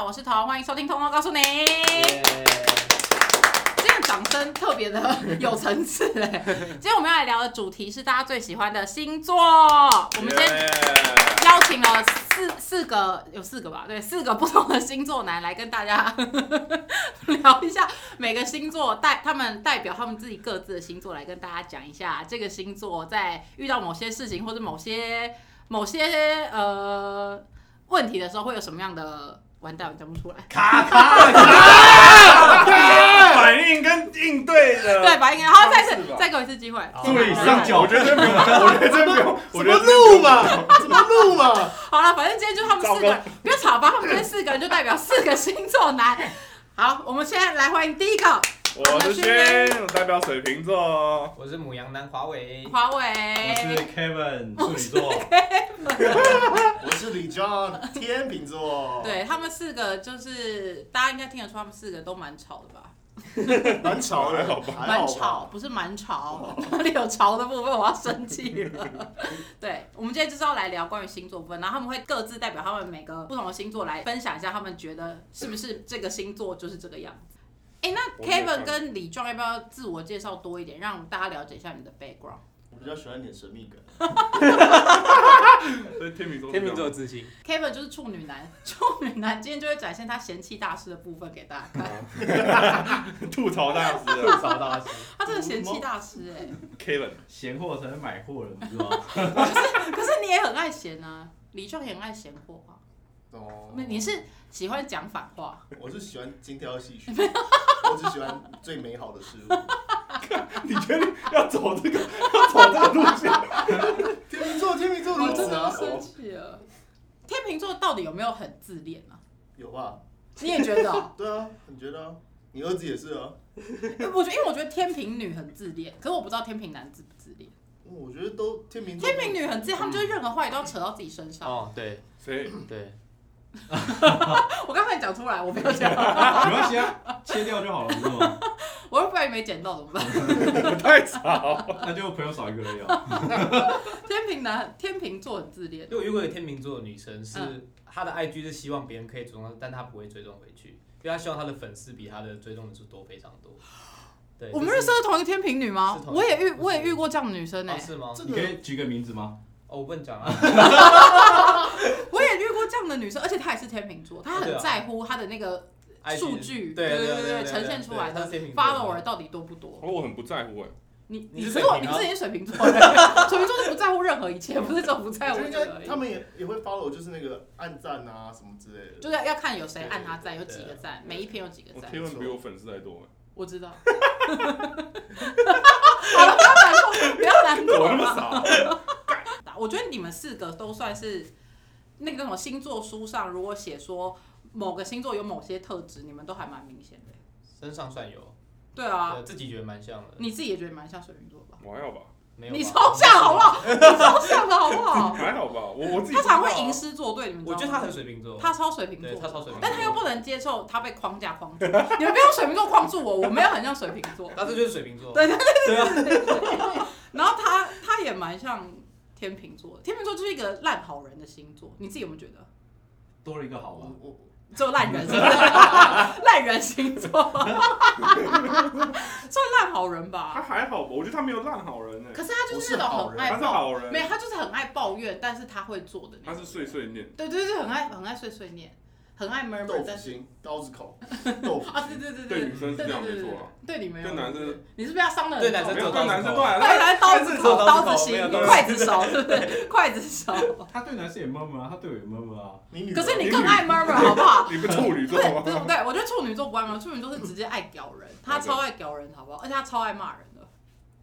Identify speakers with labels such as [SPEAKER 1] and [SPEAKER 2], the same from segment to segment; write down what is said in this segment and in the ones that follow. [SPEAKER 1] 收听《通通告诉你》
[SPEAKER 2] 耶
[SPEAKER 1] 这个掌声特别的有层次哎。今天我们要来聊的主题是大家最喜欢的星座。我们今天邀请了四四个，有四个吧？对，四个不同的星座男来跟大家 聊一下每个星座代他们代表他们自己各自的星座来跟大家讲一下这个星座在遇到某些事情或者某些某些呃问题的时候会有什么样的。完蛋，我讲不出来。
[SPEAKER 2] 卡 卡卡，反应跟应对的，
[SPEAKER 3] 呃
[SPEAKER 1] 对，吧？应该，然后
[SPEAKER 2] 方
[SPEAKER 1] 再
[SPEAKER 2] 式
[SPEAKER 1] 次
[SPEAKER 2] 吧
[SPEAKER 1] 再给我一次机会。
[SPEAKER 2] 注意上
[SPEAKER 1] 好
[SPEAKER 2] 角，
[SPEAKER 3] 我觉得真不用，我 觉得真不用，
[SPEAKER 2] 什
[SPEAKER 3] 我觉
[SPEAKER 2] 么
[SPEAKER 3] 得
[SPEAKER 2] 路嘛， 什么路嘛，
[SPEAKER 1] 好了，反正今天就他们四
[SPEAKER 2] 糟
[SPEAKER 1] 个人，不要吵吧。他们今天四个人就代表四个星座男。好，我们现在来欢迎第一个
[SPEAKER 3] 我是轩，我代表水瓶座，哦
[SPEAKER 4] 我是母羊男华为，
[SPEAKER 1] 华
[SPEAKER 5] 我是
[SPEAKER 1] 为，嗯
[SPEAKER 5] Kevin，处女座，
[SPEAKER 2] 我是李庄，天秤座，
[SPEAKER 1] 对他们四个就是大家应该听得出，他们四个都蛮吵的吧？
[SPEAKER 6] 蛮吵的，还
[SPEAKER 1] 蛮
[SPEAKER 6] 好吧
[SPEAKER 1] 吵，。不是蛮吵，哪里 有吵的部分？我要生气了。对，我们今天就是要来聊关于星座部分，然后他们会各自代表他们每个不同的星座来分享一下，他们觉得是不是这个星座就是这个样子。哎、那
[SPEAKER 3] 我没有看
[SPEAKER 1] Kevin 跟李壮要不要自我介绍多一点，让大家了解一下你的 background？
[SPEAKER 6] 我比较喜欢点神秘感，
[SPEAKER 3] 对天秤座，
[SPEAKER 4] 天秤座，自信，
[SPEAKER 1] Kevin 就是处女男，处女男今天就会展现他嫌弃大师的部分给大家看。
[SPEAKER 3] 吐槽大师
[SPEAKER 5] 吐槽大师，
[SPEAKER 1] 他真的嫌弃大师哎、
[SPEAKER 3] Kevin，
[SPEAKER 5] 闲货才能买货了，你知道吗？
[SPEAKER 1] 可是你也很爱嫌啊，李壮也很爱嫌货啊。
[SPEAKER 6] 哦
[SPEAKER 1] 那你是喜欢讲反话？
[SPEAKER 6] 我是喜欢精挑细选， 我只喜欢最美好的事 物。
[SPEAKER 3] 你觉得要走这个要走这个路线？
[SPEAKER 6] 天秤座，天秤座
[SPEAKER 1] 我
[SPEAKER 6] 如
[SPEAKER 1] 真
[SPEAKER 6] 此
[SPEAKER 1] 的要
[SPEAKER 6] 啊，
[SPEAKER 1] 生气了。天秤座到底有没有很自恋 啊？
[SPEAKER 6] 有吧？
[SPEAKER 1] 你也觉得哦、
[SPEAKER 6] 对啊，你觉得啊？你儿子也是啊？
[SPEAKER 1] 我觉得，因为我觉得天秤女很自恋，可是我不知道天秤男自不自恋。
[SPEAKER 6] 嗯我觉得都天秤座，
[SPEAKER 1] 天秤女很自恋，他们就是任何话也都要扯到自己身上。
[SPEAKER 4] 嗯哦，对
[SPEAKER 3] 谁？
[SPEAKER 4] 对，
[SPEAKER 1] 我刚才讲出来，我没有讲，
[SPEAKER 5] 没关系啊，切掉就好了，你知道吗？
[SPEAKER 1] 我又不然没捡到怎么办？
[SPEAKER 3] 太吵，
[SPEAKER 5] 那就朋友少一个而已啊。
[SPEAKER 1] 天秤男，天秤座很自恋
[SPEAKER 4] 因，为我遇过一个天秤座的女生，是
[SPEAKER 1] 嗯
[SPEAKER 4] 她的 IG 是希望别人可以追踪她，但她不会追踪回去，因为她希望她的粉丝比她的追踪人数多非常多。对，
[SPEAKER 1] 我们
[SPEAKER 4] 这
[SPEAKER 1] 认识
[SPEAKER 4] 是
[SPEAKER 1] 的同一个天秤女吗
[SPEAKER 4] 是？同一个
[SPEAKER 1] 我也遇，我也遇过这样的女生欸呢、
[SPEAKER 4] 哦是吗？
[SPEAKER 6] 这
[SPEAKER 5] 你可
[SPEAKER 6] 个
[SPEAKER 5] 以举个名字吗？
[SPEAKER 4] 哦，我不能 讲啊，
[SPEAKER 1] 我也遇过这样的女生，而且她也是天秤座，她
[SPEAKER 4] 对
[SPEAKER 1] 很
[SPEAKER 4] 啊
[SPEAKER 1] 在乎她的那个
[SPEAKER 4] IG
[SPEAKER 1] 数据，
[SPEAKER 4] 对
[SPEAKER 1] 对
[SPEAKER 4] 对
[SPEAKER 1] 对，呈现出来
[SPEAKER 4] 她
[SPEAKER 1] 的
[SPEAKER 4] 是天秤座
[SPEAKER 1] follower 到底多不多？
[SPEAKER 3] 我很不在乎哎，
[SPEAKER 1] 你
[SPEAKER 4] 你
[SPEAKER 1] 可
[SPEAKER 4] 是水
[SPEAKER 1] 是我
[SPEAKER 4] 瓶
[SPEAKER 1] 你
[SPEAKER 4] 啊
[SPEAKER 1] 自己是水瓶座的人，水瓶座是不在乎任何一切，不是这种不在
[SPEAKER 6] 我
[SPEAKER 1] 乎
[SPEAKER 6] 觉得
[SPEAKER 1] 这
[SPEAKER 6] 应
[SPEAKER 1] 个而
[SPEAKER 6] 该
[SPEAKER 1] 已。
[SPEAKER 6] 他们也也会 follow，就是那个暗赞啊什么之类的。
[SPEAKER 1] 就是要看有谁按他赞，有
[SPEAKER 4] 对对
[SPEAKER 1] 几个
[SPEAKER 4] 对
[SPEAKER 1] 赞，每一篇有几个
[SPEAKER 3] 我
[SPEAKER 1] 赞。
[SPEAKER 3] 哦 Kevin 比我粉丝还多哎，
[SPEAKER 1] 我知道。 好了，不要难过，不
[SPEAKER 3] 走
[SPEAKER 1] 要
[SPEAKER 3] 那
[SPEAKER 1] 难
[SPEAKER 3] 么
[SPEAKER 1] 过。
[SPEAKER 3] 少，
[SPEAKER 1] 我觉得你们四个都算是那个什么星座书上，如果写说某个星座有某些特质，你们都还蛮明显的。欸
[SPEAKER 4] 身上算有，
[SPEAKER 1] 对啊
[SPEAKER 4] 对，自己觉得蛮像的。
[SPEAKER 1] 你自己也觉得蛮像水瓶座吧？
[SPEAKER 3] 我还好吧，
[SPEAKER 4] 没有吧？
[SPEAKER 1] 你超像好不好？你超像的好不好？
[SPEAKER 3] 还好吧， 我我自己
[SPEAKER 1] 他
[SPEAKER 3] 不知道啊
[SPEAKER 1] 常会吟诗作对，你们知
[SPEAKER 4] 我
[SPEAKER 1] 道
[SPEAKER 4] 觉得
[SPEAKER 1] 吗
[SPEAKER 4] 她很水瓶座，
[SPEAKER 1] 他超水瓶座
[SPEAKER 4] 对，她超水瓶座，
[SPEAKER 1] 但他又不能接受他被框架框住。 你们不用水瓶座框住我，我没有很像水瓶 座。
[SPEAKER 4] 她这就是水瓶座，
[SPEAKER 1] 对
[SPEAKER 4] 对啊，
[SPEAKER 1] 然后他他也蛮像天秤座的，天秤座就是一个烂好人的星座，你自己有没有觉得？
[SPEAKER 5] 多了一个好
[SPEAKER 6] 我
[SPEAKER 5] 吧？
[SPEAKER 6] 我
[SPEAKER 1] 只有烂人 是不是？烂人星座， 算烂好人
[SPEAKER 3] 他
[SPEAKER 1] 吧。
[SPEAKER 3] 还好吧，我觉得他没有烂好人哎，
[SPEAKER 1] 可是他就是那种很
[SPEAKER 3] 他
[SPEAKER 1] 爱
[SPEAKER 3] 是
[SPEAKER 1] 抱，
[SPEAKER 3] 好
[SPEAKER 1] 没有
[SPEAKER 3] 人，
[SPEAKER 1] 他就是很爱抱怨，但是他会做的那
[SPEAKER 3] 他
[SPEAKER 1] 种
[SPEAKER 3] 是。碎碎念，
[SPEAKER 1] 对对对，很爱很爱碎碎念，很爱 murmur，
[SPEAKER 6] 豆腐
[SPEAKER 1] 但是
[SPEAKER 6] 心，刀 子口，豆腐
[SPEAKER 1] 啊，对对对
[SPEAKER 3] 对
[SPEAKER 1] 对
[SPEAKER 3] 女生是
[SPEAKER 1] 对
[SPEAKER 3] 这样
[SPEAKER 1] 对
[SPEAKER 3] 没错
[SPEAKER 1] 对
[SPEAKER 3] 啊，，
[SPEAKER 1] 对你没有
[SPEAKER 3] 对男生，
[SPEAKER 1] 你是不是要伤的
[SPEAKER 4] 对男生
[SPEAKER 3] 没有
[SPEAKER 4] 做
[SPEAKER 3] 对男生都还
[SPEAKER 1] 对，还刀子口、
[SPEAKER 4] 刀子口
[SPEAKER 1] 刀子心
[SPEAKER 4] 没有、
[SPEAKER 1] 筷子手，是不是？筷子手。
[SPEAKER 5] 哦他对男生也闷闷啊，他对我也闷闷啊。
[SPEAKER 6] 你女儿
[SPEAKER 1] 可是你更爱 murmur 好不好？
[SPEAKER 3] 你不处女
[SPEAKER 1] 不
[SPEAKER 3] 座
[SPEAKER 1] 是
[SPEAKER 3] 吗
[SPEAKER 1] 不？是不对，我觉得处女座不爱 murmur，处女座是直接爱屌人，他超爱屌人好不好？而且他超爱骂人的，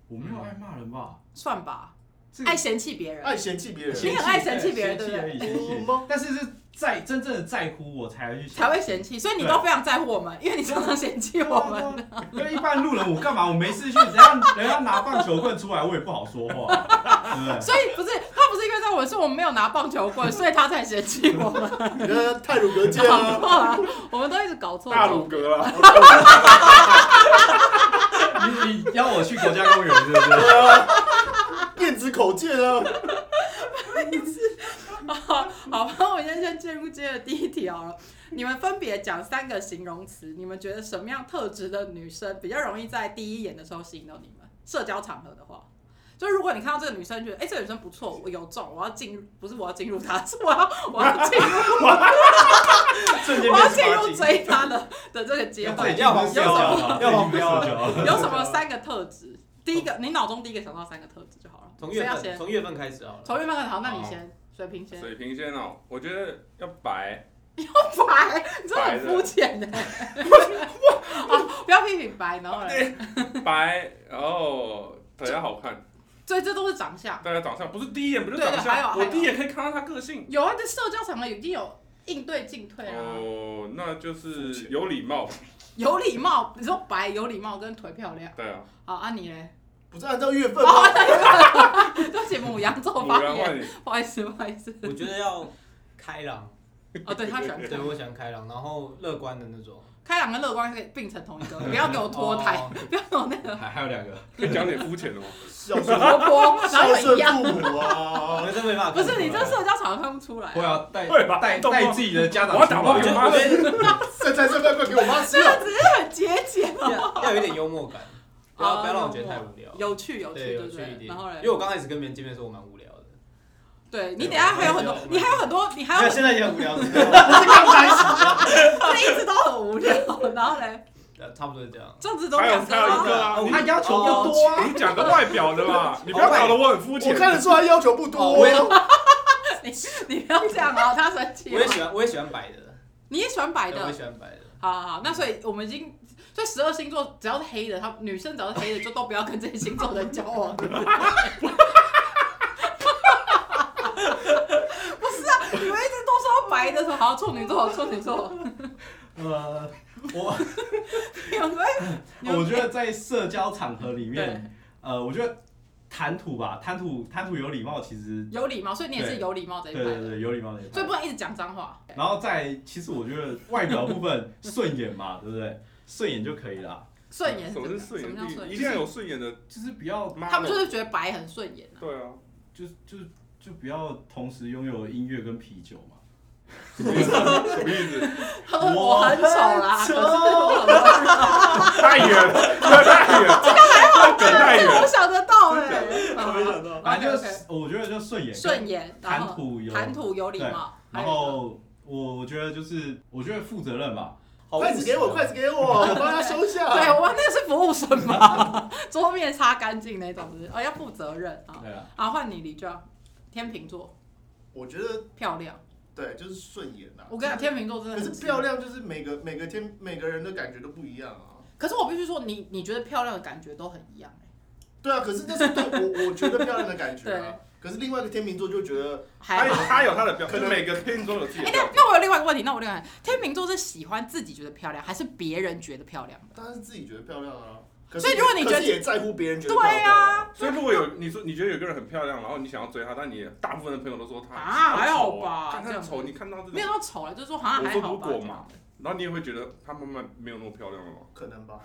[SPEAKER 5] 我没有
[SPEAKER 4] 嗯
[SPEAKER 5] 爱骂人吧？
[SPEAKER 1] 算吧，
[SPEAKER 5] 这
[SPEAKER 1] 爱嫌弃别人。
[SPEAKER 6] 爱嫌弃别人，哎
[SPEAKER 1] 你很爱嫌弃别人对不对
[SPEAKER 5] 嫌弃而已嫌弃但是是在真正的在乎我才会去
[SPEAKER 1] 才会嫌弃，所以你都非常在乎我们，因为你常常嫌弃我们。
[SPEAKER 5] 们。因为一般路人我干嘛？我没事去，人家 人家拿棒球棍出来，我也不好说话，对不对？
[SPEAKER 1] 所以不是他不是因为在我们，是我们没有拿棒球棍，所以他才嫌弃我们。
[SPEAKER 6] 你跟泰鲁格见
[SPEAKER 1] 搞
[SPEAKER 6] 啊，
[SPEAKER 1] 错了，我们都一直搞错。
[SPEAKER 3] 大鲁啊哥啦，
[SPEAKER 5] 你你邀我去国家
[SPEAKER 6] 哎
[SPEAKER 5] 公园是不是？
[SPEAKER 6] 电子口见啊，
[SPEAKER 1] 好吧，我先先进入今天的第一题好了。你们分别讲三个形容词，你们觉得什么样特质的女生比较容易在第一眼的时候吸引到你们？社交场合的话，就如果你看到这个女生，觉得哎、这个女生不错，我有种，我要进入，不是我要进入她，是我要我要进入
[SPEAKER 5] 瞬
[SPEAKER 1] 我要进入追她的的这个阶段。
[SPEAKER 4] 要黄标
[SPEAKER 1] 要
[SPEAKER 4] 啊，要黄标啊。
[SPEAKER 1] 有什么三个特质？第一个，你脑中第一个想到三个特质就好了。
[SPEAKER 4] 从
[SPEAKER 1] 谁
[SPEAKER 4] 月
[SPEAKER 1] 要
[SPEAKER 4] 份
[SPEAKER 1] 先？
[SPEAKER 4] 从月份开始好了。
[SPEAKER 1] 从月份开始，好，那你先，水平先。
[SPEAKER 3] 水平线哦，我觉得要白，
[SPEAKER 1] 白，你真的很肤浅的。 好，不要批评白，然后嘞，
[SPEAKER 3] 白，然后腿要好看，
[SPEAKER 1] 所以这都是长相。
[SPEAKER 3] 大家长相不是第一眼不就
[SPEAKER 1] 对对
[SPEAKER 3] 长
[SPEAKER 1] 还有
[SPEAKER 3] 相，
[SPEAKER 1] 还
[SPEAKER 3] 我
[SPEAKER 1] 有
[SPEAKER 3] 第一眼可以看到他个性。
[SPEAKER 1] 有啊，这社交场合一定有应对进退啊，
[SPEAKER 3] 哦，那就是有礼貌吧，
[SPEAKER 1] 有礼貌。你说白有礼貌跟腿漂亮，
[SPEAKER 3] 对啊，
[SPEAKER 1] 好，啊你嘞？
[SPEAKER 6] 不是按照月份
[SPEAKER 1] 哦
[SPEAKER 6] 吗？，
[SPEAKER 1] 对不起，母羊座
[SPEAKER 3] 偶
[SPEAKER 1] 发
[SPEAKER 3] 然
[SPEAKER 1] 言，
[SPEAKER 3] 换你，
[SPEAKER 1] 不好意思，不好意思。
[SPEAKER 4] 我觉得要开 朗，
[SPEAKER 1] 哦，对他喜欢
[SPEAKER 4] 对 我喜欢开朗，然后乐观的那种。
[SPEAKER 1] 开朗跟乐观可以并成同一个，不要给我脱胎，
[SPEAKER 4] 哦。
[SPEAKER 1] 不要给我那个
[SPEAKER 5] 还还有两个，
[SPEAKER 3] 可以讲点肤浅的吗？
[SPEAKER 6] 孝顺
[SPEAKER 1] 活泼，然后
[SPEAKER 6] 孝
[SPEAKER 1] 有一 样。
[SPEAKER 6] 顺父母啊
[SPEAKER 4] 哦我！真没办法
[SPEAKER 1] 不
[SPEAKER 4] 看出来。
[SPEAKER 1] 是你这社交场合看不出来啊，
[SPEAKER 5] 会啊，带
[SPEAKER 3] 会吧
[SPEAKER 5] 带
[SPEAKER 3] 动不动
[SPEAKER 5] 带自己的家长
[SPEAKER 3] 我要打爆
[SPEAKER 5] 出
[SPEAKER 3] 你
[SPEAKER 5] 来
[SPEAKER 3] 妈
[SPEAKER 4] 我觉
[SPEAKER 3] 的！
[SPEAKER 4] 得
[SPEAKER 6] 剩菜剩饭快给我妈吃
[SPEAKER 1] 这
[SPEAKER 6] 了。
[SPEAKER 1] 个只是很节俭哦。
[SPEAKER 4] 要要有一点幽默感，不要不要让我觉得太无聊。
[SPEAKER 1] 有趣有趣，
[SPEAKER 4] 对，
[SPEAKER 1] 对
[SPEAKER 4] 有
[SPEAKER 1] 不
[SPEAKER 4] 趣一
[SPEAKER 1] 对？
[SPEAKER 4] 点。
[SPEAKER 1] 然后嘞
[SPEAKER 4] 因为，我刚开始跟别人见面的时候，我蛮无聊的。
[SPEAKER 1] 对你等一下还有很多，你还有很多，你还有
[SPEAKER 4] 没
[SPEAKER 1] 很多
[SPEAKER 4] 有现在也很无聊，是不是
[SPEAKER 1] 这一直都很无聊，然后嘞，
[SPEAKER 4] 呃差不多是这样。
[SPEAKER 1] 这样子都
[SPEAKER 3] 还有
[SPEAKER 1] 两
[SPEAKER 3] 还有一
[SPEAKER 1] 个
[SPEAKER 3] 个
[SPEAKER 1] 啊，
[SPEAKER 3] 啊，
[SPEAKER 5] 他要求又多啊，
[SPEAKER 3] 你讲个外表的嘛，你不要搞得我很肤
[SPEAKER 6] 我
[SPEAKER 3] 浅。
[SPEAKER 6] 看得出来要求不
[SPEAKER 4] 哦
[SPEAKER 6] 多
[SPEAKER 4] 我也。
[SPEAKER 1] 你你不要这样啊，他生气
[SPEAKER 4] 我
[SPEAKER 1] 了
[SPEAKER 4] 也。喜欢，我也喜欢白的，
[SPEAKER 1] 你也喜欢白
[SPEAKER 4] 对我也
[SPEAKER 1] 的，
[SPEAKER 4] 喜欢白的。
[SPEAKER 1] 好好好，那所以我们已经，所以十二星座只要是黑的，他女生只要是黑的，就都不要跟这些星座的人交往。 不是啊，你们一直都说白的，说好处女座，处女座，
[SPEAKER 5] 呃， 我
[SPEAKER 1] 你们你
[SPEAKER 4] 哦
[SPEAKER 1] 们
[SPEAKER 5] 我觉得在社交场合里面，呃，我觉得谈吐吧，谈吐谈吐有礼貌，其实
[SPEAKER 1] 有礼貌，所以你也是有礼貌这一
[SPEAKER 5] 对
[SPEAKER 1] 派
[SPEAKER 5] 对
[SPEAKER 1] 的，
[SPEAKER 5] 对，有礼貌的一
[SPEAKER 1] 所以
[SPEAKER 5] 派。
[SPEAKER 1] 不能一直讲脏话。
[SPEAKER 5] 然后再，其实我觉得外表部分 顺眼嘛，对不对？顺眼就可以啦，
[SPEAKER 1] 顺眼是
[SPEAKER 3] 什么
[SPEAKER 1] 怎
[SPEAKER 3] 是
[SPEAKER 1] 样
[SPEAKER 3] 顺
[SPEAKER 1] 什
[SPEAKER 3] 眼
[SPEAKER 1] 么叫
[SPEAKER 3] 的？
[SPEAKER 1] 顺
[SPEAKER 3] 一
[SPEAKER 1] 眼？
[SPEAKER 3] 定要有顺眼的
[SPEAKER 5] 就是不要，
[SPEAKER 3] 妈的。
[SPEAKER 1] 哦他们就是觉得白很顺 眼啊。
[SPEAKER 3] 对啊，
[SPEAKER 5] 就是就是就不要同时拥有音乐跟啤酒嘛。
[SPEAKER 3] 什么意思？
[SPEAKER 1] 他说我很丑啦，可是我很 棒
[SPEAKER 3] 太远了，太远了，这个还好，
[SPEAKER 1] 这
[SPEAKER 3] 太远
[SPEAKER 1] 个
[SPEAKER 3] 了。
[SPEAKER 1] 我想得到哎、
[SPEAKER 6] 到
[SPEAKER 5] 反正就是
[SPEAKER 1] OK，OK
[SPEAKER 5] 我觉得就顺眼，
[SPEAKER 1] 顺眼，然
[SPEAKER 5] 谈
[SPEAKER 1] 后
[SPEAKER 5] 吐有，
[SPEAKER 1] 谈吐有礼貌，
[SPEAKER 5] 然后我我觉得就是我觉得负责任吧，
[SPEAKER 4] 好哦
[SPEAKER 6] 筷子给我，筷子给我，我帮他收下。
[SPEAKER 1] 还有一个啊 对我啊那个是服务生嘛，桌面擦干净那种是，哦要负责任啊。
[SPEAKER 5] 对啊，
[SPEAKER 1] 好，换你李娟，天秤座
[SPEAKER 6] 我觉得
[SPEAKER 1] 漂亮，
[SPEAKER 6] 对，就是顺眼呐。
[SPEAKER 1] 我跟你讲，天秤座真的
[SPEAKER 6] 可是
[SPEAKER 1] 很
[SPEAKER 6] 漂，亮就是每个每个天每个人的感觉都不一样啊。
[SPEAKER 1] 可是我必须说你你觉得漂亮的感觉都很一样、欸
[SPEAKER 6] 对啊，可是这是对我我觉得漂亮的感觉啊。可是另外一个天秤座就觉得
[SPEAKER 3] 他
[SPEAKER 1] 还
[SPEAKER 3] 有
[SPEAKER 1] 好。
[SPEAKER 3] 他有他的标，可能每个天秤座有自 己
[SPEAKER 1] 哎、
[SPEAKER 3] 的
[SPEAKER 1] 那
[SPEAKER 3] 标。
[SPEAKER 1] 那我有另外一个问题，那我另外一个天秤座是喜欢自己觉得漂亮，还是别人觉得漂亮的？
[SPEAKER 6] 当然是自己觉得漂亮啊。可是
[SPEAKER 1] 所以如果你觉得
[SPEAKER 6] 可是也在乎别人觉得漂
[SPEAKER 1] 对
[SPEAKER 6] 亮啊，
[SPEAKER 1] 啊，
[SPEAKER 3] 所以如果有你说你觉得有个人很漂亮，然后你想要追她，但你大部分的朋友都说她
[SPEAKER 1] 啊
[SPEAKER 3] 她很丑
[SPEAKER 1] 还好吧
[SPEAKER 3] 啊看
[SPEAKER 1] 这
[SPEAKER 3] 她
[SPEAKER 1] 样
[SPEAKER 3] 丑，你看到这
[SPEAKER 1] 没有
[SPEAKER 3] 种，
[SPEAKER 1] 到丑啊了，就是说好像还好吧。
[SPEAKER 3] 我说如果嘛然后你也会觉得她慢慢没有那么漂亮了吗？
[SPEAKER 6] 可能吧。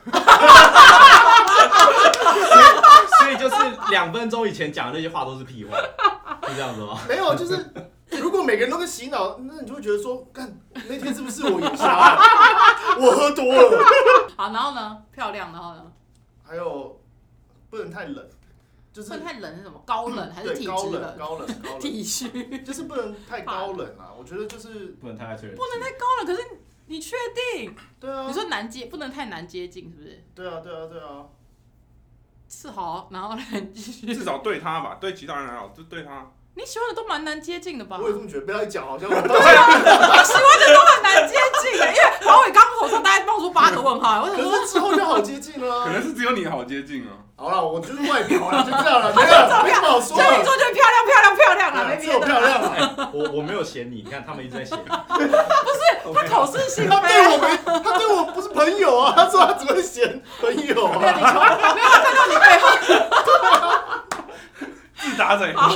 [SPEAKER 5] 所以就是两分钟以前讲的那些话都是屁话，是这样子吗？
[SPEAKER 6] 没有，就是如果每个人都跟洗脑，那你就会觉得说，干那天是不是我有啥？ 我喝多了。
[SPEAKER 1] 好，然后呢，漂亮，然后呢，
[SPEAKER 6] 还有不能太冷，就是
[SPEAKER 1] 不能太冷是什么？高冷还是体
[SPEAKER 6] 对
[SPEAKER 1] 质
[SPEAKER 6] 高冷高冷高冷，
[SPEAKER 1] 体虚，不
[SPEAKER 6] 就是不能太高冷啊。我觉得就是
[SPEAKER 5] 不能太爱吹人气，
[SPEAKER 1] 能太高冷。可是你确定？
[SPEAKER 6] 对啊
[SPEAKER 1] 你，说难接，不能太难接近，是不是？
[SPEAKER 6] 对啊，对啊，对啊。
[SPEAKER 1] 是好，然后呢，你继续。
[SPEAKER 3] 至少对她吧，对其他人还好，就对她。
[SPEAKER 1] 你喜欢的都蛮难接近的吧？啊
[SPEAKER 6] 我也这么觉得，不要一讲 好像我到
[SPEAKER 1] 我喜欢的都很难接近的，因为黄伟刚头上大概冒出八个问号，我想说
[SPEAKER 6] 可是之后就好接近了、啊
[SPEAKER 3] 可能是只有你好接近啊，
[SPEAKER 6] 好了，我就是外表啊了，就这 样了，没了，没什么好说
[SPEAKER 1] 天秤
[SPEAKER 6] 的。
[SPEAKER 1] 座就是漂亮漂亮漂亮啊啦，没
[SPEAKER 6] 对
[SPEAKER 1] 别
[SPEAKER 6] 啊只有
[SPEAKER 1] 的
[SPEAKER 6] 漂
[SPEAKER 1] 啦。
[SPEAKER 6] 亮了，
[SPEAKER 5] 哎我我没有嫌你，你看他们一直在嫌你，
[SPEAKER 1] 他口是心
[SPEAKER 6] 他对
[SPEAKER 1] 非。啊
[SPEAKER 6] 我没，他对我不是朋友啊，他说他只会嫌朋友
[SPEAKER 1] 没有
[SPEAKER 6] 啊。
[SPEAKER 1] 你求，没有他看到你背后。
[SPEAKER 3] 自打嘴。
[SPEAKER 1] 好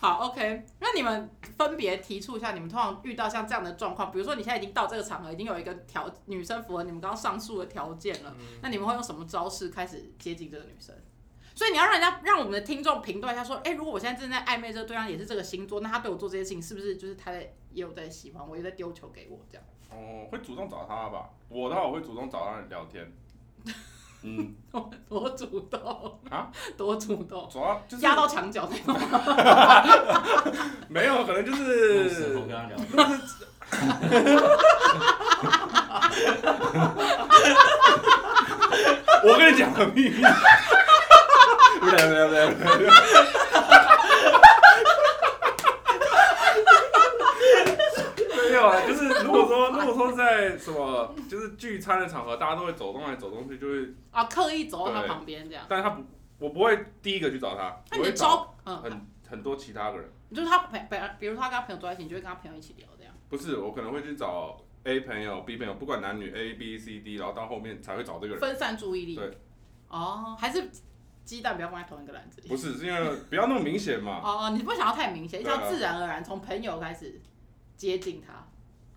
[SPEAKER 1] 好，OK，那你们分别提出一下，你们通常遇到像这样的状况，比如说你现在已经到这个场合，已经有一个条女生符合你们刚刚上述的条件了，那你们会用什么招式开始接近这个女生？所以你要让人家让我们的听众评断一下，说，哎、如果我现在正在暧昧这个对象也是这个星座，那他对我做这些事情，是不是就是他在也有在喜欢我，也在丢球给我这样？
[SPEAKER 3] 哦，会主动找他吧？我的话，我会主动找他聊天。嗯，
[SPEAKER 1] 多主动
[SPEAKER 3] 啊，
[SPEAKER 1] 多主动，
[SPEAKER 3] 主要就是
[SPEAKER 1] 压到墙角那种。
[SPEAKER 3] 没有，可能就
[SPEAKER 4] 用舌头跟
[SPEAKER 3] 是
[SPEAKER 4] 他聊，
[SPEAKER 3] 我跟你讲个秘密。不对不对不对不对，没有啊，就是如 果说如果说在什么就是聚餐的场合，大家都会走动来走动去，就会，
[SPEAKER 1] 啊，刻意走到他旁边这样。
[SPEAKER 3] 但是他不，我不会第一个去找他，
[SPEAKER 1] 那
[SPEAKER 3] 我
[SPEAKER 1] 你
[SPEAKER 3] 会
[SPEAKER 1] 的
[SPEAKER 3] 找
[SPEAKER 1] 招，嗯，
[SPEAKER 3] 很很多其他个人，
[SPEAKER 1] 你就是他朋朋，比如他跟他朋友坐在一起，你就会跟他朋友一起聊这样。
[SPEAKER 3] 不是我可能会去找 A 朋友、B 朋友，不管男女 A B C D，然后到后面才会找这个人。
[SPEAKER 1] 分散注意力。
[SPEAKER 3] 对。
[SPEAKER 1] 哦，还是鸡蛋不要放在同一个篮子里。
[SPEAKER 3] 不是，是因为不要那么明显嘛，
[SPEAKER 1] 哦哦，你不想要太明显，
[SPEAKER 3] 对啊
[SPEAKER 1] 要自然而然，从朋友开始接近他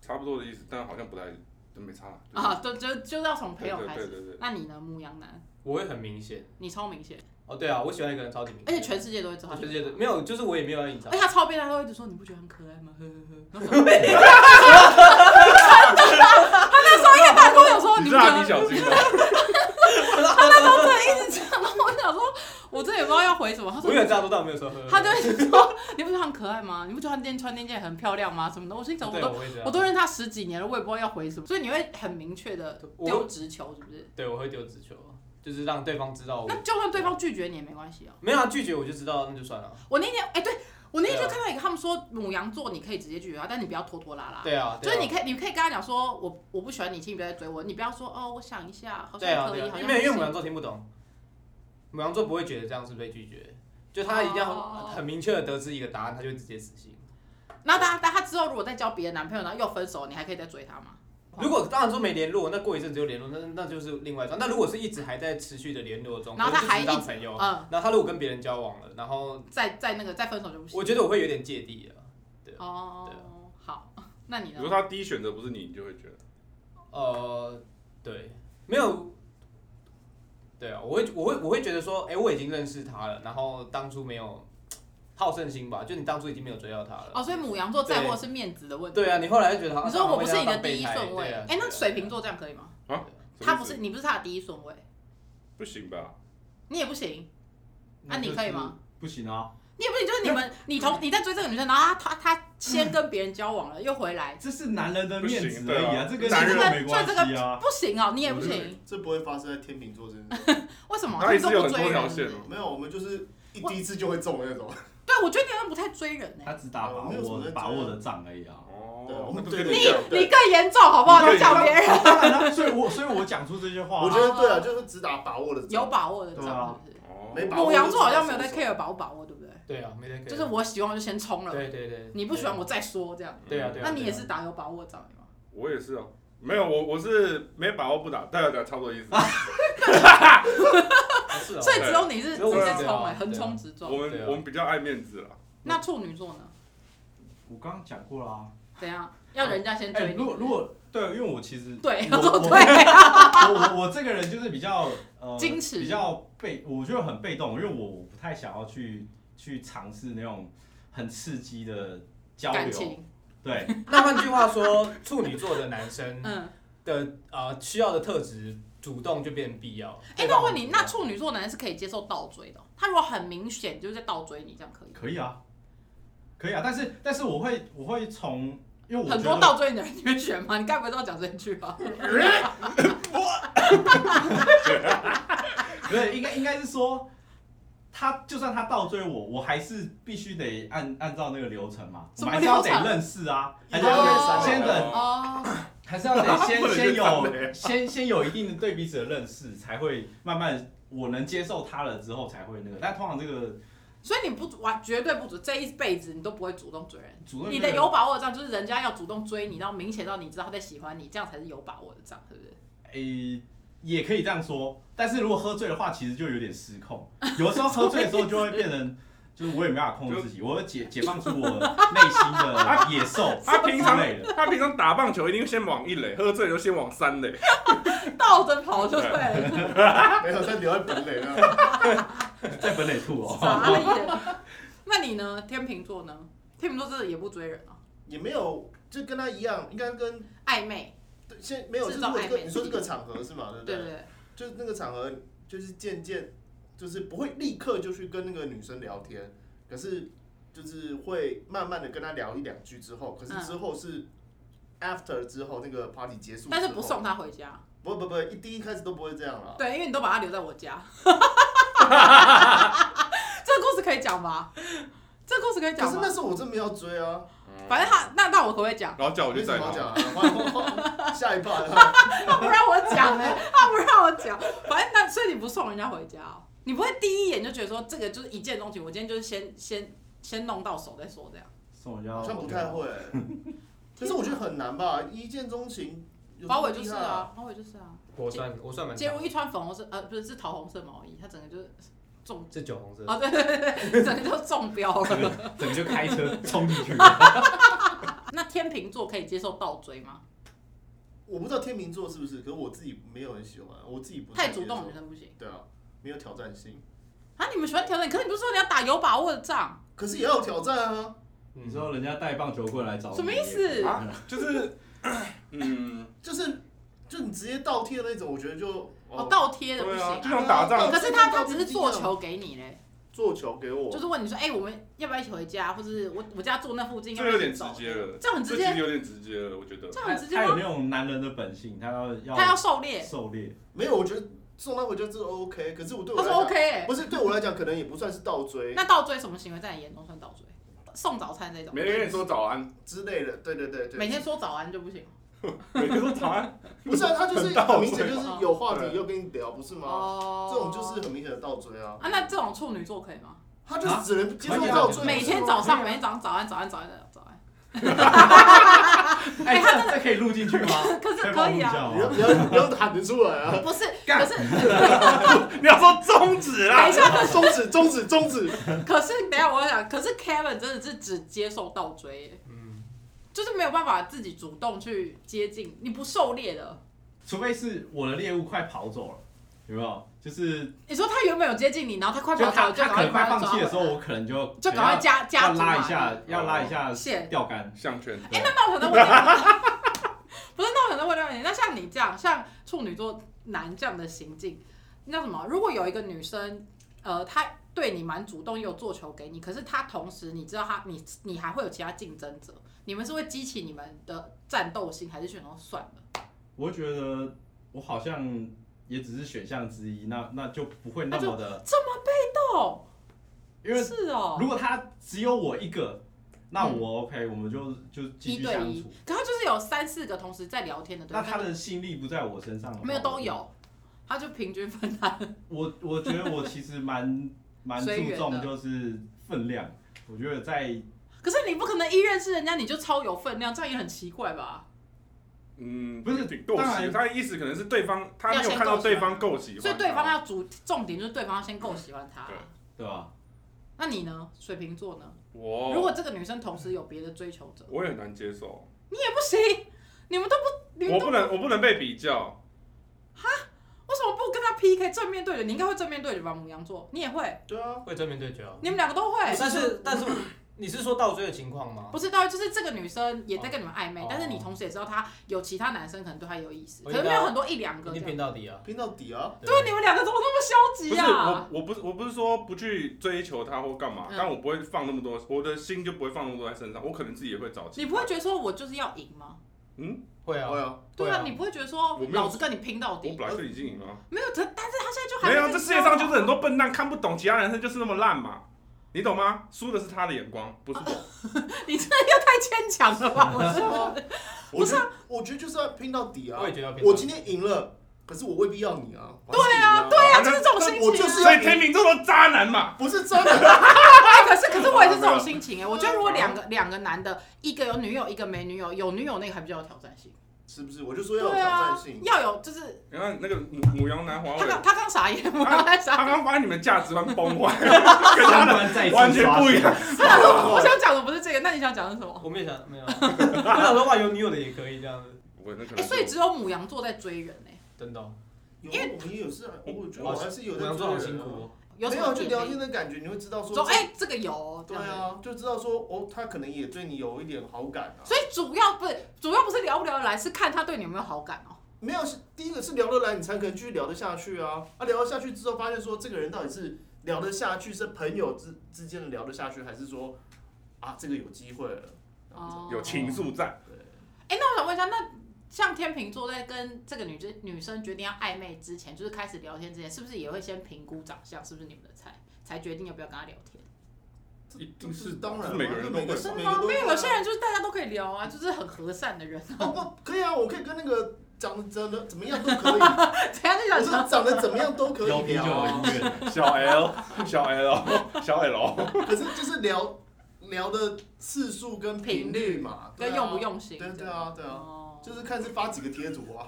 [SPEAKER 3] 差不多的意思，但好像不太，就没差啦。就是
[SPEAKER 1] 啊，就就就是要从朋
[SPEAKER 3] 对
[SPEAKER 1] 友
[SPEAKER 3] 对
[SPEAKER 1] 开
[SPEAKER 3] 对
[SPEAKER 1] 始。
[SPEAKER 3] 对对，
[SPEAKER 1] 那你呢，牧羊男？
[SPEAKER 4] 我会很明显。
[SPEAKER 1] 你超明显，
[SPEAKER 4] 哦，对啊，我喜欢一个人超级明
[SPEAKER 1] 而且
[SPEAKER 4] 显，
[SPEAKER 1] 全世界都会知道
[SPEAKER 4] 我
[SPEAKER 1] 他
[SPEAKER 4] 就
[SPEAKER 1] 喜欢他。
[SPEAKER 4] 觉得没有，就是我也没有要啊隐藏
[SPEAKER 1] 而且。他超变态，他会一直说你不觉得很可爱吗？呵呵呵。然后我说 真的，他那时候一开始跟我讲说，哦
[SPEAKER 3] 你
[SPEAKER 1] 你
[SPEAKER 3] 是
[SPEAKER 1] 不觉
[SPEAKER 3] 蜡
[SPEAKER 1] 得
[SPEAKER 3] 笔小新吗？
[SPEAKER 1] 他那时候真的一直这样，然后我想说，我真的也不知道要回什么。他说
[SPEAKER 4] 我有这样做，但我没有说。
[SPEAKER 1] 他就一直说，你不觉得很可爱吗？你不觉得他今天穿那件很漂亮吗？什么的，我心想我
[SPEAKER 4] 对，啊
[SPEAKER 1] 都
[SPEAKER 4] 我会这样
[SPEAKER 1] 我。都认识他十几年了，我也不知道要回什么，所以你会很明确的
[SPEAKER 4] 我
[SPEAKER 1] 丢直球，是不是？
[SPEAKER 4] 对，我会丢直球，啊就是让对方知道我
[SPEAKER 1] 那就算对方拒绝你也没关系哦。
[SPEAKER 4] 没有他啊拒绝，我就知道那就算了。
[SPEAKER 1] 我那天哎、对我那天就
[SPEAKER 4] 对啊
[SPEAKER 1] 看到一个，他们说母羊座你可以直接拒绝他，但你不要拖拖拉拉。
[SPEAKER 4] 对啊，
[SPEAKER 1] 就
[SPEAKER 4] 对啊
[SPEAKER 1] 是你可以，你可以跟他讲说，我我不喜欢你，请你不要再追我。你不要说哦，我想一下，好
[SPEAKER 4] 对
[SPEAKER 1] 像
[SPEAKER 4] 啊
[SPEAKER 1] 可
[SPEAKER 4] 对
[SPEAKER 1] 以，
[SPEAKER 4] 啊
[SPEAKER 1] 好，像
[SPEAKER 4] 因
[SPEAKER 1] 不
[SPEAKER 4] 为因为母
[SPEAKER 1] 行。
[SPEAKER 4] 羊座听不懂，母羊座不会觉得这样是被拒绝，就他一定要
[SPEAKER 1] 哦
[SPEAKER 4] 很很明确的得知一个答案，他就会直接死心。
[SPEAKER 1] 那他他他之后如果再交别的男朋友，然后又分手，你还可以再追他吗？
[SPEAKER 4] 如果当然说没联络，那过一阵子就联络，那那就是另外一桩。那如果是一直还在持续的联络中，
[SPEAKER 1] 然后
[SPEAKER 4] 可
[SPEAKER 1] 他还
[SPEAKER 4] 能就只是
[SPEAKER 1] 一
[SPEAKER 4] 当
[SPEAKER 1] 直
[SPEAKER 4] 朋友，
[SPEAKER 1] 嗯，
[SPEAKER 4] 那他如果跟别人交往了，然后
[SPEAKER 1] 再再那个再分手就不行。
[SPEAKER 4] 我觉得我会有点芥蒂啊了。对
[SPEAKER 1] 哦，好，那你
[SPEAKER 3] 比
[SPEAKER 1] 呢
[SPEAKER 3] 如？说他第一选择不是你，你就会觉得
[SPEAKER 4] 呃，对，没有，对啊，我会我会我会觉得说，哎、我已经认识他了，然后当初没有好胜心吧，就你当初已经没有追到他了。
[SPEAKER 1] 哦，所以母羊座在乎的是面子的问题。
[SPEAKER 4] 对啊，你后来就觉得他，
[SPEAKER 1] 你说我不是你的第一
[SPEAKER 4] 啊
[SPEAKER 1] 顺位，哎、那水瓶，座这样可以吗？
[SPEAKER 3] 什么意思
[SPEAKER 1] 他不是，你不是他的第一顺位，
[SPEAKER 3] 不行吧？
[SPEAKER 1] 你也不行，那、
[SPEAKER 5] 那
[SPEAKER 1] 你
[SPEAKER 5] 就是
[SPEAKER 1] 可以吗？
[SPEAKER 5] 不行啊，嗯
[SPEAKER 1] 你也不行，就是你们，你同你在追这个女生，然后她她她先跟别人交往了，又回来，
[SPEAKER 5] 这是男人的面
[SPEAKER 3] 不行
[SPEAKER 5] 子
[SPEAKER 3] 对
[SPEAKER 5] 而
[SPEAKER 3] 啊
[SPEAKER 5] 已啊，这跟
[SPEAKER 3] 男人
[SPEAKER 5] 星座没关
[SPEAKER 1] 算
[SPEAKER 5] 系啊。
[SPEAKER 1] 不行哦，你也不
[SPEAKER 3] 不
[SPEAKER 1] 行，
[SPEAKER 6] 这不会发生在天秤座身上。
[SPEAKER 1] 为什么？
[SPEAKER 3] 他也是
[SPEAKER 1] 们
[SPEAKER 3] 有
[SPEAKER 1] 都
[SPEAKER 3] 很
[SPEAKER 1] 不
[SPEAKER 3] 多
[SPEAKER 1] 追
[SPEAKER 3] 条
[SPEAKER 1] 人
[SPEAKER 3] 线啊
[SPEAKER 1] 是
[SPEAKER 3] 的
[SPEAKER 1] 不是。
[SPEAKER 6] 没有，我们就是一第一次就会中的那种。啊
[SPEAKER 1] 对，我觉得你们不太追人呢、
[SPEAKER 5] 他只打把
[SPEAKER 6] 没有什么
[SPEAKER 5] 握
[SPEAKER 6] 在
[SPEAKER 5] 把握的仗而已啊。
[SPEAKER 6] 对
[SPEAKER 3] 哦
[SPEAKER 6] 我们
[SPEAKER 3] 那不跟
[SPEAKER 6] 对
[SPEAKER 3] 一
[SPEAKER 6] 对
[SPEAKER 3] 样
[SPEAKER 6] 对
[SPEAKER 1] 你更严重好不好？
[SPEAKER 3] 对
[SPEAKER 1] 你讲别人
[SPEAKER 5] 当然啦，所以我所以我讲出这些话啊，
[SPEAKER 6] 我觉得对啊，就是只打把握的
[SPEAKER 1] 有
[SPEAKER 6] 仗。
[SPEAKER 1] 把握的
[SPEAKER 5] 对啊
[SPEAKER 1] 仗是不是？
[SPEAKER 3] 哦，
[SPEAKER 6] 没把握
[SPEAKER 1] 母羊座好像没有在 care 把握把握，对不对？
[SPEAKER 4] 对啊，没得可以
[SPEAKER 1] 就是我喜欢我就先冲了，
[SPEAKER 4] 对对对，
[SPEAKER 1] 你不喜欢我再说这样。
[SPEAKER 4] 对啊对啊，
[SPEAKER 1] 那你也是打有把握仗吗？
[SPEAKER 3] 我也是哦，没有我我是没把握不打，对啊对啊，差不多意思。
[SPEAKER 4] 对啊是哦
[SPEAKER 1] 所以只有你是直
[SPEAKER 4] 对
[SPEAKER 1] 接
[SPEAKER 3] 啊
[SPEAKER 1] 冲哎，
[SPEAKER 4] 对啊
[SPEAKER 1] 横冲直撞。
[SPEAKER 3] 我们
[SPEAKER 4] 对啊
[SPEAKER 3] 我们比较爱面子啦，
[SPEAKER 1] 那处女座呢？
[SPEAKER 5] 我刚刚讲过啦。
[SPEAKER 1] 怎样？要人家先
[SPEAKER 5] 哎，
[SPEAKER 1] 追
[SPEAKER 5] 如
[SPEAKER 1] 你？
[SPEAKER 5] 果如果对，因为我其实
[SPEAKER 1] 对，
[SPEAKER 5] 我
[SPEAKER 1] 要说
[SPEAKER 5] 我
[SPEAKER 1] 对，啊
[SPEAKER 5] 我我我这个人就是比较呃
[SPEAKER 1] 矜持
[SPEAKER 5] 比较被我觉得很被动，因为我我不太想要去去尝试那种很刺激的交
[SPEAKER 1] 感
[SPEAKER 5] 流。
[SPEAKER 1] 情，
[SPEAKER 5] 对，
[SPEAKER 4] 那换句话说，处女座的男生
[SPEAKER 1] 嗯。
[SPEAKER 4] 的呃需要的特质，主动就变必 要。
[SPEAKER 1] 哎、那我
[SPEAKER 4] 哦
[SPEAKER 1] 问你，那处女座男是可以接受倒追的哦？他如果很明显就是在倒追你，这样可以吗？
[SPEAKER 5] 可以啊，可以啊，但是但是我会我会从，因为我
[SPEAKER 1] 很
[SPEAKER 5] 觉
[SPEAKER 1] 多
[SPEAKER 5] 得
[SPEAKER 1] 倒追你的人你会选吗？你该不会都要讲这一句吧？
[SPEAKER 5] 不是应该应该是说，他就算他倒追我，我还是必须得按按照那个流程嘛，
[SPEAKER 1] 什
[SPEAKER 5] 我
[SPEAKER 1] 么
[SPEAKER 5] 们还是要
[SPEAKER 1] 流程
[SPEAKER 5] 得认识啊，还是要
[SPEAKER 1] 哦
[SPEAKER 5] 得先等，
[SPEAKER 1] 哦，
[SPEAKER 5] 还是要得
[SPEAKER 3] 啊不
[SPEAKER 5] 先
[SPEAKER 3] 能啊
[SPEAKER 5] 先
[SPEAKER 3] 就上了
[SPEAKER 5] 有先先有一定的对彼此的认识，才会慢慢我能接受他了之后才会那个，但通常这个
[SPEAKER 1] 所以你不完绝对不主，这一辈子你都不会主动追人。
[SPEAKER 5] 主任
[SPEAKER 1] 你的有把握的仗就是人家要主动追你，然后明显到你知道他在喜欢你，这样才是有把握的仗，是不是？
[SPEAKER 5] 诶、也可以这样说，但是如果喝醉的话，其实就有点失控。有的时候喝醉的时候就会变成， 就是我也没办法控制自己，我会解解放出我内心的野兽
[SPEAKER 3] 他平常
[SPEAKER 5] 之类的。
[SPEAKER 3] 他平常打棒球一定先往一垒，喝醉就先往三垒。
[SPEAKER 1] 倒着跑就对了。
[SPEAKER 6] 没有，再留在本垒那。
[SPEAKER 5] 在本垒吐 哦。
[SPEAKER 1] 傻眼。那你呢？天秤座呢？天秤座真的也不追人啊，
[SPEAKER 6] 也没有，就跟他一样，应该跟
[SPEAKER 1] 暧昧，
[SPEAKER 6] 对现没有，
[SPEAKER 1] 制
[SPEAKER 6] 就是
[SPEAKER 1] 造
[SPEAKER 6] 如果这个
[SPEAKER 1] 暧昧
[SPEAKER 6] 你说这个场合是吗？对不
[SPEAKER 1] 对不对？
[SPEAKER 6] 就是那个场合，就是渐渐，就是不会立刻就去跟那个女生聊天，可是就是会慢慢的跟她聊一两句之后，可是
[SPEAKER 1] 嗯
[SPEAKER 6] 之后是 after 之后那个 party 结束之后，
[SPEAKER 1] 但是不送他回家，
[SPEAKER 6] 不不不，一第一开始都不会这样了。
[SPEAKER 1] 对，因为你都把他留在我家。 这个故事可以讲吧？这个故事可以
[SPEAKER 6] 哦可
[SPEAKER 1] 讲
[SPEAKER 6] 是
[SPEAKER 1] 吗
[SPEAKER 6] 那？时候我真没有追啊，
[SPEAKER 1] 反正他那那我可不可以讲？
[SPEAKER 3] 然后叫我
[SPEAKER 6] 没
[SPEAKER 3] 就
[SPEAKER 6] 什
[SPEAKER 3] 载
[SPEAKER 6] 么好
[SPEAKER 3] 他，
[SPEAKER 6] 讲啊。换换下一啊 part，
[SPEAKER 1] 他不让我讲哎、他不让我讲。反正那所以你不送人家回家、哦，你不会第一眼就觉得说这个就是一见钟情，我今天就是先先先弄到手再说这样。
[SPEAKER 5] 送人家
[SPEAKER 6] 好像不太会，可是我觉得很难吧，一见钟情。有这
[SPEAKER 1] 包
[SPEAKER 6] 么
[SPEAKER 1] 伟就
[SPEAKER 6] 厉
[SPEAKER 1] 是
[SPEAKER 6] 害，
[SPEAKER 1] 啊，包伟就是啊，
[SPEAKER 4] 我算我算蛮
[SPEAKER 1] 介
[SPEAKER 4] 强
[SPEAKER 1] 入，一穿粉红色呃不是是桃红色毛衣，他整个就是中
[SPEAKER 4] 是酒红色。
[SPEAKER 1] 啊对 对对对，整个就中标了。
[SPEAKER 5] 整个就开 车冲进去。
[SPEAKER 1] 那天秤座可以接受倒追吗？
[SPEAKER 6] 我不知道天秤座是不是，可是我自己没有很喜欢，我自己不
[SPEAKER 1] 太
[SPEAKER 6] 接
[SPEAKER 1] 主动
[SPEAKER 6] 受
[SPEAKER 1] 我觉得不行
[SPEAKER 6] 对啊，没有挑战性，
[SPEAKER 1] 啊！你们喜欢调整，可是你不是说你要打有把握的仗，
[SPEAKER 6] 可是也要有挑战啊。
[SPEAKER 4] 嗯
[SPEAKER 5] 你说人家带棒球棍来找你，
[SPEAKER 1] 什么意思？
[SPEAKER 3] 啊就是，嗯，
[SPEAKER 6] 就是就你直接倒贴的那种，我觉得就
[SPEAKER 1] 哦，倒贴的不
[SPEAKER 3] 对
[SPEAKER 1] 行
[SPEAKER 3] 啊，就
[SPEAKER 1] 啊。
[SPEAKER 3] 像打
[SPEAKER 6] 对啊
[SPEAKER 3] 仗
[SPEAKER 1] 可是他他只是做球给你嘞，
[SPEAKER 6] 做球给我，
[SPEAKER 1] 就是问你说，哎，我们要不要一起回家，或者是我我家住那附近，要
[SPEAKER 3] 这
[SPEAKER 1] 不要
[SPEAKER 3] 个有
[SPEAKER 1] 一
[SPEAKER 3] 点
[SPEAKER 1] 起
[SPEAKER 3] 直
[SPEAKER 1] 走？
[SPEAKER 3] 接了，
[SPEAKER 1] 这样很直
[SPEAKER 3] 这其
[SPEAKER 1] 接
[SPEAKER 3] 实，有点直接了，我觉得。
[SPEAKER 1] 这样
[SPEAKER 5] 他
[SPEAKER 1] 很直接
[SPEAKER 5] 他有
[SPEAKER 1] 吗？
[SPEAKER 5] 那种男人的本性，他要要
[SPEAKER 1] 他要狩猎，
[SPEAKER 5] 狩猎，
[SPEAKER 6] 没有，我觉得送他回家这个 OK，可是我对啊
[SPEAKER 1] 他
[SPEAKER 6] 我
[SPEAKER 1] 说
[SPEAKER 6] 来讲
[SPEAKER 1] OK 哎，
[SPEAKER 6] 不是对我来讲，可能也不算是倒追
[SPEAKER 1] 那倒追什么行为在你眼中算倒追？送早餐那种，
[SPEAKER 3] 每天跟你说早 安，
[SPEAKER 6] 之类的。对对对对，
[SPEAKER 1] 每天说早安就不行
[SPEAKER 3] 每天说早 安，
[SPEAKER 6] 不是啊，他就是
[SPEAKER 3] 倒追
[SPEAKER 6] 很明显就是有话
[SPEAKER 3] 哦
[SPEAKER 6] 题要跟你聊，不是吗？
[SPEAKER 1] 哦
[SPEAKER 6] 这种就是很明显的倒追啊，
[SPEAKER 1] 啊，那这种处女座可以吗？
[SPEAKER 6] 他就是只能接受
[SPEAKER 5] 可以啊
[SPEAKER 6] 倒追，
[SPEAKER 1] 每天早上，每天早上早安，早安，早安，早安。
[SPEAKER 5] 哎，
[SPEAKER 1] 他
[SPEAKER 5] 这这可以录进去吗？
[SPEAKER 1] 可是
[SPEAKER 5] 以
[SPEAKER 1] 可
[SPEAKER 5] 帮我
[SPEAKER 1] 以
[SPEAKER 5] 录
[SPEAKER 1] 啊，
[SPEAKER 5] 像
[SPEAKER 6] 你要
[SPEAKER 5] 吗
[SPEAKER 6] 不要不要喊得出来啊？
[SPEAKER 1] 不是，
[SPEAKER 5] 干
[SPEAKER 1] 可是
[SPEAKER 2] 你要说终止啦
[SPEAKER 1] 等一， 下，
[SPEAKER 6] 中指中指中指，
[SPEAKER 1] 可是等一下我想，可是 Kevin 真的是只接受倒追耶，
[SPEAKER 4] 嗯，
[SPEAKER 1] 就是没有办法自己主动去接近，你不狩猎的。
[SPEAKER 5] 除非是我的猎物快跑走了，有没有？就是
[SPEAKER 1] 你说他原本有接近你，然后他快
[SPEAKER 5] 就
[SPEAKER 1] 跑走
[SPEAKER 5] 他
[SPEAKER 1] 了，就
[SPEAKER 5] 他
[SPEAKER 1] 赶
[SPEAKER 5] 可
[SPEAKER 1] 快把
[SPEAKER 5] 能快
[SPEAKER 1] 他
[SPEAKER 5] 放
[SPEAKER 1] 抓
[SPEAKER 5] 弃的时候，
[SPEAKER 1] 回来
[SPEAKER 5] 我可能就
[SPEAKER 1] 就赶快加加
[SPEAKER 5] 要
[SPEAKER 1] 住
[SPEAKER 5] 拉一
[SPEAKER 1] 嘛哦
[SPEAKER 5] 下，要拉一下
[SPEAKER 1] 线
[SPEAKER 5] 钓竿。
[SPEAKER 3] 项圈，
[SPEAKER 1] 哎、那那我可能会，不是那我可能会了解。那像你这样，像处女座男这样的行径，那什么？如果有一个女生，呃，她对你蛮主动，也有做球给你，可是她同时你知道她，你你还会有其他竞争者，你们是会激起你们的战斗心，还是选择算了？
[SPEAKER 5] 我觉得我好像也只是选项之一，那那就不会那么的，
[SPEAKER 1] 这么被动？
[SPEAKER 5] 因为
[SPEAKER 1] 是哦
[SPEAKER 5] 如，果他只有我一个，那我 OK，我们就就继
[SPEAKER 1] 嗯一
[SPEAKER 5] 续
[SPEAKER 1] 对
[SPEAKER 5] 相
[SPEAKER 1] 一
[SPEAKER 5] 处。，
[SPEAKER 1] 可他就是有三四个同时在聊天的，对
[SPEAKER 5] 那
[SPEAKER 1] 吧？
[SPEAKER 5] 他的吸引力不在我身上，
[SPEAKER 1] 没有都。有，他就平均分摊。
[SPEAKER 5] 我我觉得我其 实蛮蛮
[SPEAKER 1] 随
[SPEAKER 5] 注
[SPEAKER 1] 缘
[SPEAKER 5] 重
[SPEAKER 1] 的
[SPEAKER 5] 就是分量，我觉得在
[SPEAKER 1] 可是你不可能一认识人家你就超有分量，这样也很奇怪吧？
[SPEAKER 3] 嗯，
[SPEAKER 5] 不是
[SPEAKER 3] 够
[SPEAKER 5] 当
[SPEAKER 3] 喜，
[SPEAKER 5] 然
[SPEAKER 3] 他的意思可能是对方他没
[SPEAKER 1] 要
[SPEAKER 3] 有
[SPEAKER 1] 先
[SPEAKER 3] 看到
[SPEAKER 1] 够
[SPEAKER 3] 对
[SPEAKER 1] 喜欢
[SPEAKER 3] 方够喜欢，
[SPEAKER 1] 所以对方要啊主重点就是对方要先够喜欢他
[SPEAKER 3] 对。
[SPEAKER 5] 对吧？
[SPEAKER 1] 那你呢？水瓶座呢？如
[SPEAKER 3] 我
[SPEAKER 1] 果这个女生同时有别的追求者，
[SPEAKER 3] 我也很难接受，
[SPEAKER 1] 你也不行，你们都不，你们
[SPEAKER 3] 我
[SPEAKER 1] 都
[SPEAKER 3] 不能我不能被比较，
[SPEAKER 1] 为什么不跟他 PK 正面对决？你应该会正面对决吧？母羊
[SPEAKER 3] 哦
[SPEAKER 1] 座，你也会，
[SPEAKER 6] 对啊，
[SPEAKER 4] 会正面对决啊。
[SPEAKER 1] 你们两个都会。
[SPEAKER 4] 但是但是你是说倒追的情况吗？
[SPEAKER 1] 不是，到就是这个女生也在跟你们暧昧，
[SPEAKER 4] 哦
[SPEAKER 1] 但是你同时也知道她有其他男生可能对她有意思，
[SPEAKER 4] 我
[SPEAKER 3] 哦
[SPEAKER 1] 可
[SPEAKER 4] 知道
[SPEAKER 1] 能没有很多一两个这
[SPEAKER 4] 一定
[SPEAKER 1] 样。
[SPEAKER 4] 拼到底啊。
[SPEAKER 6] 拼到底啊！
[SPEAKER 1] 对，你们两个怎么那么消
[SPEAKER 3] 不
[SPEAKER 1] 极
[SPEAKER 3] 是
[SPEAKER 1] 啊
[SPEAKER 3] 我？我不是我不是说不去追求他或干嘛
[SPEAKER 1] 嗯，
[SPEAKER 3] 但我不会放那么多，我的心就不会放那么多在身上，我可能自己也会找其他，
[SPEAKER 1] 你不会觉得说我就是要赢吗？
[SPEAKER 3] 嗯，
[SPEAKER 4] 会
[SPEAKER 6] 对
[SPEAKER 4] 啊，
[SPEAKER 6] 啊，
[SPEAKER 1] 对
[SPEAKER 4] 会
[SPEAKER 1] 啊，
[SPEAKER 4] 啊
[SPEAKER 1] 你不会觉得说
[SPEAKER 3] 我没有
[SPEAKER 1] 老子跟你拼到
[SPEAKER 3] 我
[SPEAKER 1] 底
[SPEAKER 3] 本？来就已经赢了，
[SPEAKER 1] 没有，他但是他现在就还
[SPEAKER 3] 没
[SPEAKER 1] 没
[SPEAKER 3] 有，啊这世界上就是很
[SPEAKER 1] 多。
[SPEAKER 3] 多笨蛋看不懂其他人生就是那么烂嘛，你懂吗？输的是他的眼光，不是我。
[SPEAKER 1] 哦你这又太牵强了 吧？我
[SPEAKER 6] 是啊
[SPEAKER 1] 是
[SPEAKER 6] 我觉得我觉得就是要拼到底啊
[SPEAKER 4] 我！也觉得要拼到底。
[SPEAKER 6] 我今天赢了，可是我未必要你啊！对啊，
[SPEAKER 1] 对啊，
[SPEAKER 3] 那
[SPEAKER 1] 就是这种心情、啊。
[SPEAKER 6] 我就是
[SPEAKER 3] 所以天秤座都渣男
[SPEAKER 4] 啊
[SPEAKER 3] 嘛，
[SPEAKER 6] 不是真 的，
[SPEAKER 1] 哎，可是可是我也是这种心
[SPEAKER 6] 嗯
[SPEAKER 1] 情哎、我觉得如果两个两个男的，一个有女友，一个没女友，有女友那个还比较有挑战性。啊
[SPEAKER 6] 是不是？我就说要有啊挑战性，
[SPEAKER 1] 要有就是
[SPEAKER 3] 你看那个母母羊男华
[SPEAKER 1] 他
[SPEAKER 3] 为，
[SPEAKER 1] 刚他刚傻眼，我刚才
[SPEAKER 3] 他
[SPEAKER 1] 傻眼。
[SPEAKER 3] 刚发现你们价值观崩 坏，跟他的
[SPEAKER 5] 观再次
[SPEAKER 3] 完全
[SPEAKER 5] 刷
[SPEAKER 3] 不一
[SPEAKER 5] 新
[SPEAKER 3] 样。
[SPEAKER 4] 啊
[SPEAKER 6] 啊哦
[SPEAKER 1] 我想讲的不是这个，那你想讲的是什 么？
[SPEAKER 4] 我没有想没有啊，我想说哇，有女友的也可以这样子，
[SPEAKER 3] 我那可
[SPEAKER 1] 哎、
[SPEAKER 3] 能
[SPEAKER 1] 所以只有母羊座在追人哎、
[SPEAKER 4] 真的哦。
[SPEAKER 6] 有啊我也有是啊，我觉得我还是有
[SPEAKER 4] 我
[SPEAKER 6] 在
[SPEAKER 4] 想
[SPEAKER 6] 追
[SPEAKER 4] 做好
[SPEAKER 6] 人啊
[SPEAKER 4] 辛苦哦。
[SPEAKER 1] 有
[SPEAKER 6] 没
[SPEAKER 1] 什
[SPEAKER 6] 有
[SPEAKER 1] 么
[SPEAKER 6] 就
[SPEAKER 1] 点
[SPEAKER 6] 聊
[SPEAKER 1] 评
[SPEAKER 6] 天？的感觉，你会知道说
[SPEAKER 1] 说
[SPEAKER 6] 这
[SPEAKER 1] 哎、这个有哦，这
[SPEAKER 6] 对
[SPEAKER 1] 样子。
[SPEAKER 6] 啊，就知道说哦，他可能也对你有一点好感啊。
[SPEAKER 1] 所以主要不是主要不是聊不聊得来，是看他对你有没有好感哦。
[SPEAKER 6] 没有，是第一个是聊得来，你才可能继续聊得下去啊。啊，聊得下去之后，发现说这个人到底是聊得下去，是朋友之之间的聊得下去，还是说啊这个有机会了？这样子
[SPEAKER 1] 哦
[SPEAKER 3] 有情愫在，
[SPEAKER 1] 哎、那我想问一下，那像天秤座在跟这个女生女生决定要暧昧之前，就是开始聊天之前，是不是也会先评估长相是不是你们的菜，才决定要不要跟她聊天？
[SPEAKER 3] 一定
[SPEAKER 6] 这当然啊，
[SPEAKER 3] 是每个人都
[SPEAKER 6] 每个
[SPEAKER 3] 会
[SPEAKER 6] 是
[SPEAKER 1] 是
[SPEAKER 6] 每个
[SPEAKER 1] 吗？
[SPEAKER 6] 都
[SPEAKER 1] 因
[SPEAKER 6] 会啊
[SPEAKER 1] 为有些人就是大家都可以聊啊，就是很和善的人
[SPEAKER 6] 哦
[SPEAKER 1] 哦。
[SPEAKER 6] 不可以啊，我可以跟那个长得长得怎么样都可以，我
[SPEAKER 1] 怎样就想
[SPEAKER 6] 是啊
[SPEAKER 1] 说，
[SPEAKER 6] 长得怎么样都可以
[SPEAKER 5] 有啤酒
[SPEAKER 6] 聊
[SPEAKER 5] 有
[SPEAKER 6] 啊。
[SPEAKER 5] 音乐，
[SPEAKER 3] 小 L 小 L 小 L，
[SPEAKER 6] 可是就是聊聊的次数跟频率嘛，对
[SPEAKER 1] 跟
[SPEAKER 6] 啊
[SPEAKER 1] 用不？用心？
[SPEAKER 6] 对对啊，对啊，
[SPEAKER 1] 哦，
[SPEAKER 6] 就是看是发几个贴图啊。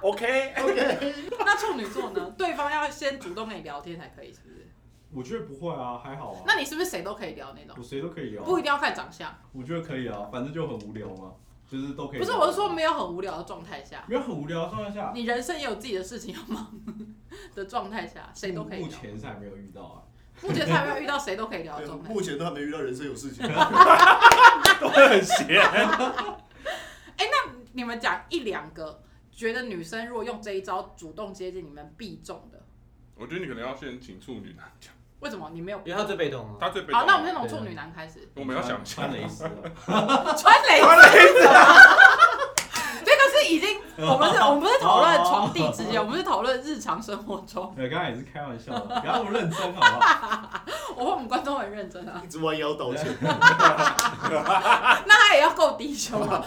[SPEAKER 3] OK，
[SPEAKER 6] OK，
[SPEAKER 1] 那处女座呢？ 对方要先主动跟你聊天才可以，是不是？
[SPEAKER 5] 我觉得不会啊，还好啊。
[SPEAKER 1] 那你是不是谁都可以聊那种？
[SPEAKER 5] 我谁都可以聊啊，
[SPEAKER 1] 不一定要看长相，
[SPEAKER 5] 我觉得可以啊，反正就很无聊嘛，就是都可以
[SPEAKER 1] 不
[SPEAKER 5] 聊。啊
[SPEAKER 1] 是
[SPEAKER 6] 啊
[SPEAKER 1] 我是说没有很无聊的状态下，
[SPEAKER 5] 没有很无聊的状态下，
[SPEAKER 1] 你人生也有自己的事情要忙 的状态下，谁都可以
[SPEAKER 5] 目
[SPEAKER 1] 聊。
[SPEAKER 5] 前是还没有遇 到啊，
[SPEAKER 1] 目前他没有遇到谁都可以聊的状态。
[SPEAKER 6] 目前都还没遇到人生有事情。
[SPEAKER 3] 都很邪，
[SPEAKER 1] 你们讲一两个，觉得女生如果用这一招主动接近你们必中的，
[SPEAKER 3] 我觉得你可能要先请处女男讲，
[SPEAKER 1] 为什么你没有？
[SPEAKER 4] 因为他最被动啊。
[SPEAKER 3] 他最被
[SPEAKER 1] 好，
[SPEAKER 3] 动
[SPEAKER 1] 那我们先从处女男开始。
[SPEAKER 3] 我们要想一下
[SPEAKER 5] 穿，蕾丝啊了，
[SPEAKER 1] 穿蕾
[SPEAKER 3] 穿
[SPEAKER 1] 丝啊，这个是已经，我们是，我们不是讨论床地之间，我们是讨论日常生活中。
[SPEAKER 5] 对，刚才也是开玩笑的，不要那么认真好 不好？
[SPEAKER 1] 我问我们观众很认真啊，
[SPEAKER 6] 一直弯腰道歉。
[SPEAKER 1] 那他也要够低胸啊。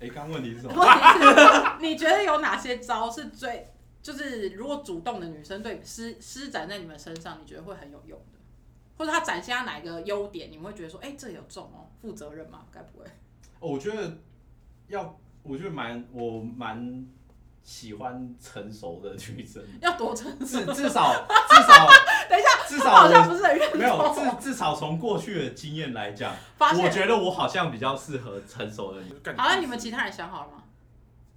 [SPEAKER 5] 哎，刚刚问 题是什么？
[SPEAKER 1] 问题是，你觉得有哪些招是最，就是如果主动的女生对施施展在你们身上，你觉得会很有用的，或者她展现她哪一个优点，你们会觉得说，哎、这有中哦，负责任吗？该不会？
[SPEAKER 5] 哦我觉得要，我觉得蛮我蛮喜欢成熟的女生，
[SPEAKER 1] 要多成熟？
[SPEAKER 5] 至至少至少
[SPEAKER 1] 等一下，
[SPEAKER 5] 至
[SPEAKER 1] 她好
[SPEAKER 5] 少
[SPEAKER 1] 像
[SPEAKER 5] 我
[SPEAKER 1] 不是很认
[SPEAKER 5] 没有
[SPEAKER 1] 同。
[SPEAKER 5] 至至少从过去的经验来讲，
[SPEAKER 1] 发
[SPEAKER 5] 我
[SPEAKER 1] 现，
[SPEAKER 5] 觉得我好像比较适合成熟的女生。
[SPEAKER 3] 干
[SPEAKER 1] 好，那你们其他人想好了吗？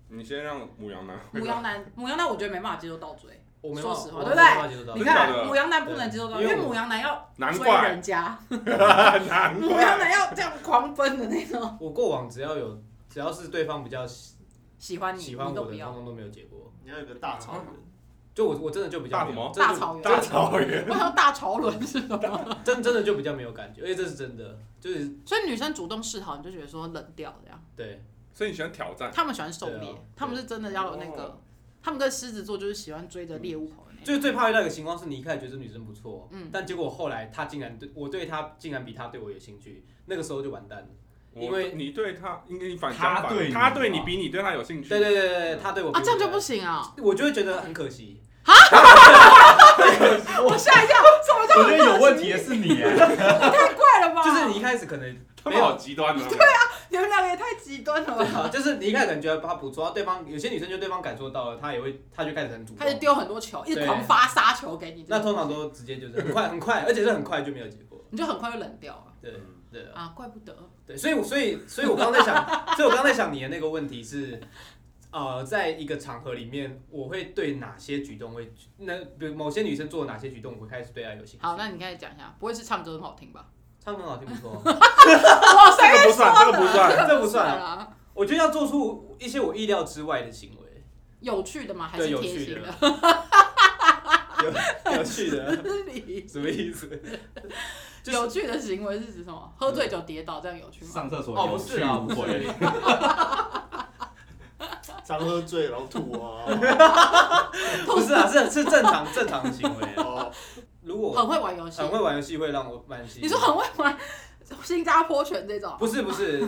[SPEAKER 3] 你先让母羊男回
[SPEAKER 1] 母
[SPEAKER 3] 答，
[SPEAKER 1] 羊男，母羊男，我觉得没办法接受到追。
[SPEAKER 4] 我没
[SPEAKER 1] 说
[SPEAKER 4] 办
[SPEAKER 1] 实话
[SPEAKER 4] 我
[SPEAKER 1] 对不对
[SPEAKER 4] 没办法接受到
[SPEAKER 1] 你
[SPEAKER 3] 真的假
[SPEAKER 1] 看
[SPEAKER 3] 的，
[SPEAKER 1] 母羊男不能接受到，
[SPEAKER 4] 对
[SPEAKER 1] 因为
[SPEAKER 4] 因为我
[SPEAKER 1] 母羊男要
[SPEAKER 3] 难
[SPEAKER 1] 追
[SPEAKER 3] 怪
[SPEAKER 1] 人家，
[SPEAKER 3] 难
[SPEAKER 1] 母羊
[SPEAKER 3] 怪，
[SPEAKER 1] 男要这样狂奔的那种。
[SPEAKER 4] 我过往只要有只要是对方比较喜
[SPEAKER 1] 喜欢你，
[SPEAKER 4] 喜欢
[SPEAKER 1] 你
[SPEAKER 4] 我
[SPEAKER 1] 都
[SPEAKER 4] 的，
[SPEAKER 1] 不
[SPEAKER 4] 通
[SPEAKER 1] 要。
[SPEAKER 4] 通都没有结果。
[SPEAKER 6] 你要有个大草原，
[SPEAKER 4] 就我我真的就比较
[SPEAKER 3] 大
[SPEAKER 4] 没
[SPEAKER 3] 什
[SPEAKER 4] 有
[SPEAKER 3] 么
[SPEAKER 4] 真
[SPEAKER 1] 大
[SPEAKER 4] 的
[SPEAKER 1] 草原，
[SPEAKER 3] 啊
[SPEAKER 4] 就
[SPEAKER 3] 大草原，
[SPEAKER 1] 我想大潮轮是什么？
[SPEAKER 4] 真真的就比较没有感觉，而且这是真的，就是
[SPEAKER 1] 所以女生主动示好，你就觉得说冷掉这样。
[SPEAKER 4] 对
[SPEAKER 3] 所以你喜欢挑战，
[SPEAKER 1] 他们喜欢狩
[SPEAKER 4] 对
[SPEAKER 1] 猎
[SPEAKER 4] 啊，
[SPEAKER 1] 他们是真的要有那个
[SPEAKER 3] 哦，
[SPEAKER 1] 他们跟狮子座就是喜欢追着猎物跑的那种。
[SPEAKER 4] 最最怕遇到一个情况是你一开始觉得这女生不错，
[SPEAKER 1] 嗯
[SPEAKER 4] 但结果后来她竟然对我对她竟然比她对我有兴趣，那个时候就完蛋了。
[SPEAKER 1] 嗯
[SPEAKER 4] 因
[SPEAKER 3] 我
[SPEAKER 4] 为
[SPEAKER 3] 你对他应该你反相
[SPEAKER 5] 他
[SPEAKER 3] 反
[SPEAKER 5] 对，你
[SPEAKER 3] 他对你比你对他有兴趣，
[SPEAKER 4] 对对对对对，她对我
[SPEAKER 1] 啊，这样就不
[SPEAKER 4] 行，
[SPEAKER 1] 行啊！
[SPEAKER 4] 我就会觉得很可惜。
[SPEAKER 1] 我吓一跳，什么叫
[SPEAKER 5] 我觉得有问题的是你欸耶，
[SPEAKER 1] 怪了吧？
[SPEAKER 4] 就是你一开始可能
[SPEAKER 3] 他
[SPEAKER 4] 没
[SPEAKER 3] 们好
[SPEAKER 4] 有，
[SPEAKER 3] 极端啊，
[SPEAKER 1] 你们两个也太极端了吧？
[SPEAKER 4] 啊就是你一开始可能觉得她不错，对方有些女生就对方感受到了，她也会她就开始很主
[SPEAKER 1] 开始
[SPEAKER 4] 动。
[SPEAKER 1] 丢很多球，一直
[SPEAKER 4] 对
[SPEAKER 1] 狂发杀球给你，
[SPEAKER 4] 那通常都直接就是很快很快，而且是很快就没有结果。
[SPEAKER 1] 你就很快就冷掉了
[SPEAKER 4] 对对啊
[SPEAKER 1] 啊！怪不得，
[SPEAKER 4] 对，所以我所以所以我刚刚在想，所以我刚刚在想你的那个问题是，呃，在一个场合里面，我会对哪些举动会那比如某些女生做哪些举动，我会开始对她有兴趣。
[SPEAKER 1] 好，那你开始讲一下，不会是唱歌很好听吧？
[SPEAKER 4] 唱歌很好听不错，哦
[SPEAKER 1] 哇，
[SPEAKER 3] 这
[SPEAKER 1] 谁
[SPEAKER 3] 个
[SPEAKER 1] 会说
[SPEAKER 3] 不算，这个不算，
[SPEAKER 4] 这不算 啊。
[SPEAKER 1] 啦？
[SPEAKER 4] 我觉得要做出一些我意料之外的行为，
[SPEAKER 1] 有趣的吗？还是
[SPEAKER 4] 对，有
[SPEAKER 1] 贴
[SPEAKER 4] 趣
[SPEAKER 1] 心的？
[SPEAKER 4] 的，有有趣的，
[SPEAKER 1] 是你
[SPEAKER 4] 什么意思？就是
[SPEAKER 1] 有趣的行为是指什么？喝醉酒跌倒这样有趣吗？
[SPEAKER 5] 上厕所
[SPEAKER 4] 哦
[SPEAKER 5] 有
[SPEAKER 4] 不
[SPEAKER 5] 去
[SPEAKER 4] 是啊
[SPEAKER 5] 无
[SPEAKER 4] 不
[SPEAKER 5] 回
[SPEAKER 4] 是。
[SPEAKER 6] 常喝醉然后 吐啊。
[SPEAKER 4] 不是啊，是是正常正常的行为。啊
[SPEAKER 6] 哦，
[SPEAKER 4] 如果
[SPEAKER 1] 很
[SPEAKER 4] 我
[SPEAKER 1] 会玩游戏
[SPEAKER 4] 很，会玩游戏，会让我蛮喜。
[SPEAKER 1] 你说很会玩新加坡拳这种
[SPEAKER 4] 不是不是，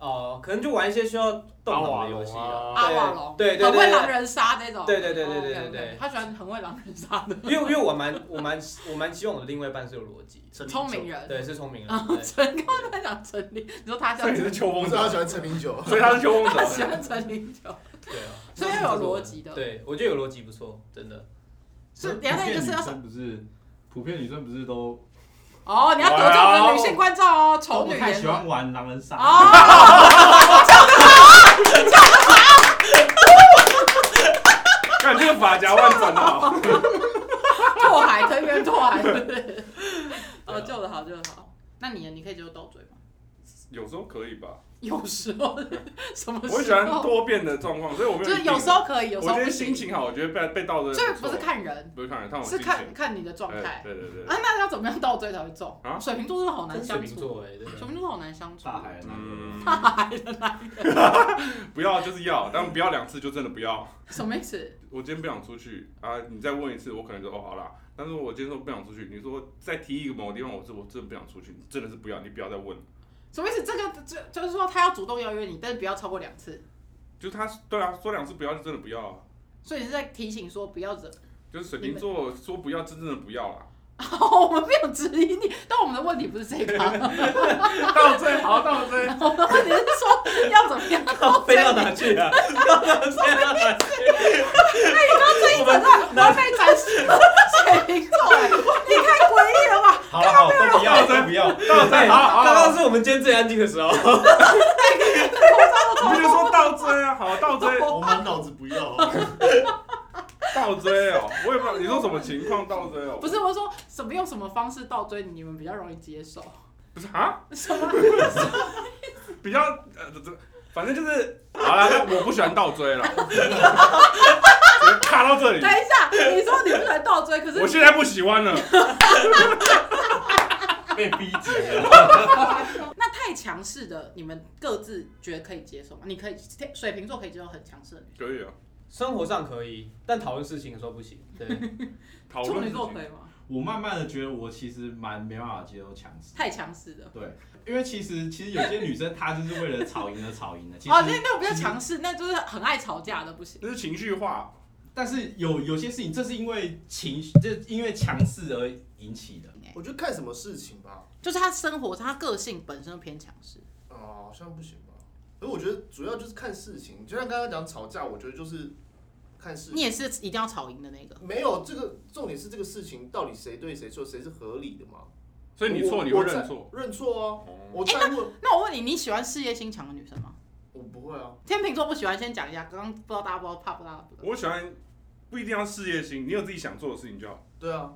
[SPEAKER 4] 哦，可能就玩一些需要动脑的游戏啊，
[SPEAKER 1] 阿瓦隆，
[SPEAKER 4] 对对对
[SPEAKER 1] 很会狼
[SPEAKER 4] 对，
[SPEAKER 1] 人杀这种，
[SPEAKER 4] 对对对对对对
[SPEAKER 1] 哦，OK，OK，
[SPEAKER 4] 对
[SPEAKER 1] 他喜欢很会狼人杀的
[SPEAKER 4] 因为因为我蛮我蛮我蛮希望我的另外一半是有逻辑，
[SPEAKER 1] 聪明人，哦
[SPEAKER 4] 对，是聪 明
[SPEAKER 1] 然
[SPEAKER 4] 人，
[SPEAKER 1] 后
[SPEAKER 4] 对
[SPEAKER 1] 陈刚刚在讲陈林，你说他叫
[SPEAKER 3] 所以你是秋
[SPEAKER 6] 我
[SPEAKER 3] 风
[SPEAKER 6] 知道他
[SPEAKER 3] 者，
[SPEAKER 6] 喜欢陈明九，
[SPEAKER 3] 所以他是秋风
[SPEAKER 1] 他喜
[SPEAKER 3] 者，
[SPEAKER 1] 欢陈林九，
[SPEAKER 4] 对啊，
[SPEAKER 1] 所以要有逻辑的
[SPEAKER 4] 对我觉得有逻辑不错，真的。
[SPEAKER 1] 是等一下那个是要
[SPEAKER 5] 普遍女生不是普遍女生不是都
[SPEAKER 1] 哦，你要得罪我们的女性观众哦，丑
[SPEAKER 5] 不
[SPEAKER 1] 女
[SPEAKER 5] 太
[SPEAKER 1] 人
[SPEAKER 5] 喜欢玩狼人杀？
[SPEAKER 1] 哦，
[SPEAKER 3] 啊看这个发夹万转的好，
[SPEAKER 1] 哦，救的好，救的好。那你呢？你可以接受斗嘴吗？
[SPEAKER 3] 有时候可以吧。
[SPEAKER 1] 有时候 什么时候？
[SPEAKER 3] 我喜欢多变的状况，所以我没
[SPEAKER 1] 就是
[SPEAKER 3] 一定
[SPEAKER 1] 有时候可以，有时
[SPEAKER 3] 我
[SPEAKER 1] 候
[SPEAKER 3] 今
[SPEAKER 1] 不
[SPEAKER 3] 天心
[SPEAKER 1] 行。
[SPEAKER 3] 情好，我觉得被被倒的
[SPEAKER 1] 这不是看人，
[SPEAKER 3] 不是看人，看我
[SPEAKER 1] 是
[SPEAKER 3] 心情
[SPEAKER 1] 看看你的状
[SPEAKER 3] 哎
[SPEAKER 1] 态
[SPEAKER 3] 对对对，
[SPEAKER 1] 啊。那要怎么样斗嘴才会中？
[SPEAKER 3] 啊
[SPEAKER 1] 水瓶座真的好难
[SPEAKER 4] 真水
[SPEAKER 1] 相
[SPEAKER 4] 瓶
[SPEAKER 1] 处，
[SPEAKER 4] 座哎，对
[SPEAKER 1] 水瓶座好难相处。
[SPEAKER 5] 大海的那个
[SPEAKER 3] 嗯，
[SPEAKER 1] 大海的来
[SPEAKER 3] 不要就是要，但不要两次就真的不要。
[SPEAKER 1] 什么意思？
[SPEAKER 3] 我今天不想出去啊，你再问一次，我可能就哦好啦。但是我今天说不想出去，你说再提一个某个地方，我是我真的不想出去，你真的是不要，你不要再问。
[SPEAKER 1] 什么意思？这个就就是说他要主动邀约你，但是不要超过两次。
[SPEAKER 3] 就他对啊，说两次不要就真的不要啊，
[SPEAKER 1] 所以你是在提醒说不要惹。
[SPEAKER 3] 就是水瓶座说不要，真正的不要啦。
[SPEAKER 1] 我们没有质疑你，但我们的问题不是这个啊。
[SPEAKER 2] 到最好，到最
[SPEAKER 1] 我们的问题是说要怎么样
[SPEAKER 4] 要 飞到哪去啊？要飞到哪去？
[SPEAKER 1] 哎我们完美展示水瓶座哎，你太诡异了吧？
[SPEAKER 5] 好了好，都不要都不 要，
[SPEAKER 2] 到最好，好
[SPEAKER 4] 哎
[SPEAKER 2] 好
[SPEAKER 4] 刚刚是我们今天最安静的时候。
[SPEAKER 1] 我
[SPEAKER 3] 你们就说倒追啊，好倒追，
[SPEAKER 6] 我满脑子不要，啊
[SPEAKER 3] 倒追哦，我也不知道你说什么情况倒追哦，
[SPEAKER 1] 不是我说什么用什么方式倒追你们比较容易接受？
[SPEAKER 3] 不是啊，
[SPEAKER 1] 什么？
[SPEAKER 3] 比较呃这这，反正就是好啦，那我不喜欢倒追 了，直接卡到这里
[SPEAKER 1] 等，一下，你说你不喜欢倒追，可是
[SPEAKER 3] 我现在不喜欢了。
[SPEAKER 5] 被逼急了。
[SPEAKER 1] 那太强势的，你们各自觉得可以接受吗？你可以，水瓶座可以接受很强势的女
[SPEAKER 3] 可以啊，
[SPEAKER 4] 生活上可以，但讨论事情的时候不行。 对，
[SPEAKER 3] 讨
[SPEAKER 1] 生，处
[SPEAKER 3] 论
[SPEAKER 1] 女
[SPEAKER 3] 事
[SPEAKER 1] 座
[SPEAKER 3] 情
[SPEAKER 1] 可以吗？
[SPEAKER 5] 我慢慢的觉得我其实蛮没办法接受强势，
[SPEAKER 1] 太强势了。
[SPEAKER 5] 对，因为其实其实有些女生她就是为了吵赢而吵赢的，其
[SPEAKER 1] 哦，那
[SPEAKER 5] 实，
[SPEAKER 1] 那种比较强势，那就是很爱吵架的，不行。
[SPEAKER 3] 这是情绪化，
[SPEAKER 5] 但是有有些事情这是因为情绪，这因为强势而引起的。
[SPEAKER 6] 我觉得看什么事情吧，
[SPEAKER 1] 就是他生活，他个性本身就偏强势。
[SPEAKER 6] 啊、好像不行吧。所以我觉得主要就是看事情，就像刚刚讲吵架，我觉得就是看事
[SPEAKER 1] 你
[SPEAKER 6] 情。
[SPEAKER 1] 也是一定要吵赢的那个。
[SPEAKER 6] 没有这个重点是这个事情到底谁对谁错，谁是合理的嘛？
[SPEAKER 3] 所以你错
[SPEAKER 6] 我
[SPEAKER 3] 你会
[SPEAKER 6] 我在
[SPEAKER 3] 认错。
[SPEAKER 6] 认错哦，
[SPEAKER 3] 哦
[SPEAKER 6] 我再问，
[SPEAKER 1] 哎那我问你，你喜欢事业心强的女生吗？
[SPEAKER 6] 我不会啊，
[SPEAKER 1] 天秤座不喜欢，先讲一下。刚刚不知道大家不知道怕不怕不知道？
[SPEAKER 3] 我喜欢不一定要事业心，你有自己想做的事情就好，
[SPEAKER 6] 对啊，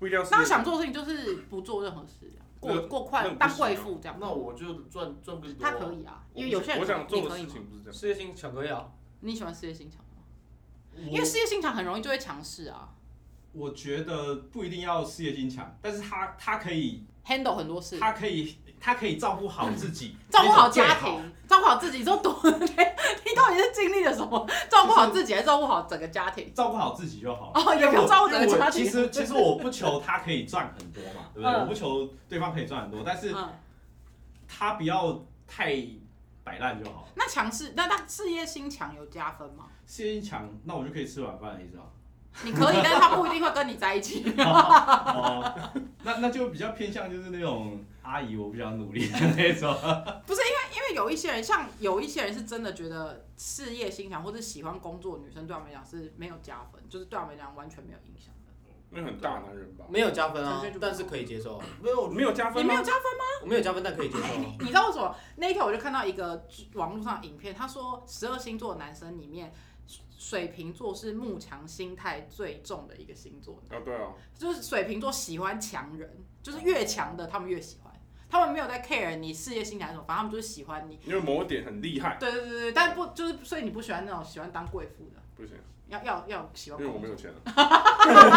[SPEAKER 3] 不一定要事业
[SPEAKER 1] 那
[SPEAKER 3] 心。
[SPEAKER 1] 想做的事情就是不做任何事，过
[SPEAKER 3] 那
[SPEAKER 1] 过
[SPEAKER 3] 那
[SPEAKER 1] 快
[SPEAKER 3] 不行啊
[SPEAKER 1] 当贵妇这样。
[SPEAKER 6] 那我就赚赚更多、
[SPEAKER 1] 他可
[SPEAKER 6] 啊。
[SPEAKER 1] 以啊，因为有些人
[SPEAKER 3] 我
[SPEAKER 1] 可以
[SPEAKER 3] 想做
[SPEAKER 1] 你
[SPEAKER 3] 的
[SPEAKER 1] 可以
[SPEAKER 3] 事
[SPEAKER 1] 吗？
[SPEAKER 3] 情不是这样。
[SPEAKER 4] 事业心巧克力啊，
[SPEAKER 1] 你喜欢事业心强吗？因为
[SPEAKER 5] 我
[SPEAKER 1] 事业心强很容易就会强势啊
[SPEAKER 5] 我觉得不一定要事业心强，但是她她可以
[SPEAKER 1] ，handle 很多事，
[SPEAKER 5] 她可以她可以照顾好自己，
[SPEAKER 1] 照顾好
[SPEAKER 5] 这是最
[SPEAKER 1] 家庭，照顾好自己，都懂。 你到底是经历了什么？照顾好自己，还是照顾好整个家庭？
[SPEAKER 5] 照顾好自己就好。
[SPEAKER 1] 哦，也不用照顾整个
[SPEAKER 5] 因为
[SPEAKER 1] 家
[SPEAKER 5] 我
[SPEAKER 1] 庭。
[SPEAKER 5] 其实其实我不求他可以赚很多嘛，对不对？
[SPEAKER 1] 嗯
[SPEAKER 5] 我不求对方可以赚很多，但是
[SPEAKER 1] 嗯，
[SPEAKER 5] 他不要太摆烂就好。
[SPEAKER 1] 那强势，那那事业心强有加分吗？
[SPEAKER 5] 事业心强，那我就可以吃晚饭的意思啊。
[SPEAKER 1] 你可以，但是他不一定会跟你在一起。
[SPEAKER 5] 哦，那 那就比较偏向就是那种阿姨，我不想努力的那 种。
[SPEAKER 1] 因为有一些人，像有一些人是真的觉得事业心强或者喜欢工作的女生，对他们来讲是没有加分，就是对他们来讲完全没有影响的。
[SPEAKER 3] 那很大男人吧？
[SPEAKER 4] 没有加分啊
[SPEAKER 1] 纯粹就，不
[SPEAKER 4] 但是可以接受啊。
[SPEAKER 6] 没有，
[SPEAKER 3] 没有加
[SPEAKER 1] 你
[SPEAKER 3] 分
[SPEAKER 1] 没
[SPEAKER 3] 吗
[SPEAKER 1] 有？加分吗？
[SPEAKER 4] 我没有加分，但可以接受啊。
[SPEAKER 1] 你知道为什么？那一天我就看到一个网络上的影片，他说十二星座的男生里面，水瓶座是慕强心态最重的一个星座，
[SPEAKER 3] 啊，对啊，
[SPEAKER 1] 就是水瓶座喜欢强人，就是越强的他们越喜欢，他们没有在 care 你事业心强什么，反正他们就是喜欢你。
[SPEAKER 3] 因为某一点很厉害，
[SPEAKER 1] 对对对对，但不就是所以你不喜欢那种喜欢当贵妇的，
[SPEAKER 3] 不行，
[SPEAKER 1] 要要要喜欢
[SPEAKER 3] 因为
[SPEAKER 1] 工作
[SPEAKER 3] 我没。有钱了，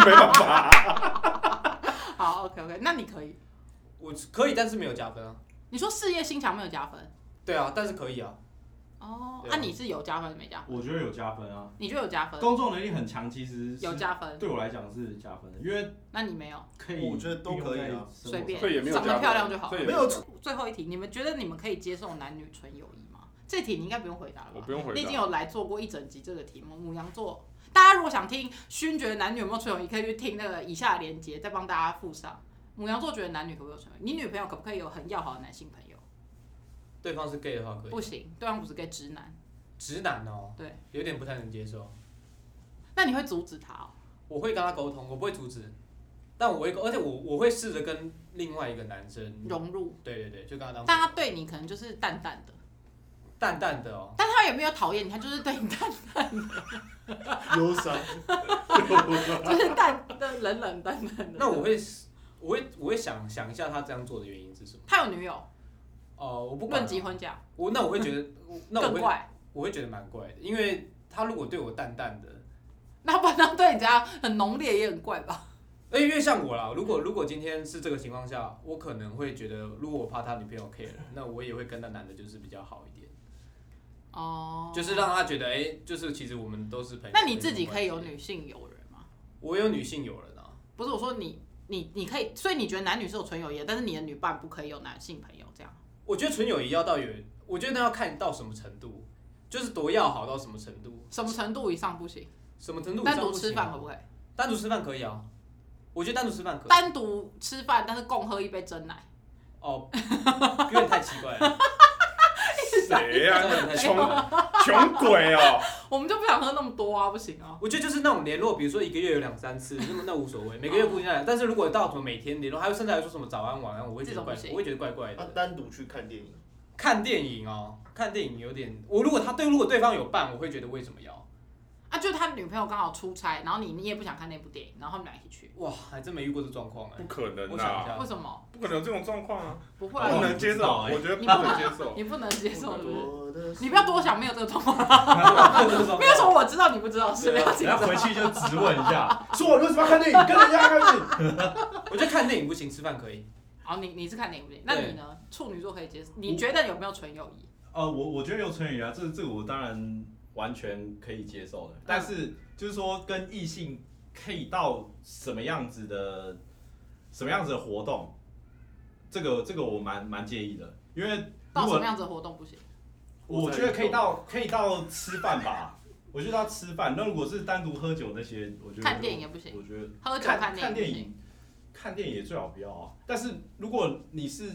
[SPEAKER 3] 没办法。
[SPEAKER 1] 好，OK OK，那你可以。
[SPEAKER 4] 我可以，但是没有加分啊。
[SPEAKER 1] 你说事业心强没有加分？
[SPEAKER 4] 对啊，但是可以啊。
[SPEAKER 1] 哦
[SPEAKER 4] 对
[SPEAKER 1] 那、
[SPEAKER 4] 啊
[SPEAKER 1] 你是有加分还是没加分？
[SPEAKER 5] 我觉得有加分啊，
[SPEAKER 1] 你就有加分，
[SPEAKER 5] 工作能力很强，其实是
[SPEAKER 1] 有加分，
[SPEAKER 5] 对我来讲是加分的，因为
[SPEAKER 1] 那你没有。
[SPEAKER 5] 可以，
[SPEAKER 6] 我觉得都可以啊，
[SPEAKER 1] 随 便
[SPEAKER 3] 所以也没有加
[SPEAKER 1] 长得
[SPEAKER 3] 分
[SPEAKER 1] 漂亮就好
[SPEAKER 3] 所以也
[SPEAKER 6] 没有，
[SPEAKER 1] 最后一题，你们觉得你们可以接受男女纯友谊吗？这题你应该不用回答了
[SPEAKER 3] 我
[SPEAKER 1] 吧
[SPEAKER 3] 不？用回
[SPEAKER 1] 你已经
[SPEAKER 3] 答。
[SPEAKER 1] 有来做过一整集这个题目，母羊座。大家如果想听勋觉得男女有没有纯友谊，可以去听那个以下的连接，再帮大家附上。母羊座觉得男女可不可以有纯友谊？你女朋友可不可以有很要好的男性朋友？
[SPEAKER 4] 对方是 gay 的话可以。
[SPEAKER 1] 不行，对方不是 gay 直男，
[SPEAKER 4] 直男哦，
[SPEAKER 1] 对，
[SPEAKER 4] 有点不太能接受。
[SPEAKER 1] 那你会阻止他哦？
[SPEAKER 4] 我会跟他沟通，我不会阻止，但我会，而且我我会试着跟另外一个男生，
[SPEAKER 1] 融入，
[SPEAKER 4] 嗯对对对，就跟他当朋友。
[SPEAKER 1] 但他对你可能就是淡淡的。
[SPEAKER 4] 淡淡的哦。
[SPEAKER 1] 但他也没有讨厌你，他就是对你淡
[SPEAKER 6] 忧伤。
[SPEAKER 1] 就是淡的冷冷淡淡的。
[SPEAKER 4] 那我会，我会，我会想想一下他这样做的原因是什么。
[SPEAKER 1] 他有女友，
[SPEAKER 4] 哦，我不管
[SPEAKER 1] 论
[SPEAKER 4] 了
[SPEAKER 1] 及婚嫁
[SPEAKER 4] 我那我会觉 得，我那我
[SPEAKER 1] 更
[SPEAKER 4] 会
[SPEAKER 1] 怪。
[SPEAKER 4] 我会觉得蛮怪的，因为他如果对我淡淡的，
[SPEAKER 1] 那不然他对你这样很浓烈也很怪吧？
[SPEAKER 4] 哎，因为像我啦，如果如果今天是这个情况下，我可能会觉得，如果我怕他女朋友 care，那我也会跟那男的就是比较好一点，
[SPEAKER 1] 哦，
[SPEAKER 4] 就是让他觉得，哎，就是其实我们都是朋友。
[SPEAKER 1] 那你自己可以有
[SPEAKER 4] 没什么关系，
[SPEAKER 1] 女性友人吗？
[SPEAKER 4] 我有女性友人啊，
[SPEAKER 1] 不是我说你你你可以，所以你觉得男女是有纯友谊的，但是你的女伴不可以有男性朋友这样。
[SPEAKER 4] 我觉得纯友谊要到有，我觉得那要看到什么程度，就是多要好到什么程度，
[SPEAKER 1] 什么程度以上不行？
[SPEAKER 4] 什么程度以
[SPEAKER 1] 单
[SPEAKER 4] 上
[SPEAKER 1] 独
[SPEAKER 4] 不
[SPEAKER 1] 吃
[SPEAKER 4] 行
[SPEAKER 1] 饭
[SPEAKER 4] 啊
[SPEAKER 1] 可不可以？
[SPEAKER 4] 单独吃饭可以啊，我觉得单独吃饭可以。啊
[SPEAKER 1] 单独吃饭，但是共喝一杯真奶。
[SPEAKER 4] 哦，有点太奇怪 了，
[SPEAKER 3] 谁
[SPEAKER 4] 这
[SPEAKER 3] 呀、
[SPEAKER 4] 有点太
[SPEAKER 3] 你
[SPEAKER 4] 奇
[SPEAKER 3] 穷
[SPEAKER 4] 怪了。
[SPEAKER 1] 啊
[SPEAKER 3] 穷鬼哦！
[SPEAKER 1] 我们就不想喝那么多啊，不行啊。
[SPEAKER 4] 我觉得就是那种联络，比如说一个月有两三次，那么那无 所谓，每个月固定那样。但是如果到什么每天联络，还有甚至还说什么早安晚安，我会觉得怪
[SPEAKER 1] 这种不，行
[SPEAKER 4] 我会觉得怪怪
[SPEAKER 6] 他
[SPEAKER 4] 的。
[SPEAKER 6] 啊单独去看电影，
[SPEAKER 4] 看电影哦，看电影有点，我如果他对如果对方有伴，我会觉得为什么要？
[SPEAKER 1] 啊，就他女朋友刚好出差，然后你你也不想看那部电影，然后他们俩一起去，
[SPEAKER 4] 哇，还真没遇过这状况哎
[SPEAKER 3] 不。可能
[SPEAKER 4] 我想一
[SPEAKER 3] 啊，
[SPEAKER 4] 下
[SPEAKER 1] 为，什么？
[SPEAKER 3] 不可能有这种状况啊，
[SPEAKER 1] 不会、
[SPEAKER 3] 不
[SPEAKER 5] 哦
[SPEAKER 1] 啊，
[SPEAKER 3] 能接受，
[SPEAKER 5] 我不知道欸
[SPEAKER 3] 我觉得不
[SPEAKER 1] 你不
[SPEAKER 3] 能
[SPEAKER 1] 能
[SPEAKER 3] 接受。
[SPEAKER 1] 你不能接受是不是？
[SPEAKER 6] 我的
[SPEAKER 1] 你不要多想，没有这个状况，
[SPEAKER 4] 没有这种状况
[SPEAKER 1] 没有什么我知道你不知道的事，不
[SPEAKER 4] 对啊
[SPEAKER 1] 要紧
[SPEAKER 5] 然后
[SPEAKER 1] 张
[SPEAKER 5] 回。去就质问一 下，
[SPEAKER 6] 说我为什么要看电影？跟人家看电影，
[SPEAKER 4] 我觉得看电影不行，吃饭可以。
[SPEAKER 1] 好，哦你你是看哪部电影？那
[SPEAKER 4] 对
[SPEAKER 1] 你呢？处女座可以接受？你觉得有没有纯友谊？
[SPEAKER 5] 呃，我我觉得有纯友谊啊，这这个我当然完全可以接受的，
[SPEAKER 1] 嗯
[SPEAKER 5] 但是就是说跟异性可以到什么样子的什么样子的活动，这个这个我蛮蛮介意的，因为如
[SPEAKER 1] 到什
[SPEAKER 5] 果
[SPEAKER 1] 么样子的活动不行？
[SPEAKER 5] 我觉得可以到可以到吃饭吧，我觉得到吃饭。那如果是单独喝酒那些，我觉得
[SPEAKER 1] 看电影也不行
[SPEAKER 5] 我觉得
[SPEAKER 1] 喝酒
[SPEAKER 5] 看
[SPEAKER 1] 电
[SPEAKER 5] 看
[SPEAKER 1] 影不
[SPEAKER 5] 电
[SPEAKER 1] 行。
[SPEAKER 5] 影看电影也最好不要啊。但是如果你是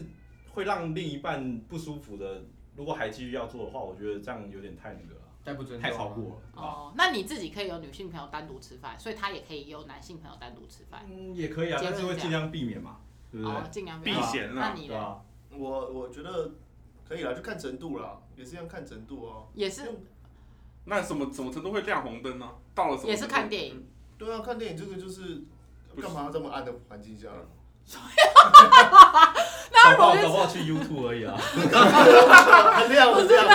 [SPEAKER 5] 会让另一半不舒服的，如果还继续要做的话，我觉得这样有点太那个了，
[SPEAKER 4] 太不尊重，
[SPEAKER 5] 太超。过了啊。
[SPEAKER 1] 哦，那你自己可以有女性朋友单独吃饭，所以他也可以有男性朋友单独吃饭。
[SPEAKER 5] 嗯，也可以啊，
[SPEAKER 1] 结论
[SPEAKER 5] 但
[SPEAKER 1] 是
[SPEAKER 5] 是会尽量避免嘛，对不对
[SPEAKER 1] 哦，？尽量不
[SPEAKER 3] 避
[SPEAKER 1] 要。
[SPEAKER 3] 嫌
[SPEAKER 1] 那
[SPEAKER 3] 啊，
[SPEAKER 1] 你
[SPEAKER 5] 对
[SPEAKER 1] 呢？
[SPEAKER 5] 啊，
[SPEAKER 6] 我我觉得可以啦，就看程度啦，也是一样看程度哦。
[SPEAKER 1] 也是
[SPEAKER 3] 那什么什么程度会亮红灯呢？到了什么程度
[SPEAKER 1] 也是看电影，
[SPEAKER 6] 对啊，看电影这个就是
[SPEAKER 3] 不是嗯
[SPEAKER 6] 干嘛这么暗的环境下？
[SPEAKER 1] 那
[SPEAKER 5] 搞不
[SPEAKER 1] 我
[SPEAKER 5] 好
[SPEAKER 1] 就
[SPEAKER 5] 搞不好去 YouTube 而已 啊。
[SPEAKER 6] 很亮很亮。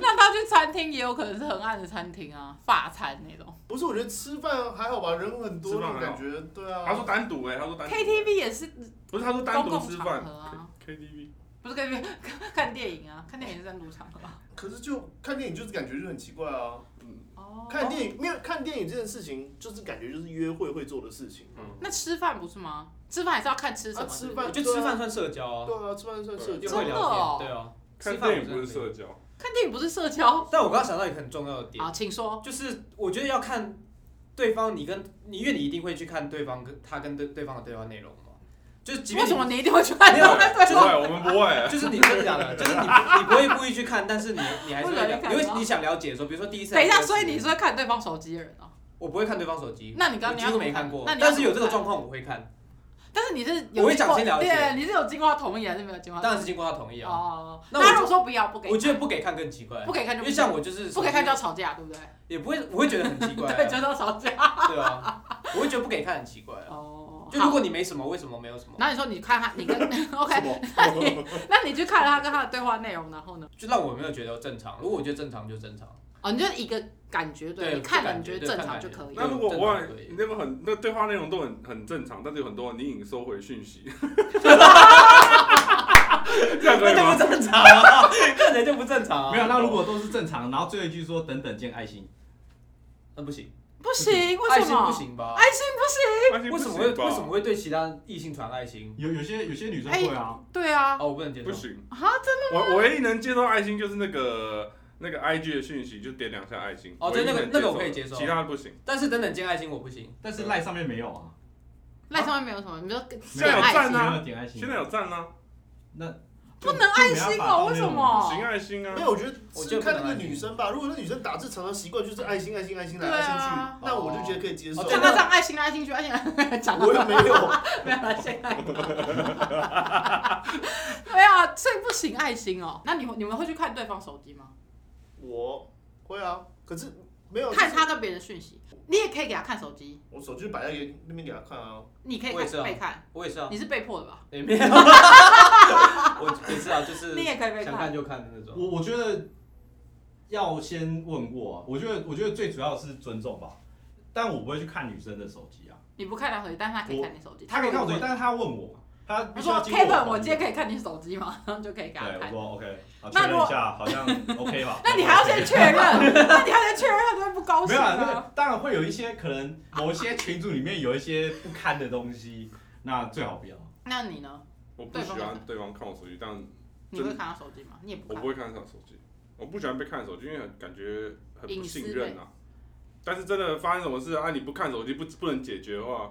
[SPEAKER 1] 那他去餐厅也有可能是很暗的餐厅啊，法餐那种。
[SPEAKER 6] 不是，我觉得吃饭还好吧，人很多，
[SPEAKER 3] 吃饭
[SPEAKER 6] 那
[SPEAKER 3] 还好
[SPEAKER 6] 种感觉对啊。
[SPEAKER 3] 他说单独哎，他说单独
[SPEAKER 1] KTV 也是
[SPEAKER 3] 不是他说单
[SPEAKER 1] 公
[SPEAKER 3] 独
[SPEAKER 1] 共
[SPEAKER 3] 吃
[SPEAKER 1] 场
[SPEAKER 3] 饭
[SPEAKER 1] 合啊，
[SPEAKER 3] ，KTV
[SPEAKER 1] 不是 KTV 看看电影啊，看电影是单独场合啊。
[SPEAKER 6] 可是就看电影就是感觉就很奇怪啊。
[SPEAKER 1] 哦，
[SPEAKER 6] 看电影没有看电影这件事情，就是感觉就是约会会做的事情。
[SPEAKER 1] 哦那吃饭不是吗？吃饭还是要看吃什么。
[SPEAKER 6] 啊吃
[SPEAKER 1] 是不是
[SPEAKER 6] 饭
[SPEAKER 4] 我觉得吃饭算社交
[SPEAKER 3] 哦
[SPEAKER 4] 啊，
[SPEAKER 6] 对啊，吃饭算社
[SPEAKER 4] 又
[SPEAKER 6] 交
[SPEAKER 4] 会
[SPEAKER 1] 真的哦
[SPEAKER 4] 聊天，对啊。
[SPEAKER 3] 看
[SPEAKER 4] 吃饭
[SPEAKER 3] 电
[SPEAKER 4] 我
[SPEAKER 3] 影
[SPEAKER 4] 真的
[SPEAKER 3] 不是
[SPEAKER 4] 没有
[SPEAKER 3] 社交，
[SPEAKER 1] 看电影不是社交。
[SPEAKER 4] 但我刚刚想到一个很重要的点
[SPEAKER 1] 好，，请说。
[SPEAKER 4] 就是我觉得要看对方，你跟你，因为你一定会去看对方跟他跟对对方的对话内容嘛。就是即便
[SPEAKER 1] 为
[SPEAKER 4] 你
[SPEAKER 1] 什么你一定会去看
[SPEAKER 4] 没
[SPEAKER 1] 对
[SPEAKER 4] 有啊
[SPEAKER 1] 方的对
[SPEAKER 3] 不
[SPEAKER 1] 话？
[SPEAKER 3] 会，我们不会。
[SPEAKER 4] 就是你真的假的，就是你不你不会故意去 看，但是你你还是会
[SPEAKER 1] 不小
[SPEAKER 4] 了
[SPEAKER 1] 心看
[SPEAKER 4] 你
[SPEAKER 1] 到
[SPEAKER 4] 会你想了解说，比如说第一 次。
[SPEAKER 1] 等一
[SPEAKER 4] 还
[SPEAKER 1] 下，
[SPEAKER 4] 是
[SPEAKER 1] 所以你
[SPEAKER 4] 第二次
[SPEAKER 1] 是会看对方手机的人哦。
[SPEAKER 4] 我不会看对方手机，
[SPEAKER 1] 那你刚
[SPEAKER 4] 我
[SPEAKER 1] 刚你
[SPEAKER 4] 几
[SPEAKER 1] 要
[SPEAKER 4] 乎
[SPEAKER 1] 怎么
[SPEAKER 4] 没
[SPEAKER 1] 看
[SPEAKER 4] 看过
[SPEAKER 1] 那，你要
[SPEAKER 4] 但是有这
[SPEAKER 1] 怎么
[SPEAKER 4] 个
[SPEAKER 1] 看
[SPEAKER 4] 状况我会看，
[SPEAKER 1] 但是你是
[SPEAKER 4] 我会抢先了解
[SPEAKER 1] 对，你是有经过他同意还是没有经过他
[SPEAKER 4] 当
[SPEAKER 1] 同意？
[SPEAKER 4] 然是经过他同意啊。
[SPEAKER 1] 哦，
[SPEAKER 4] 那我就
[SPEAKER 1] 那如果说不要不给看，
[SPEAKER 4] 我觉得不给看更奇怪，
[SPEAKER 1] 不给看就
[SPEAKER 4] 因
[SPEAKER 1] 不
[SPEAKER 4] 为像我就是
[SPEAKER 1] 不给看就
[SPEAKER 4] 手
[SPEAKER 1] 要
[SPEAKER 4] 机
[SPEAKER 1] 吵架，对不对？
[SPEAKER 4] 也不会，我会觉得很奇怪 啊，
[SPEAKER 1] 对，就是要吵架。
[SPEAKER 4] 对啊，我会觉得不给看很奇怪啊。
[SPEAKER 1] 哦，
[SPEAKER 4] 就如果你没什么，为什么没有什么？
[SPEAKER 1] 然后你说你看他，你 跟
[SPEAKER 6] 什
[SPEAKER 1] OK，
[SPEAKER 6] 么？
[SPEAKER 1] 那你那你去看了他跟他的对话内容，然后呢？
[SPEAKER 4] 就让我没有觉得正常。如果我觉得正常就正常，
[SPEAKER 1] 哦，你就一个感觉对，
[SPEAKER 4] 对
[SPEAKER 1] 你看了
[SPEAKER 4] 就
[SPEAKER 1] 你
[SPEAKER 4] 感觉
[SPEAKER 1] 觉得
[SPEAKER 4] 对
[SPEAKER 1] 正
[SPEAKER 4] 看
[SPEAKER 1] 常
[SPEAKER 4] 感
[SPEAKER 1] 就
[SPEAKER 4] 觉
[SPEAKER 1] 可以
[SPEAKER 3] 那
[SPEAKER 1] 了。
[SPEAKER 3] 如果
[SPEAKER 4] 对
[SPEAKER 3] 我忘了
[SPEAKER 4] 对
[SPEAKER 3] 你那个很那对话内容都很很正常，但是有很多你引收回讯息，这样可
[SPEAKER 4] 那
[SPEAKER 3] 以
[SPEAKER 4] 就
[SPEAKER 3] 吗
[SPEAKER 4] 不？正常啊， 看起来就不正常啊。
[SPEAKER 5] 没有，那如果都是正常，然后最后一句说等等见爱心，
[SPEAKER 4] 那不行，
[SPEAKER 1] 不行，为
[SPEAKER 4] 爱
[SPEAKER 1] 什
[SPEAKER 4] 心不
[SPEAKER 1] 么？
[SPEAKER 4] 行吧？
[SPEAKER 1] 爱心不
[SPEAKER 3] 关啊系不
[SPEAKER 4] 为什么
[SPEAKER 3] 行
[SPEAKER 4] 会
[SPEAKER 3] 吧
[SPEAKER 4] 为什么会对其他异性传爱心？
[SPEAKER 5] 有有些有些女生会啊，
[SPEAKER 1] 行，对啊，
[SPEAKER 4] 哦，我不能接
[SPEAKER 3] 不
[SPEAKER 4] 受。
[SPEAKER 3] 行？
[SPEAKER 1] 啊，真
[SPEAKER 3] 我唯一能接受爱心就是那个那个 I G 的讯息，就点两下爱心。
[SPEAKER 4] 哦对
[SPEAKER 3] 唯一能
[SPEAKER 4] 那个那个我可以接受
[SPEAKER 3] 其他的不行。
[SPEAKER 4] 但是等等见爱心我不行，
[SPEAKER 5] 但是赖上面没有啊，
[SPEAKER 1] 赖上面没有什么，你说
[SPEAKER 5] 没
[SPEAKER 3] 在有
[SPEAKER 1] 爱
[SPEAKER 3] 赞
[SPEAKER 1] 心
[SPEAKER 3] 啊
[SPEAKER 5] 没有点爱心
[SPEAKER 3] 现在，有赞啊啦、
[SPEAKER 5] 那
[SPEAKER 1] 不能爱心哦，为什？
[SPEAKER 3] 行
[SPEAKER 1] 么？
[SPEAKER 3] 爱心啊
[SPEAKER 6] 没，有，我觉得
[SPEAKER 4] 我
[SPEAKER 6] 是
[SPEAKER 4] 就不
[SPEAKER 6] 看
[SPEAKER 4] 能
[SPEAKER 6] 那个
[SPEAKER 4] 按
[SPEAKER 6] 女生吧。如果那女生打字常常习惯就是爱心、爱心、爱心来
[SPEAKER 1] 对
[SPEAKER 6] 爱心
[SPEAKER 1] 啊
[SPEAKER 6] 去，那我就觉得可以接受。
[SPEAKER 4] 哦
[SPEAKER 1] 像他这样爱心爱心去，而且讲到
[SPEAKER 6] 我也没有，
[SPEAKER 1] 没有了，现在没有啊，所以不行爱心哦。那你你们会去看对方手机吗？
[SPEAKER 6] 我会啊，可是没有
[SPEAKER 1] 看
[SPEAKER 6] 就是
[SPEAKER 1] 他跟别人讯息，你也可以给他看手机，
[SPEAKER 6] 我手机摆在那边给他看啊，
[SPEAKER 1] 你可以
[SPEAKER 4] 我也是
[SPEAKER 1] 看
[SPEAKER 4] 啊
[SPEAKER 1] 被看，
[SPEAKER 4] 我也是啊，
[SPEAKER 1] 你是被迫的吧？
[SPEAKER 4] 也没有，我也是啊，就是
[SPEAKER 1] 你也可以被
[SPEAKER 4] 想看
[SPEAKER 1] 看，
[SPEAKER 4] 就看的那种。
[SPEAKER 5] 我我觉得要先问过、啊，我觉得我觉得最主要是尊重吧，但我不会去看女生的手机啊，
[SPEAKER 1] 你不看他手机，但是他可以看你手机，
[SPEAKER 5] 她可以看我手机，
[SPEAKER 1] 他
[SPEAKER 5] 但是她问我，她必
[SPEAKER 1] 他
[SPEAKER 5] 须要
[SPEAKER 1] 说
[SPEAKER 5] 经过我
[SPEAKER 1] Kevin，
[SPEAKER 5] 同意
[SPEAKER 1] 我今天可以看你手机吗？然后就可以给他
[SPEAKER 5] 对，我
[SPEAKER 1] 看。
[SPEAKER 5] 说 OK，好
[SPEAKER 1] 那
[SPEAKER 5] 确
[SPEAKER 1] 如
[SPEAKER 5] 认
[SPEAKER 1] 果？
[SPEAKER 5] 一下，好像 OK 吧
[SPEAKER 1] 那你还要先确认，那你还要先确认，他就会不高
[SPEAKER 5] 没
[SPEAKER 1] 兴
[SPEAKER 5] 有、啊，那
[SPEAKER 1] 啊。
[SPEAKER 5] 个当然会有一些可能某些群组里面有一些不堪的东西， 那最好不要。
[SPEAKER 1] 那你呢？
[SPEAKER 3] 我不喜欢对方看我手机，但
[SPEAKER 1] 你会看他手机吗？你也不
[SPEAKER 3] 我
[SPEAKER 1] 看
[SPEAKER 3] 不。会看他手机，我不喜欢被看手机，因为很感觉很不
[SPEAKER 1] 隐
[SPEAKER 3] 信
[SPEAKER 1] 私
[SPEAKER 3] 任啊。但是真的发生什么事啊，你不看手机不不能解决的话，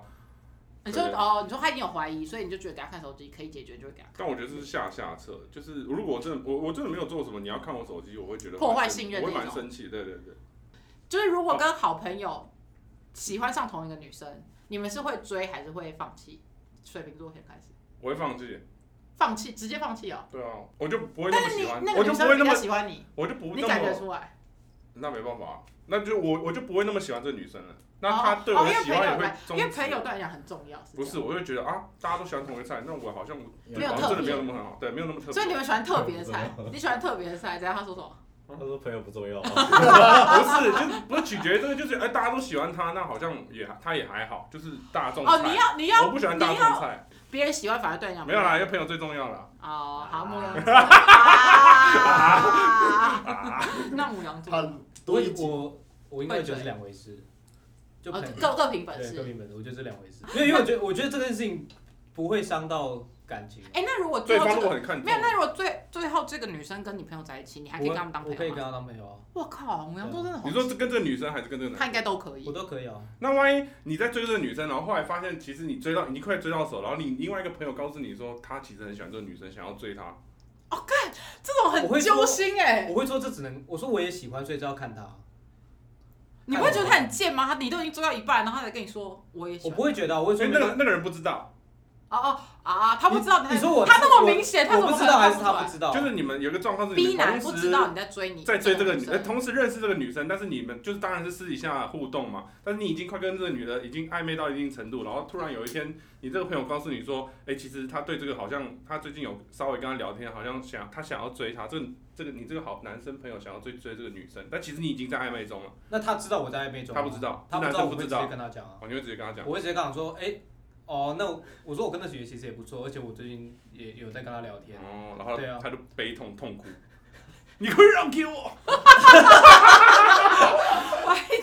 [SPEAKER 1] 你说
[SPEAKER 3] 对
[SPEAKER 1] 哦，你说他已经有怀疑，所以你就觉得给他看手机可以解决，就会给他看。
[SPEAKER 3] 但我觉得这是下下策，就是如果我真的我我真的没有做什么，你要看我手机，我会觉得
[SPEAKER 1] 破坏
[SPEAKER 3] 蛮生
[SPEAKER 1] 信任
[SPEAKER 3] 我会
[SPEAKER 1] 那
[SPEAKER 3] 蛮
[SPEAKER 1] 种
[SPEAKER 3] 生气。对对对，
[SPEAKER 1] 就是如果跟好朋友喜欢上同一个女生，你们是会追还是会放弃？水瓶座先开始，
[SPEAKER 3] 我会放弃。
[SPEAKER 1] 放弃直接放弃哦。
[SPEAKER 3] 对啊，我就不会那
[SPEAKER 1] 但
[SPEAKER 3] 么
[SPEAKER 1] 是你
[SPEAKER 3] 喜欢，
[SPEAKER 1] 那
[SPEAKER 3] 我
[SPEAKER 1] 个
[SPEAKER 3] 就
[SPEAKER 1] 女
[SPEAKER 3] 不会
[SPEAKER 1] 生
[SPEAKER 3] 那
[SPEAKER 1] 比
[SPEAKER 3] 么
[SPEAKER 1] 较，喜欢你，
[SPEAKER 3] 我就不会
[SPEAKER 1] 你
[SPEAKER 3] 那
[SPEAKER 1] 感觉
[SPEAKER 3] 么，
[SPEAKER 1] 出来？
[SPEAKER 3] 那没办法、啊，那就我我就不会那么喜欢这女生了。那
[SPEAKER 1] 哦
[SPEAKER 3] 她对我
[SPEAKER 1] 哦
[SPEAKER 3] 的
[SPEAKER 1] 因为
[SPEAKER 3] 喜
[SPEAKER 1] 朋友
[SPEAKER 3] 欢也会
[SPEAKER 1] 来
[SPEAKER 3] 终
[SPEAKER 1] 因为
[SPEAKER 3] 止
[SPEAKER 1] 朋友对你来讲很重要，是
[SPEAKER 3] 不
[SPEAKER 1] 这样
[SPEAKER 3] 是，我就觉得啊，大家都喜欢同一个菜，那我好像
[SPEAKER 1] 没有
[SPEAKER 3] 好
[SPEAKER 1] 特
[SPEAKER 3] 像真的
[SPEAKER 1] 别
[SPEAKER 3] 没有那么很好，对，没有那么特别。
[SPEAKER 1] 所以你们喜欢特别的菜，你喜欢特别的菜，怎样？他说什么？
[SPEAKER 5] 他说朋友不重要、啊
[SPEAKER 3] 啊不是，就是不是取决于这个，就是哎，大家都喜欢他，那好像也他也还好，就是大众菜。
[SPEAKER 1] 哦，你要你
[SPEAKER 3] 我
[SPEAKER 1] 要
[SPEAKER 3] 不喜欢大众
[SPEAKER 1] 你要
[SPEAKER 3] 菜，
[SPEAKER 1] 别人喜欢，反而对你讲
[SPEAKER 3] 没有啦，因为朋友最重要啦。
[SPEAKER 1] 哦，好牧 羊座，啊那母羊座
[SPEAKER 6] 他
[SPEAKER 1] 呢
[SPEAKER 6] 多
[SPEAKER 4] 我
[SPEAKER 6] 一集
[SPEAKER 4] 我我应该觉得是两回事，就
[SPEAKER 1] 哦
[SPEAKER 4] 朋友
[SPEAKER 1] 各各凭本
[SPEAKER 4] 对各
[SPEAKER 1] 事。
[SPEAKER 4] 凭本事，我觉得这两回事。 因为因为我觉得我觉得这件事情不会伤到感情。啊
[SPEAKER 1] 哎，那如果最
[SPEAKER 3] 对
[SPEAKER 1] 后
[SPEAKER 3] 方
[SPEAKER 1] 这
[SPEAKER 3] 如
[SPEAKER 1] 个
[SPEAKER 3] 果很看重
[SPEAKER 1] 没有，，那如果最最后这个女生跟你朋友在一起，你啊还可以跟他们当
[SPEAKER 4] 我
[SPEAKER 1] 朋
[SPEAKER 4] 可以
[SPEAKER 1] 友
[SPEAKER 4] 跟
[SPEAKER 1] 吗？
[SPEAKER 4] 他当朋友啊，
[SPEAKER 1] 我靠，母羊座真的好
[SPEAKER 3] 你，说这跟这个女生还是跟这个男
[SPEAKER 1] 他应？
[SPEAKER 3] 生
[SPEAKER 1] 该都可以
[SPEAKER 4] 我。都可以啊。
[SPEAKER 3] 那万一你在追这个女生，然后后来发现其实你追到你快追到手，然后你另外一个朋友告诉你说他其实很喜欢这个女生，想要追她，
[SPEAKER 1] 哦这种
[SPEAKER 4] 我
[SPEAKER 1] 很
[SPEAKER 4] 会说
[SPEAKER 1] 揪心哎，
[SPEAKER 4] 我会说这只能，我说我也喜欢，所以这要看他。啊
[SPEAKER 1] 你不会觉得他很贱吗？他你都已经追到一半，然后他才跟你说我也喜
[SPEAKER 4] 我
[SPEAKER 1] 欢
[SPEAKER 4] 不。会觉得啊，我会
[SPEAKER 3] 所
[SPEAKER 4] 说
[SPEAKER 3] 以哎那个那个人不知道，
[SPEAKER 1] 哦哦啊，他不知道
[SPEAKER 4] 你说我
[SPEAKER 1] 他那么明显，他
[SPEAKER 4] 我
[SPEAKER 1] 怎么
[SPEAKER 4] 不
[SPEAKER 1] 可
[SPEAKER 4] 知
[SPEAKER 1] 能
[SPEAKER 4] 道还
[SPEAKER 1] 看
[SPEAKER 4] 是
[SPEAKER 1] 不
[SPEAKER 4] 他
[SPEAKER 1] 出来
[SPEAKER 4] 不知道？
[SPEAKER 3] 就是你们有一个状况是你
[SPEAKER 1] B 男
[SPEAKER 3] 们
[SPEAKER 1] 哦不
[SPEAKER 3] 同
[SPEAKER 1] 知
[SPEAKER 3] 时
[SPEAKER 1] 道你在追你，
[SPEAKER 3] 在追这个
[SPEAKER 1] 女
[SPEAKER 3] 女，
[SPEAKER 1] 生
[SPEAKER 3] 呃，同时认识这个女生，但是你们就是当然是私底下互动嘛，但是你已经快跟这个女的已经暧昧到一定程度，然后突然有一天，你这个朋友告诉你说，哎、其实他对这个好像他最近有稍微跟他聊天，好像想他想要追她，这个这个你这个好男生朋友想要追追这个女生，但其实你已经在暧昧中了，
[SPEAKER 4] 那他知道我在暧昧中吗，
[SPEAKER 3] 他不知道，
[SPEAKER 4] 啊他不知
[SPEAKER 3] 这
[SPEAKER 4] 道，
[SPEAKER 3] 男生
[SPEAKER 4] 我会
[SPEAKER 3] 不
[SPEAKER 4] 直
[SPEAKER 3] 知
[SPEAKER 4] 接
[SPEAKER 3] 道，
[SPEAKER 4] 跟他讲啊，
[SPEAKER 3] 哦，你会直接跟他讲。
[SPEAKER 4] 我会直接跟他讲说，哎、哦，那我我说我跟那学姐其实也不错，而且我最近也有在跟他聊
[SPEAKER 1] 嗯
[SPEAKER 4] 天，
[SPEAKER 3] 哦，然后
[SPEAKER 4] 对啊
[SPEAKER 3] 他就悲痛痛哭，你可以让给我，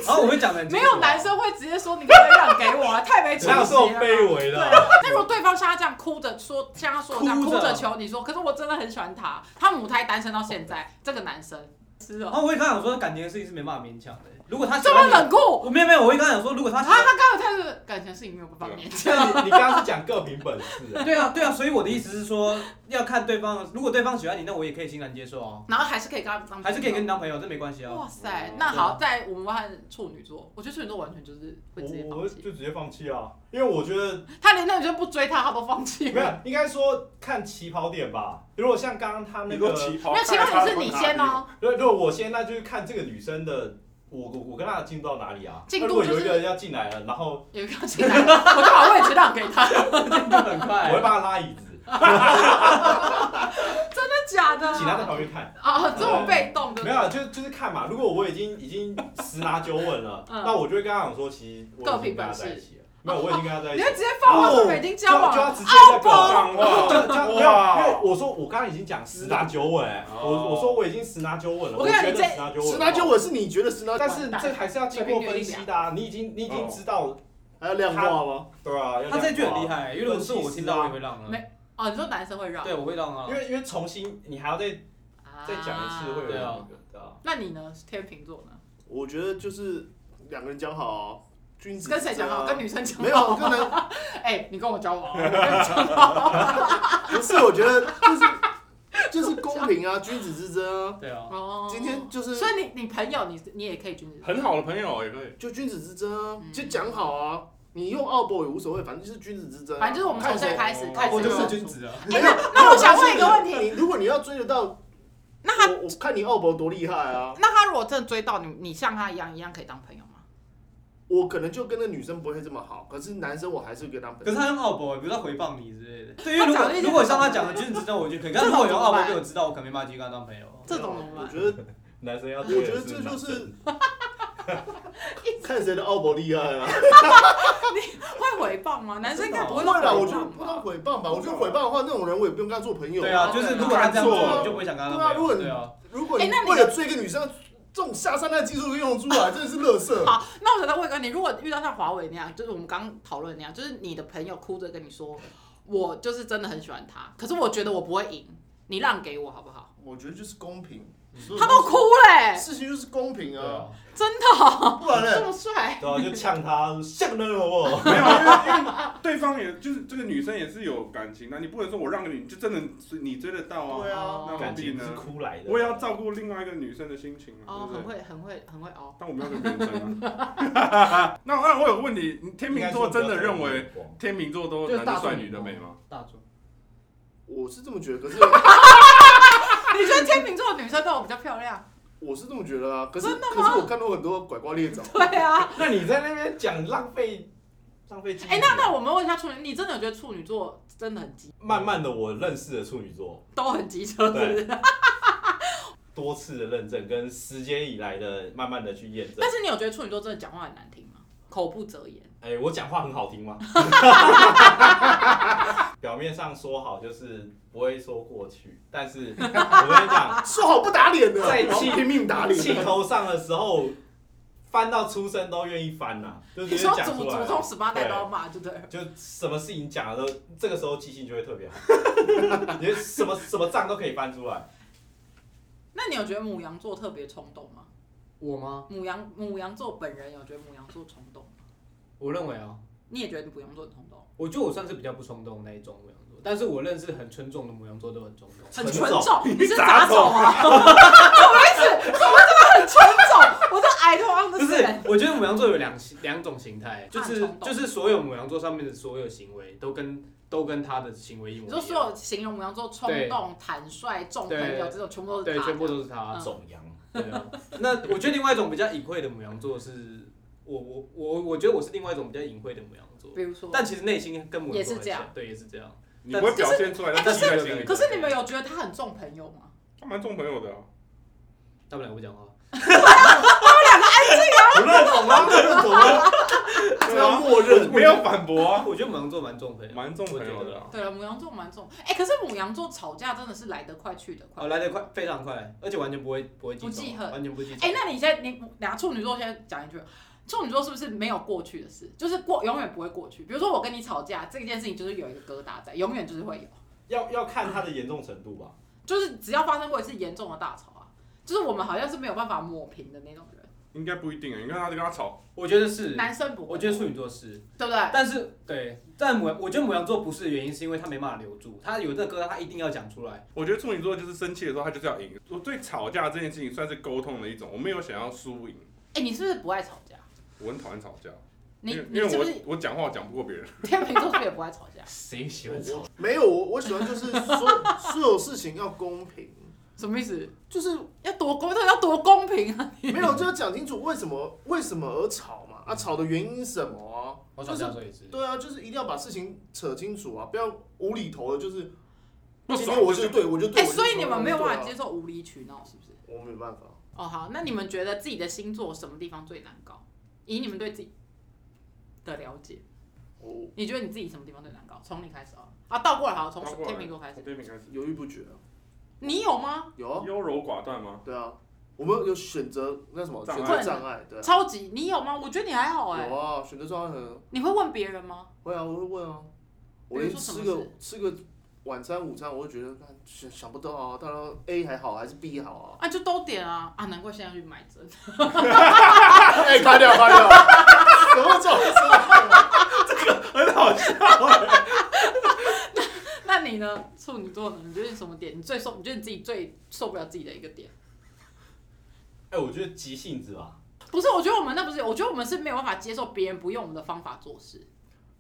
[SPEAKER 4] 然后我会讲的很清
[SPEAKER 1] 没
[SPEAKER 4] 楚啊
[SPEAKER 1] 有男，生会直接说你可不可以让给我啊，太没出
[SPEAKER 5] 哪有这种
[SPEAKER 1] 息了。
[SPEAKER 5] 卑微的啊、
[SPEAKER 1] 那如果对方像他这样哭着说，像他说的这样
[SPEAKER 4] 哭
[SPEAKER 1] 哭
[SPEAKER 4] 着
[SPEAKER 1] 着求你说，可是我真的很喜欢他，他母胎单身到现在，这个男生是
[SPEAKER 4] 然
[SPEAKER 1] 哦，
[SPEAKER 4] 后我会跟他讲说，感情的事情是没办法勉强的，如果他喜
[SPEAKER 1] 这么
[SPEAKER 4] 欢你，
[SPEAKER 1] 冷酷，
[SPEAKER 4] 我没有没有，我会跟他讲说，如果他
[SPEAKER 1] 他
[SPEAKER 4] 喜欢
[SPEAKER 1] 他刚好他是感情事情没有办法勉强，
[SPEAKER 5] 那你你刚刚是讲各凭 本事、啊，
[SPEAKER 4] 对啊，对啊，所以我的意思是说，要看对方，如果对方喜欢你，那我也可以欣然接受啊，
[SPEAKER 1] 然后 还是可以跟他当，
[SPEAKER 4] 还是可以跟。你当朋友，这没关系啊。
[SPEAKER 1] 哇塞，那好，在我们看处女座，我觉得处女座完全就是会直接
[SPEAKER 5] 我
[SPEAKER 1] 放
[SPEAKER 5] 我
[SPEAKER 1] 弃，
[SPEAKER 5] 就直接放弃啊，因为我觉得
[SPEAKER 1] 他连那女生不追他，他都放弃
[SPEAKER 5] 没
[SPEAKER 1] 了。
[SPEAKER 5] 有，应该说看起跑点吧。如果像刚刚他那
[SPEAKER 3] 你说
[SPEAKER 5] 个，
[SPEAKER 3] 旗袍，
[SPEAKER 1] 那起码你是你先哦，
[SPEAKER 5] 如果如果我先，那就是看这个女生的，我我我跟她的进度到哪里啊？
[SPEAKER 1] 进度
[SPEAKER 5] 那如果有
[SPEAKER 1] 就是
[SPEAKER 5] 一个人要进来了，然后
[SPEAKER 1] 有一个进来，我就把位置让给 他，真
[SPEAKER 4] 很
[SPEAKER 5] 我
[SPEAKER 4] 快
[SPEAKER 5] 会，帮她拉椅子，
[SPEAKER 1] 的假的
[SPEAKER 5] 请她在旁边看。
[SPEAKER 1] 啊，这么被动的，
[SPEAKER 5] 没有啊，就就是看嘛。如果我已经已经十拿九稳了，
[SPEAKER 1] 嗯
[SPEAKER 5] 那我就会跟她讲说，其实我
[SPEAKER 1] 各
[SPEAKER 5] 已
[SPEAKER 1] 凭
[SPEAKER 5] 经跟她
[SPEAKER 1] 本
[SPEAKER 5] 在一
[SPEAKER 1] 事
[SPEAKER 5] 起了。没有，我已经跟她在一
[SPEAKER 1] 你就
[SPEAKER 5] 起了。
[SPEAKER 1] 直接放话说啊北京
[SPEAKER 5] 就
[SPEAKER 1] 交往
[SPEAKER 5] 就
[SPEAKER 1] 了，
[SPEAKER 5] 要直接那个
[SPEAKER 3] 棒 哇
[SPEAKER 5] 这这没有，因为
[SPEAKER 3] 哇，
[SPEAKER 5] 我说我刚刚已经讲十拿九稳、欸，
[SPEAKER 3] 哦
[SPEAKER 5] 我我说我已经十拿九稳了，
[SPEAKER 1] 我跟你
[SPEAKER 5] 觉
[SPEAKER 1] 讲你
[SPEAKER 5] 得
[SPEAKER 1] 这
[SPEAKER 5] 十拿九稳，
[SPEAKER 6] 十拿九，稳是你觉得十拿，
[SPEAKER 5] 啊但是这还是要经过分析的、啊，你已经你已
[SPEAKER 4] 哦
[SPEAKER 5] 经知道，
[SPEAKER 6] 还要量化吗？
[SPEAKER 5] 对啊，要
[SPEAKER 4] 他这
[SPEAKER 5] 样
[SPEAKER 4] 句
[SPEAKER 5] 做啊
[SPEAKER 4] 很厉害，因为如果是我听到我也会让啊，
[SPEAKER 1] 没哦，你说男生会让，
[SPEAKER 4] 对，我会让啊
[SPEAKER 5] 因，为因为重新你还要再
[SPEAKER 1] 啊
[SPEAKER 5] 再讲一次会有
[SPEAKER 4] 对啊
[SPEAKER 5] 那个，对啊，
[SPEAKER 1] 那你呢？天秤座呢？
[SPEAKER 6] 我觉得就是两个人讲好，啊君子啊
[SPEAKER 1] 跟谁讲好？跟女生讲好？
[SPEAKER 6] 没有，跟男
[SPEAKER 1] 哎，你跟我交往，
[SPEAKER 6] 不是，我觉得就是就是公平啊， 君子之争啊。
[SPEAKER 4] 对啊，
[SPEAKER 1] 哦，
[SPEAKER 6] 今天就是
[SPEAKER 1] 所以你你朋友你你也可以君子，
[SPEAKER 3] 很好的朋友也可以。
[SPEAKER 6] 就君子之争啊
[SPEAKER 1] 嗯，
[SPEAKER 6] 就讲好啊。你用奥博也无所谓，反正就是君子之争啊。
[SPEAKER 1] 反正就是我们从
[SPEAKER 6] 看谁
[SPEAKER 1] 这开始，
[SPEAKER 3] 哦
[SPEAKER 1] 看
[SPEAKER 4] 啊我
[SPEAKER 1] 谁
[SPEAKER 4] 就是
[SPEAKER 1] 胜
[SPEAKER 4] 君。子啊，
[SPEAKER 1] 哎，那那我想问一个问
[SPEAKER 6] 你
[SPEAKER 1] 题，
[SPEAKER 6] 如果你要追得到
[SPEAKER 1] 那他
[SPEAKER 6] 我我看你奥博多厉害啊，
[SPEAKER 1] 那他如果真的追到你，你像他一样，一样可以当朋友吗？
[SPEAKER 6] 我可能就跟那女生不会这么好，可是男生我还是跟他朋
[SPEAKER 4] 可是
[SPEAKER 6] 友。
[SPEAKER 4] 他用奥博，比如他回放你之类的。对，因
[SPEAKER 1] 他讲
[SPEAKER 4] 为如果
[SPEAKER 1] 的一些
[SPEAKER 4] 如果像他讲的君子之争，我就可以。但
[SPEAKER 1] 这
[SPEAKER 4] 如
[SPEAKER 1] 种
[SPEAKER 4] 果
[SPEAKER 1] 怎
[SPEAKER 4] 有
[SPEAKER 1] 么
[SPEAKER 4] 奥博
[SPEAKER 1] 办
[SPEAKER 4] 被我知道，我肯定没办法继续跟他当朋友。
[SPEAKER 1] 这种怎么
[SPEAKER 6] 我
[SPEAKER 1] 办？
[SPEAKER 6] 觉得，
[SPEAKER 5] 男生要
[SPEAKER 6] 我
[SPEAKER 5] 追的
[SPEAKER 6] 觉得这
[SPEAKER 5] 男
[SPEAKER 6] 就
[SPEAKER 5] 生
[SPEAKER 6] 是看谁的奥博厉害 啊。
[SPEAKER 1] 会回报吗？男生应该不
[SPEAKER 6] 不会
[SPEAKER 1] 会
[SPEAKER 6] 啦，我
[SPEAKER 1] 觉
[SPEAKER 6] 觉得不能毁谤吧。我觉得毁谤的话，那种人我也不用跟他做朋友。
[SPEAKER 4] 对啊，就是如果他这
[SPEAKER 6] 看
[SPEAKER 4] 样
[SPEAKER 6] 错
[SPEAKER 4] 做，
[SPEAKER 6] 了
[SPEAKER 4] 你就不会想跟他
[SPEAKER 6] 对啊
[SPEAKER 4] 当
[SPEAKER 6] 如
[SPEAKER 4] 朋
[SPEAKER 6] 果
[SPEAKER 4] 友。
[SPEAKER 6] 你
[SPEAKER 4] 对啊，
[SPEAKER 6] 如果你
[SPEAKER 1] 哎那你
[SPEAKER 6] 为了追一个女生，这种下三滥技术都用得出 来，真的是乐色。
[SPEAKER 1] 好，那我想再问一个问题：如果遇到像华为那样，就是我们刚讨论那样，就是你的朋友哭着跟你说，我就是真的很喜欢他，可是我觉得我不会赢，你让给我好不好？
[SPEAKER 6] 我觉得就是公平，
[SPEAKER 1] 他都哭欸嘞、
[SPEAKER 6] 事情就是公平
[SPEAKER 4] 嗯对
[SPEAKER 6] 啊，
[SPEAKER 4] 啊。
[SPEAKER 1] 真的哦、
[SPEAKER 6] 不然
[SPEAKER 1] 这
[SPEAKER 6] 呢？
[SPEAKER 1] 么帅，
[SPEAKER 5] 对啊，就呛他像那个我，
[SPEAKER 3] 没有，啊因为因为对方也就是这个女生也是有感情的，你不能说我让给你，就真的是你追得到啊
[SPEAKER 6] 对。啊，
[SPEAKER 1] 哦
[SPEAKER 5] 感情是哭来的。
[SPEAKER 3] 我也要照顾另外一个女生的心情啊，
[SPEAKER 1] 哦，
[SPEAKER 3] 对
[SPEAKER 1] 很
[SPEAKER 3] 不对？
[SPEAKER 1] 会，很会，很会哦。
[SPEAKER 3] 但我没有跟别人争啊。那 那我有个问题，你天秤座真的认为天秤座都男的帅女的美吗？
[SPEAKER 4] 大众
[SPEAKER 6] 我是这么觉得，可是
[SPEAKER 1] 你觉得天秤座的女生对我比较漂亮？
[SPEAKER 6] 我是这么觉得啊，可是
[SPEAKER 1] 真的吗
[SPEAKER 6] 可是我看到很多拐瓜裂枣，
[SPEAKER 1] 对啊。
[SPEAKER 5] 那你在那边讲浪费浪费精力
[SPEAKER 1] 哎、那那我们问一下处女，你真的有觉得处女座真的很机，
[SPEAKER 5] 慢慢的我认识的处女座，
[SPEAKER 1] 都很机车，是不是？
[SPEAKER 5] 多次的认证跟时间以来的慢慢的去验证
[SPEAKER 1] 但。是你有觉得处女座真的讲话很难听吗？口不择言。
[SPEAKER 5] 哎、我讲话很好听吗？ 表面上说好就是不会说过去，但是 我跟你讲，
[SPEAKER 6] 说好不打脸的，
[SPEAKER 5] 在
[SPEAKER 6] 然后
[SPEAKER 5] 气
[SPEAKER 6] 拼命打
[SPEAKER 5] 气
[SPEAKER 6] 脸。
[SPEAKER 5] 头上的时候，翻到出生都愿意翻呐、就
[SPEAKER 1] 你
[SPEAKER 5] 直接
[SPEAKER 1] 说
[SPEAKER 5] 讲
[SPEAKER 1] 祖
[SPEAKER 5] 出来
[SPEAKER 1] 祖宗
[SPEAKER 5] 了。
[SPEAKER 1] 十八代都要骂，对不对了？
[SPEAKER 5] 就什么事情讲的时候，这个时候记性就会特别好， 你就什么什么账都可以翻出来。
[SPEAKER 1] 那你有觉得母羊座特别冲动吗？
[SPEAKER 4] 我吗？
[SPEAKER 1] 母羊母羊座本人有觉得母羊座冲动吗？
[SPEAKER 4] 我认为啊，
[SPEAKER 1] 你也觉得母羊座很冲动，
[SPEAKER 4] 我觉得我算是比较不冲动的那一种母羊座，但是我认识很纯种的母羊座都很冲动。
[SPEAKER 1] 很纯
[SPEAKER 5] 纯
[SPEAKER 1] 种，你是
[SPEAKER 3] 杂
[SPEAKER 1] 杂种啊？ 什么意思？什么真的很纯种？我这 I don't
[SPEAKER 4] 不是
[SPEAKER 1] understand。，
[SPEAKER 4] 我觉得母羊座有两两种形态，就
[SPEAKER 1] 很
[SPEAKER 4] 是
[SPEAKER 1] 冲动
[SPEAKER 4] 就是所有母羊座上面的所有行为都跟都跟他的行为一
[SPEAKER 1] 你
[SPEAKER 4] 模一
[SPEAKER 1] 说
[SPEAKER 4] 样。
[SPEAKER 1] 所有形容母羊座冲动、坦率、重朋友
[SPEAKER 4] 对
[SPEAKER 1] 这种，全部都是
[SPEAKER 4] 对，
[SPEAKER 1] 他
[SPEAKER 4] 全部
[SPEAKER 1] 这样
[SPEAKER 4] 都是他。
[SPEAKER 1] 嗯
[SPEAKER 5] 种羊，
[SPEAKER 4] 对啊，那我觉得另外一种比较隐晦的母羊座是，我我我我觉得我是另外一种比较隐晦的母羊座，
[SPEAKER 1] 比如说，
[SPEAKER 4] 但其实内心跟母
[SPEAKER 1] 也
[SPEAKER 4] 羊
[SPEAKER 1] 是
[SPEAKER 4] 座很
[SPEAKER 1] 这样
[SPEAKER 4] 像，对，也是这样。
[SPEAKER 3] 你不会表现出来，但
[SPEAKER 1] 可
[SPEAKER 3] 是
[SPEAKER 1] 是
[SPEAKER 3] 在心里。
[SPEAKER 1] 可是你们有觉得他很重朋友吗？
[SPEAKER 3] 他蛮重朋友的啊，
[SPEAKER 4] 他们两个不讲话，
[SPEAKER 5] 不认同吗？
[SPEAKER 6] 认同吗？
[SPEAKER 4] 啊
[SPEAKER 6] 这要默认，
[SPEAKER 3] 没有反驳啊，
[SPEAKER 4] 我觉得母羊座蛮重朋友，
[SPEAKER 3] 蛮重朋友的啊。
[SPEAKER 1] 对了，母羊座蛮重，哎、可是母羊座吵架真的是来得快去得快。
[SPEAKER 4] 哦，来得快，非常快，而且完全不会不会记
[SPEAKER 1] 不记
[SPEAKER 4] 仇
[SPEAKER 1] 恨
[SPEAKER 4] 完全不会记仇。
[SPEAKER 1] 哎、那你现在你拿处女座现在讲一句，处女座是不是没有过去的事？就是过永远不会过去。比如说我跟你吵架这件事情，就是有一个疙瘩在，永远就是会有，
[SPEAKER 5] 要要看它的严重程度吧。
[SPEAKER 1] 就是只要发生过一次严重的大吵啊，就是我们好像是没有办法抹平的那种人。
[SPEAKER 3] 应该不一定啊，你看他就跟他吵，
[SPEAKER 4] 我觉得是，
[SPEAKER 1] 男生不会，
[SPEAKER 4] 我觉得处女座是，
[SPEAKER 1] 对不对？
[SPEAKER 4] 但是对，但母羊我觉得母羊座不是的原因，是因为他没办法留住，他有这个疙瘩，他一定要讲出来。
[SPEAKER 3] 我觉得处女座就是生气的时候他就是要赢。我对吵架这件事情算是沟通的一种，我没有想要输赢，
[SPEAKER 1] 哎、你是不是不爱吵架？
[SPEAKER 3] 我很讨厌吵架。
[SPEAKER 1] 你
[SPEAKER 3] 因为
[SPEAKER 1] 你
[SPEAKER 3] 因为
[SPEAKER 1] 是不是
[SPEAKER 3] 我我讲话我讲不过 别人，
[SPEAKER 1] 天秤座是不是也不爱吵架？
[SPEAKER 5] 谁喜
[SPEAKER 6] 我我没有，我我喜欢就是说所有事情要公平，
[SPEAKER 1] 什么意思？
[SPEAKER 6] 就是
[SPEAKER 1] 要多公，要多公平啊！
[SPEAKER 6] 没有就要讲清楚为什么为什么而吵嘛，啊吵的原因是什么啊？
[SPEAKER 4] 我吵架的时候也是，
[SPEAKER 6] 对啊，就是一定要把事情扯清楚啊，不要无厘头的，就是
[SPEAKER 3] 不
[SPEAKER 6] 今
[SPEAKER 3] 爽
[SPEAKER 6] 天我
[SPEAKER 3] 就
[SPEAKER 6] 就对我就对。
[SPEAKER 1] 哎、
[SPEAKER 6] 我就
[SPEAKER 1] 所以你
[SPEAKER 6] 对
[SPEAKER 1] 们没有办法
[SPEAKER 6] 对
[SPEAKER 1] 接
[SPEAKER 6] 啊
[SPEAKER 1] 受无理取闹，是不是？
[SPEAKER 6] 我没有办法，
[SPEAKER 1] 哦，好，那你们觉得自己的星座什么地方最难搞？以你们对自己的了解，
[SPEAKER 6] 我
[SPEAKER 1] 你觉得你自己什么地方最难搞？从你开始哦，啊，倒过来好，从
[SPEAKER 3] 倒过来
[SPEAKER 1] 天秤座开
[SPEAKER 3] 从
[SPEAKER 1] 始，
[SPEAKER 3] 天平开始，
[SPEAKER 6] 犹豫不决啊。
[SPEAKER 1] 你有吗？
[SPEAKER 6] 有啊，
[SPEAKER 3] 优柔寡断吗？
[SPEAKER 6] 对啊，我们有选择那什么
[SPEAKER 3] 障
[SPEAKER 6] 选
[SPEAKER 3] 碍
[SPEAKER 6] 择障碍，对啊，
[SPEAKER 1] 超级，你有吗？我觉得你还好哎、
[SPEAKER 6] 有啊，选择障碍很
[SPEAKER 1] 你会问别人吗？
[SPEAKER 6] 会啊，我会问啊，我
[SPEAKER 1] 比如
[SPEAKER 6] 连
[SPEAKER 1] 说什
[SPEAKER 6] 吃
[SPEAKER 1] 么
[SPEAKER 6] 个吃个晚餐午餐，我会觉得干想想不到啊，到底 A 还好还是 B 好啊？
[SPEAKER 1] 啊，就都点啊啊，难怪现在去买针，
[SPEAKER 6] 哎，卡掉卡掉， 什么叫
[SPEAKER 5] 很好笑。
[SPEAKER 1] 那你呢？处女座呢？你觉得你什么点？你最受？你觉得你自己最受不了自己的一个点？
[SPEAKER 5] 哎、我觉得急性子吧，
[SPEAKER 1] 不是，我觉得我们那不是，我觉得我们是没有办法接受别人不用我们的方法做事。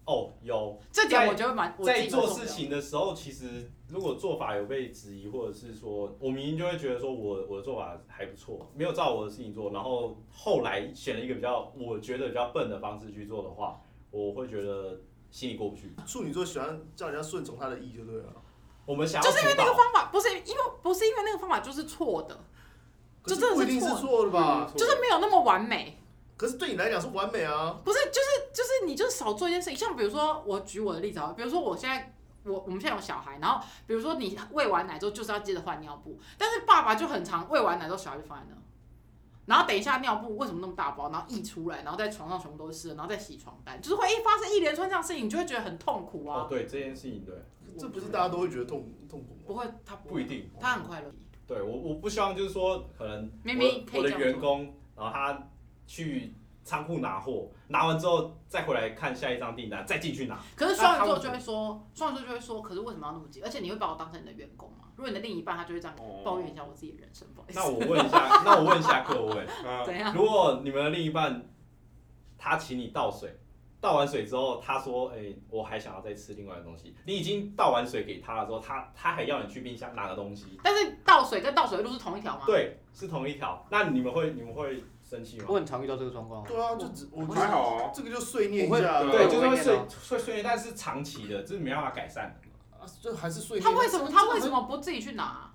[SPEAKER 5] 哦，有
[SPEAKER 1] 这点我觉得蛮我自
[SPEAKER 5] 在
[SPEAKER 1] 己蛮
[SPEAKER 5] 做
[SPEAKER 1] 重
[SPEAKER 5] 事
[SPEAKER 1] 要
[SPEAKER 5] 情的时候，其实如果做法有被质疑，或者是说我明明就会觉得说我我的做法还不错，没有照我的事情做，然后后来选了一个比较我觉得比较笨的方式去做的话，我会觉得心里过不去。
[SPEAKER 6] 处女座喜欢叫人家顺从他的意，就对了。
[SPEAKER 5] 我们想要
[SPEAKER 1] 就是因为
[SPEAKER 5] 主
[SPEAKER 1] 那
[SPEAKER 5] 导
[SPEAKER 1] 个方法不是因为不是因为那个方法就是错的，
[SPEAKER 6] 可
[SPEAKER 1] 就是真
[SPEAKER 6] 不一
[SPEAKER 1] 的
[SPEAKER 6] 定是
[SPEAKER 1] 错嗯的，
[SPEAKER 6] 错的
[SPEAKER 5] 嗯
[SPEAKER 6] 吧？
[SPEAKER 1] 就是没有那么完美。
[SPEAKER 6] 可是对你来讲是完美啊。
[SPEAKER 1] 不是，就是就是你就是少做一件事情，像比如说我举我的例子啊，比如说我现在我我们现在有小孩，然后比如说你喂完奶之后就是要接着换尿布，但是爸爸就很常喂完奶之后小孩就放在那，然后等一下尿布为什么那么大包，然后溢出来，然后在床上全部都是，然后再洗床单，就是会一发生一连串这样的事情，你就会觉得很痛苦
[SPEAKER 5] 哦
[SPEAKER 1] 啊，。
[SPEAKER 5] 对这件事情，对
[SPEAKER 6] 这不是大家都会觉得痛痛苦吗？
[SPEAKER 1] 不会，他不
[SPEAKER 5] 不一，定，
[SPEAKER 1] 他很快乐。
[SPEAKER 5] 对我我不希望就是说可能
[SPEAKER 1] 明明可以
[SPEAKER 5] 我
[SPEAKER 1] 这
[SPEAKER 5] 我的
[SPEAKER 1] 样
[SPEAKER 5] 员工，然后他去仓库拿货，拿完之后再回来看下一张订单，再进去拿。
[SPEAKER 1] 可是双鱼座就会说，双鱼座就会说，可是为什么要那么急？而且你会把我当成你的员工吗？如果你的另一半他就会这样
[SPEAKER 3] 哦
[SPEAKER 1] 抱怨一下我自己的人生，不好意思
[SPEAKER 5] 那，我问 一下，那我问一下各位，
[SPEAKER 3] 啊，
[SPEAKER 1] 怎 样？
[SPEAKER 5] 如果你们的另一半他请你倒水，倒完水之后他说：“哎、我还想要再吃另外的东西。”你已经倒完水给他了之后，他他还要你去冰箱拿个东西，
[SPEAKER 1] 但是倒水跟倒水的路是同一条吗？
[SPEAKER 5] 对，是同一条。那你们会你们会生气吗
[SPEAKER 4] 我？很常遇到这个状况啊。
[SPEAKER 6] 对啊，就只我觉
[SPEAKER 3] 还
[SPEAKER 6] 得
[SPEAKER 3] 好啊，
[SPEAKER 6] 这个就碎念一下啊，
[SPEAKER 3] 我
[SPEAKER 5] 对，
[SPEAKER 3] 会
[SPEAKER 5] 就是会
[SPEAKER 4] 我会
[SPEAKER 5] 睡
[SPEAKER 4] 念
[SPEAKER 5] 睡睡念，但是长期的，这是没办法改善的，
[SPEAKER 6] 啊这还是碎念。
[SPEAKER 1] 他为什么他为什么不自己去拿？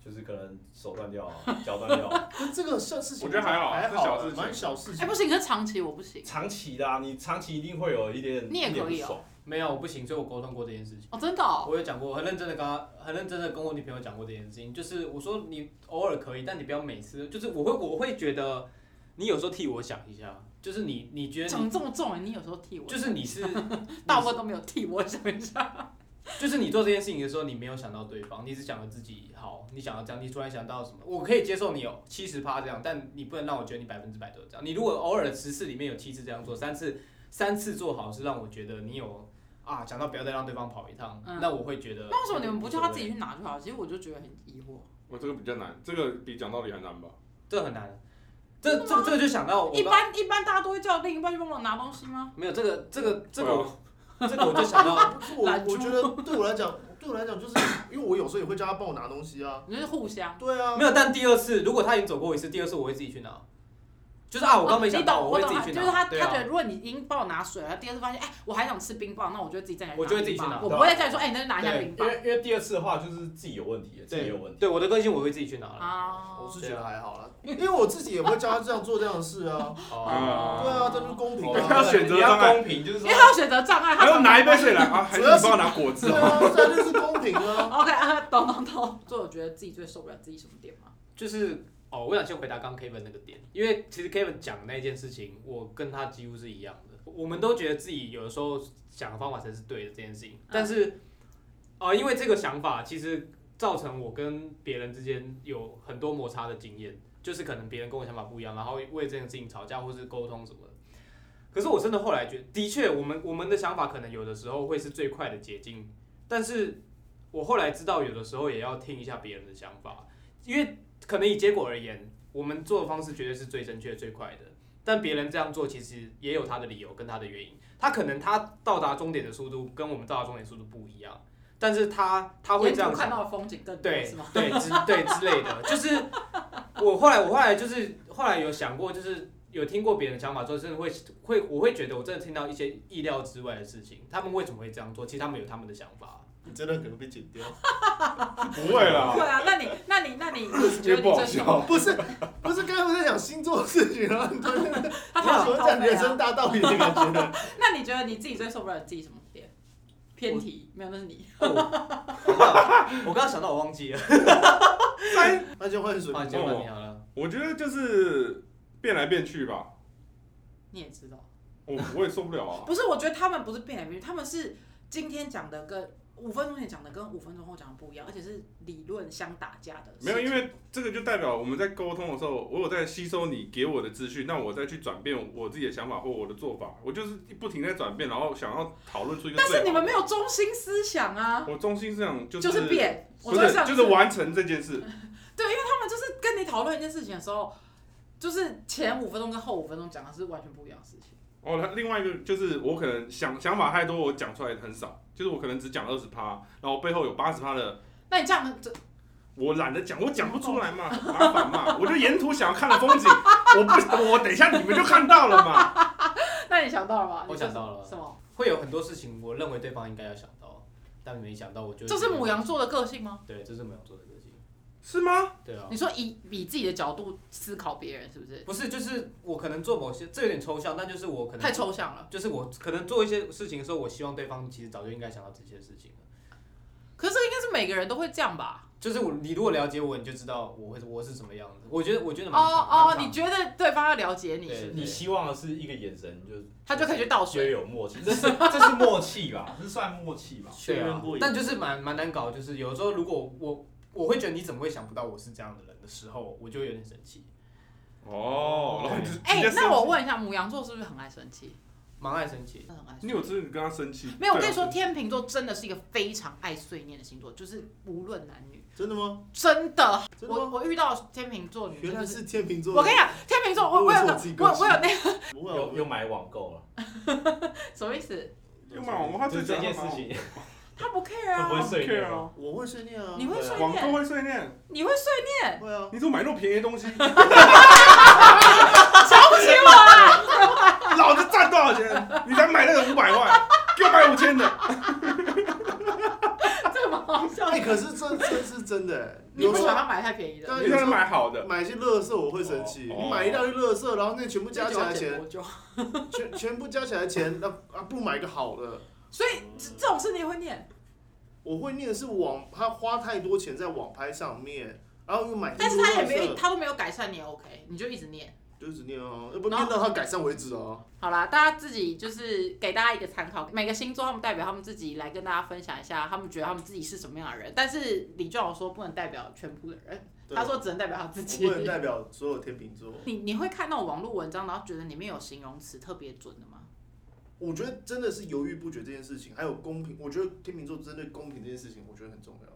[SPEAKER 5] 就是可能手断掉啊， 脚断掉啊，
[SPEAKER 6] 跟这个像事情？
[SPEAKER 3] 我觉得还好
[SPEAKER 6] 还
[SPEAKER 3] 是
[SPEAKER 6] 好
[SPEAKER 3] 小
[SPEAKER 6] 啊，
[SPEAKER 3] 事情
[SPEAKER 6] 蛮小事
[SPEAKER 1] 哎、
[SPEAKER 6] 情
[SPEAKER 1] 不。行，可是长期我不行
[SPEAKER 5] 长期的啊，你长期一定会有一点
[SPEAKER 1] 你也
[SPEAKER 5] 一点
[SPEAKER 1] 可以哦
[SPEAKER 5] 不爽
[SPEAKER 4] 没有，我不行，所以我沟通过这件事情。
[SPEAKER 1] 哦，真的、哦。
[SPEAKER 4] 我有讲过，我很认真的跟他，很认真的跟我女朋友讲过这件事情，就是我说你偶尔可以，但你不要每次，就是我会我会觉得你有时候替我想一下，就是你你觉得
[SPEAKER 1] 讲
[SPEAKER 4] 你
[SPEAKER 1] 得这么重，你有时候替我，
[SPEAKER 4] 就是你是
[SPEAKER 1] 大部分都没有替我想一 下。
[SPEAKER 4] 就是你做这件事情的时候，你没有想到对方，你只想着自己好，你想要这样，你突然想到什么，我可以接受你有七十趴这样，但你不能让我觉得你百分之百都这样。你如果偶尔十次里面有七次这样做，三次三次做好是让我觉得你有啊，讲到不要再让对方跑一趟，
[SPEAKER 1] 嗯
[SPEAKER 4] 那我会觉得
[SPEAKER 1] 那为什么你们不叫他自己
[SPEAKER 4] 无所谓？
[SPEAKER 1] 去拿就好？其实我就觉得很疑惑。
[SPEAKER 3] 我这个比较难，这个比讲道理还难吧？
[SPEAKER 4] 这很难，这这这个就想到我
[SPEAKER 1] 一
[SPEAKER 4] 刚
[SPEAKER 1] 般一般大家都会叫另一半去帮我拿东西吗？
[SPEAKER 4] 没有这个这个这个
[SPEAKER 3] 会
[SPEAKER 4] 我这个我就想到，
[SPEAKER 6] 不是 我
[SPEAKER 1] 懒猪
[SPEAKER 6] 我觉得对我来讲，对我来讲就是因为我有时候也会叫他帮我拿东西啊。
[SPEAKER 1] 你就是互相。
[SPEAKER 6] 对啊
[SPEAKER 4] 没，有，但第二次如果他已经走过一次，第二次我会自己去拿，就是啊，我刚没想到，
[SPEAKER 1] 哦你懂
[SPEAKER 4] 会
[SPEAKER 1] 我
[SPEAKER 4] 自己
[SPEAKER 1] 懂
[SPEAKER 4] 去拿，
[SPEAKER 1] 就是他，
[SPEAKER 4] 对
[SPEAKER 1] 他
[SPEAKER 4] 啊
[SPEAKER 1] 觉得如果你已经帮我拿水了，第二次发现，哎，我还想吃冰棒，那我就会自己再来拿冰棒。
[SPEAKER 4] 我就会自己去拿啊
[SPEAKER 1] 我不会再叫你说，哎，你再拿一下
[SPEAKER 5] 对，
[SPEAKER 1] 冰
[SPEAKER 5] 因
[SPEAKER 1] 棒
[SPEAKER 5] 为因为第二次的话就是自己有问题了，自己
[SPEAKER 4] 对
[SPEAKER 5] 有 问题。
[SPEAKER 4] 对我的个性我会自己去拿了。
[SPEAKER 1] 啊
[SPEAKER 6] 我。是觉得还好啦，因为我自己也会叫他这样做这样的事啊。对
[SPEAKER 4] 哦
[SPEAKER 3] 啊
[SPEAKER 6] 啊，这就是公平
[SPEAKER 3] 对他
[SPEAKER 5] 哦
[SPEAKER 6] 啊
[SPEAKER 3] 要。选择
[SPEAKER 5] 你要
[SPEAKER 3] 障碍
[SPEAKER 5] 公平，就是
[SPEAKER 1] 因
[SPEAKER 5] 说
[SPEAKER 1] 为他有选择障碍，他
[SPEAKER 3] 还有拿一杯水来啊？还是你帮我拿果汁
[SPEAKER 6] 对
[SPEAKER 3] 啊？
[SPEAKER 6] 啊，这就是公平啊。
[SPEAKER 1] OK，啊懂懂懂。所以我觉得自己最受不了自己什么点吗？
[SPEAKER 4] 就是哦，我想先回答刚刚 Kevin 那个点，因为其实 Kevin 讲的那件事情，我跟他几乎是一样的。我们都觉得自己有的时候想的方法才是对的这件事情，但是啊、呃因为这个想法其实造成我跟别人之间有很多摩擦的经验，就是可能别人跟我想法不一样，然后为这件事情吵架或是沟通什么的。可是我真的后来觉得，的确，我们我们的想法可能有的时候会是最快的捷径，但是我后来知道，有的时候也要听一下别人的想法，因为可能以结果而言，我们做的方式绝对是最正确、最快的。但别人这样做其实也有他的理由跟他的原因，他可能他到达终点的速度跟我们到达终点速度不一样，但是他他会
[SPEAKER 1] 沿
[SPEAKER 4] 这样
[SPEAKER 1] 途
[SPEAKER 4] 想
[SPEAKER 1] 看到的风景更多，
[SPEAKER 4] 对
[SPEAKER 1] 是 吗？
[SPEAKER 4] 对之对之类 的，就是我后来我后来就是后来有想过，就是有听过别人的想法之后，真的会会我会觉得我真的听到一些意料之外的事情，他们为什么会这样做？其实他们有他们的想法。
[SPEAKER 6] 你真的可能被剪掉。
[SPEAKER 3] 不会啦
[SPEAKER 1] 对，啊，那你那你那你你觉得你
[SPEAKER 3] 因为不好
[SPEAKER 1] 最受
[SPEAKER 3] 笑。
[SPEAKER 6] 不是不是，刚刚在讲星座的事情啊，你突然间
[SPEAKER 1] 他讨
[SPEAKER 6] 怎
[SPEAKER 1] 厌
[SPEAKER 6] 么
[SPEAKER 1] 靠
[SPEAKER 6] 讲
[SPEAKER 1] 背
[SPEAKER 6] 人生
[SPEAKER 1] 啊？
[SPEAKER 6] 大道理的感觉？
[SPEAKER 1] 那你觉得你自己最受不了自己什么点？偏题没有，那是你。
[SPEAKER 4] 我刚刚想到，我忘记了。
[SPEAKER 6] 那就换水
[SPEAKER 4] 啊，
[SPEAKER 6] 瓶
[SPEAKER 4] 结
[SPEAKER 6] 座
[SPEAKER 4] 果你好了，
[SPEAKER 3] 我觉得就是变来变去吧，
[SPEAKER 1] 你也知道，
[SPEAKER 3] 我我也受不了啊。
[SPEAKER 1] 不是？我觉得他们不是变来变去，他们是今天讲的跟五分钟前讲的跟五分钟后讲的不一样，而且是理论相打架的事
[SPEAKER 3] 没
[SPEAKER 1] 情。
[SPEAKER 3] 有，因为这个就代表我们在沟通的时候，我有在吸收你给我的资讯，那我再去转变我自己的想法或我的做法，我就是不停在转变，然后想要讨论出一个最
[SPEAKER 1] 但
[SPEAKER 3] 好的。
[SPEAKER 1] 是你们没有中心思想啊，
[SPEAKER 3] 我中心思想就是
[SPEAKER 1] 就是变。我
[SPEAKER 3] 不
[SPEAKER 1] 中心
[SPEAKER 3] 是
[SPEAKER 1] 思想
[SPEAKER 3] 就是完成这件 事，
[SPEAKER 1] 他们就是跟你讨论一件事情的时候，就是前五分钟跟后五分钟讲的是完全不一样的事情。
[SPEAKER 3] 哦，那另外一个就是我可能想想法太多，我讲出来很少，就是我可能只讲二十趴，然后背后有八十趴的
[SPEAKER 1] 那你这样这
[SPEAKER 3] 我懒得讲，我讲不出 来嘛，麻烦嘛，我就沿途想要看的风景， 我不我等一下你们就看到了嘛。
[SPEAKER 1] 那你想到了吗？
[SPEAKER 4] 我想到了
[SPEAKER 1] 什么？
[SPEAKER 4] 会有很多事情，我认为对方应该要想到，但没想到，我就
[SPEAKER 1] 这是母羊座的个性吗？
[SPEAKER 4] 对，这是母羊座的个性，
[SPEAKER 3] 是吗？
[SPEAKER 4] 对啊
[SPEAKER 1] 你，说以以自己的角度思考别人是不是？
[SPEAKER 4] 不是就是我可能做某些，这有点抽象，但就是我可能
[SPEAKER 1] 太抽象了。
[SPEAKER 4] 就是我可能做一些事情的时候，我希望对方其实早就应该想到这些事情了。
[SPEAKER 1] 可是应该是每个人都会这样吧？
[SPEAKER 4] 就是我，你如果了解我，你就知道我会我是什么样子。我觉得，我觉得
[SPEAKER 1] 哦
[SPEAKER 4] 蛮长
[SPEAKER 1] 哦，
[SPEAKER 4] 蛮
[SPEAKER 1] 你
[SPEAKER 4] 长
[SPEAKER 1] 觉得对方要了解你
[SPEAKER 4] 对
[SPEAKER 1] 是不是
[SPEAKER 5] 你希望的是一个眼神就
[SPEAKER 1] 他就可以去倒
[SPEAKER 5] 觉得
[SPEAKER 1] 水。
[SPEAKER 5] 有默契，这是这是默契吧？ 这算默契吧？
[SPEAKER 6] 确认过
[SPEAKER 4] 对啊
[SPEAKER 6] 一次
[SPEAKER 4] 但就是蛮蛮难搞。就是有时候如果我我会觉得你怎么会想不到我是这样的人的时候，我就会有点生气，
[SPEAKER 3] 哦，然后你就
[SPEAKER 1] 哎、
[SPEAKER 3] 直接生气
[SPEAKER 1] 那我，问一下，母羊座是不是很爱生气？
[SPEAKER 4] 蛮爱生气。
[SPEAKER 1] 真的很爱生气
[SPEAKER 3] 你有资格跟他生气？
[SPEAKER 1] 没有，我
[SPEAKER 3] 对
[SPEAKER 1] 跟
[SPEAKER 3] 啊
[SPEAKER 1] 你说，，天秤座真的是一个非常爱碎念的星座，就是无论男女，
[SPEAKER 6] 真的吗？
[SPEAKER 1] 真的，
[SPEAKER 6] 真的
[SPEAKER 1] 我
[SPEAKER 6] 吗？
[SPEAKER 1] 我遇到天秤座女
[SPEAKER 6] 原
[SPEAKER 1] 生
[SPEAKER 6] 来
[SPEAKER 1] 就是
[SPEAKER 6] 天秤座。
[SPEAKER 1] 我跟你讲，天秤座，我我有
[SPEAKER 6] 我
[SPEAKER 1] 个
[SPEAKER 6] 有自己
[SPEAKER 1] 我
[SPEAKER 6] 个性
[SPEAKER 1] 我有那个
[SPEAKER 6] 不会啊，
[SPEAKER 5] 又
[SPEAKER 6] 我
[SPEAKER 5] 又买网购了，
[SPEAKER 1] 什么意思？
[SPEAKER 3] 又骂我，他
[SPEAKER 5] 就
[SPEAKER 3] 最
[SPEAKER 5] 是这件事情
[SPEAKER 1] 他不 care
[SPEAKER 5] 会不会
[SPEAKER 1] 啊，
[SPEAKER 5] 碎
[SPEAKER 3] care
[SPEAKER 5] 念吗？
[SPEAKER 3] 哦
[SPEAKER 6] 我会碎念啊。
[SPEAKER 1] 你会
[SPEAKER 5] 对啊
[SPEAKER 1] 碎
[SPEAKER 3] 网购
[SPEAKER 1] 念，
[SPEAKER 3] 会碎念，
[SPEAKER 1] 你会碎念，
[SPEAKER 6] 会啊，
[SPEAKER 3] 你怎么买那么便宜 的东西？
[SPEAKER 1] 瞧不起我啊！
[SPEAKER 3] 老子赚多少钱？你才买那个五百万，给我买五千 的。
[SPEAKER 1] 这个蛮好笑的
[SPEAKER 6] 哎，。可是这这是真的欸。
[SPEAKER 1] 你
[SPEAKER 6] 有
[SPEAKER 1] 不
[SPEAKER 6] 时
[SPEAKER 1] 喜
[SPEAKER 6] 候
[SPEAKER 1] 欢他买太便宜的，
[SPEAKER 6] 对
[SPEAKER 3] 你才能买好的，
[SPEAKER 6] 买一些乐色我会生气，
[SPEAKER 3] 哦
[SPEAKER 6] 你买一大堆乐色，然后那全部加起来
[SPEAKER 1] 这酒要剪，多
[SPEAKER 6] 钱
[SPEAKER 4] 哦
[SPEAKER 1] 久
[SPEAKER 6] 全 全部加起来钱，那啊不买个好的，
[SPEAKER 1] 所以这这种事你也会念，
[SPEAKER 6] 我会念的是网，他花太多钱在网拍上面，然后又买，
[SPEAKER 1] 但是他也没有，他都没有改善，你也 OK，你就一直念。
[SPEAKER 6] 就是念啊，要不念到他改善为止啊。
[SPEAKER 1] 好啦，大家自己就是给大家一个参考，每个星座他们代表他们自己来跟大家分享一下，他们觉得他们自己是什么样的人。但是李俊豪说不能代表全部的人，
[SPEAKER 6] 对啊
[SPEAKER 1] 他说只能代表他自己
[SPEAKER 6] 我不。能代表所有天秤座，
[SPEAKER 1] 你你会看那种网络文章，然后觉得里面有形容词特别准的吗？
[SPEAKER 6] 我觉得真的是犹豫不决这件事情，还有公平，我觉得天秤座针对公平这件事情，我觉得很重要。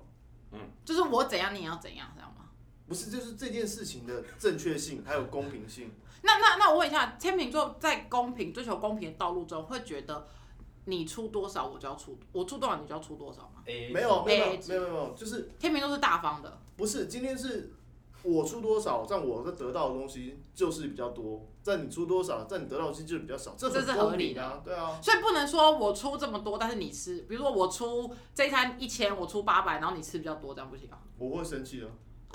[SPEAKER 1] 就是我怎样，你也要怎样，这样吗？
[SPEAKER 6] 不是，就是这件事情的正确性还有公平性。
[SPEAKER 1] 那那那我问一下，天秤座在公平追求公平的道路中，会觉得你出多少我就要出，我出多少你就要出多少吗？
[SPEAKER 5] 诶
[SPEAKER 6] 没有，没有，没
[SPEAKER 1] 没
[SPEAKER 6] 有，没有，没有，就是
[SPEAKER 1] 天秤座是大方的，
[SPEAKER 6] 不是，今天是我出多少，但我得到的东西就是比较多；但你出多少，但你得到的东西就是比较少，这
[SPEAKER 1] 这
[SPEAKER 6] 很
[SPEAKER 1] 是合
[SPEAKER 6] 公
[SPEAKER 1] 理
[SPEAKER 6] 平
[SPEAKER 1] 的
[SPEAKER 6] 啊，对啊。
[SPEAKER 1] 所以不能说我出这么多，但是你吃，比如说我出这一餐一千，我出八百，然后你吃比较多，这样不行啊？
[SPEAKER 6] 我会生气的，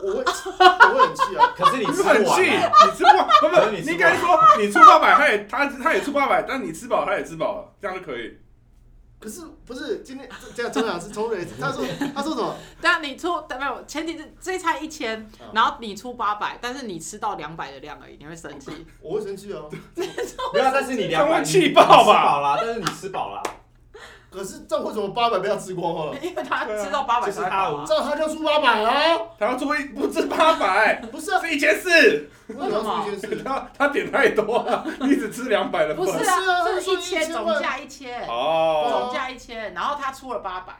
[SPEAKER 6] 我会， 我会很气啊。
[SPEAKER 5] 可是你
[SPEAKER 3] 你
[SPEAKER 5] 吃
[SPEAKER 3] 很
[SPEAKER 5] 完
[SPEAKER 3] 气，
[SPEAKER 5] 了，
[SPEAKER 3] 你吃不完，不不，
[SPEAKER 5] 可是你吃
[SPEAKER 3] 你
[SPEAKER 5] 不完
[SPEAKER 3] 应该说你出八百，他也他他也出八百，但你吃饱他也吃饱了，这样就可以。
[SPEAKER 6] 可是不是今天这这样，重讲是重点。他说他说什么？
[SPEAKER 1] 对啊，你出没有？前提是这一餐一千，然后你出八百，但是你吃到两百的量而已，你会生气。
[SPEAKER 6] 我会生气啊。
[SPEAKER 5] 没有，但是你
[SPEAKER 3] 这样
[SPEAKER 5] 两
[SPEAKER 3] 会
[SPEAKER 5] 百
[SPEAKER 3] 气爆吧
[SPEAKER 5] 吃饱啦，但是你吃饱啦，
[SPEAKER 6] 可是这样为什么八百被他吃光了？
[SPEAKER 1] 因为他吃到八百
[SPEAKER 5] 就是
[SPEAKER 1] 才会
[SPEAKER 5] 他
[SPEAKER 1] 饱
[SPEAKER 5] 有
[SPEAKER 1] 啊。
[SPEAKER 6] 哦这样他就出八百啊？
[SPEAKER 3] 他要做一不止八百，
[SPEAKER 6] 不是啊，
[SPEAKER 3] 是一千四，
[SPEAKER 6] 为什么要出一件 事？
[SPEAKER 3] 他他点太多了，你只吃两百的
[SPEAKER 1] 不
[SPEAKER 3] 份。
[SPEAKER 1] 是
[SPEAKER 6] 不是啊
[SPEAKER 1] 啊，
[SPEAKER 6] 他
[SPEAKER 1] 这
[SPEAKER 6] 说
[SPEAKER 1] 是一
[SPEAKER 6] 一千
[SPEAKER 1] 千
[SPEAKER 6] 万
[SPEAKER 1] 总价一千，
[SPEAKER 3] 哦
[SPEAKER 1] 总价一千，然后他出了八百，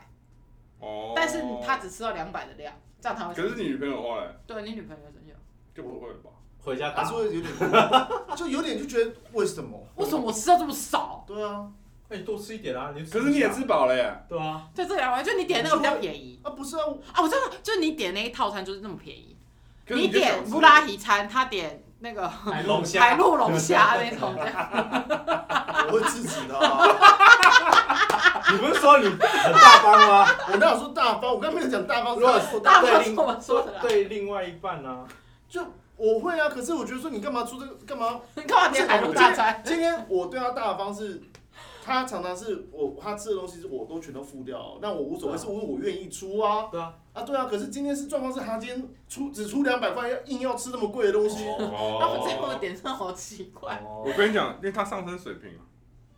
[SPEAKER 3] 哦，
[SPEAKER 1] 但是他只吃到两百的量，这样他会
[SPEAKER 3] 可
[SPEAKER 1] 生
[SPEAKER 3] 是
[SPEAKER 1] 气。
[SPEAKER 3] 你女朋友的话嘞，
[SPEAKER 1] 对你女朋友生气了，哦
[SPEAKER 3] 就不会吧？
[SPEAKER 5] 回家
[SPEAKER 6] 他
[SPEAKER 5] 打。
[SPEAKER 6] 说有点，就有点就觉得为什么？
[SPEAKER 1] 为什么我吃到这么少？
[SPEAKER 6] 对啊，
[SPEAKER 5] 那你多吃一点啊，你就
[SPEAKER 3] 可是你也
[SPEAKER 5] 不下
[SPEAKER 3] 吃饱了耶，
[SPEAKER 5] 对啊，
[SPEAKER 1] 就这两百，就你点那个比较便宜
[SPEAKER 6] 啊不是啊，
[SPEAKER 1] 啊！我真的，就你点那一套餐就是那么便宜。
[SPEAKER 3] 可是
[SPEAKER 1] 你
[SPEAKER 3] 就想
[SPEAKER 1] 点
[SPEAKER 3] 吃
[SPEAKER 1] 布拉提餐，他点那个
[SPEAKER 5] 海龙
[SPEAKER 1] 海
[SPEAKER 5] 虾，
[SPEAKER 1] 陆龙虾那种， 这样
[SPEAKER 6] 我会制止他啊。
[SPEAKER 5] 你不是说你很大方吗？
[SPEAKER 6] 我哪有说大方？我刚没有讲大方，
[SPEAKER 5] 如果
[SPEAKER 6] 我
[SPEAKER 1] 大
[SPEAKER 6] 方
[SPEAKER 1] 方是我说的啦。
[SPEAKER 5] 对另外一半啊，
[SPEAKER 6] 就我会啊。可是我觉得说你干嘛出这个干嘛？
[SPEAKER 1] 你干嘛点海陆大餐？
[SPEAKER 6] 今天我对他大方是，他常常是我他吃的东西是我都全都付掉，那我无所谓，
[SPEAKER 5] 对啊
[SPEAKER 6] 是因为我愿意出啊
[SPEAKER 5] 对啊，
[SPEAKER 6] 啊对啊。可是今天是状况是他今天出只出两百块，要硬要吃那么贵的东西，
[SPEAKER 4] 哦
[SPEAKER 1] 他们最后的
[SPEAKER 3] 哦，
[SPEAKER 1] 点餐好奇怪
[SPEAKER 3] 我
[SPEAKER 5] 哦，
[SPEAKER 3] 跟你讲，因为他上升水平啊，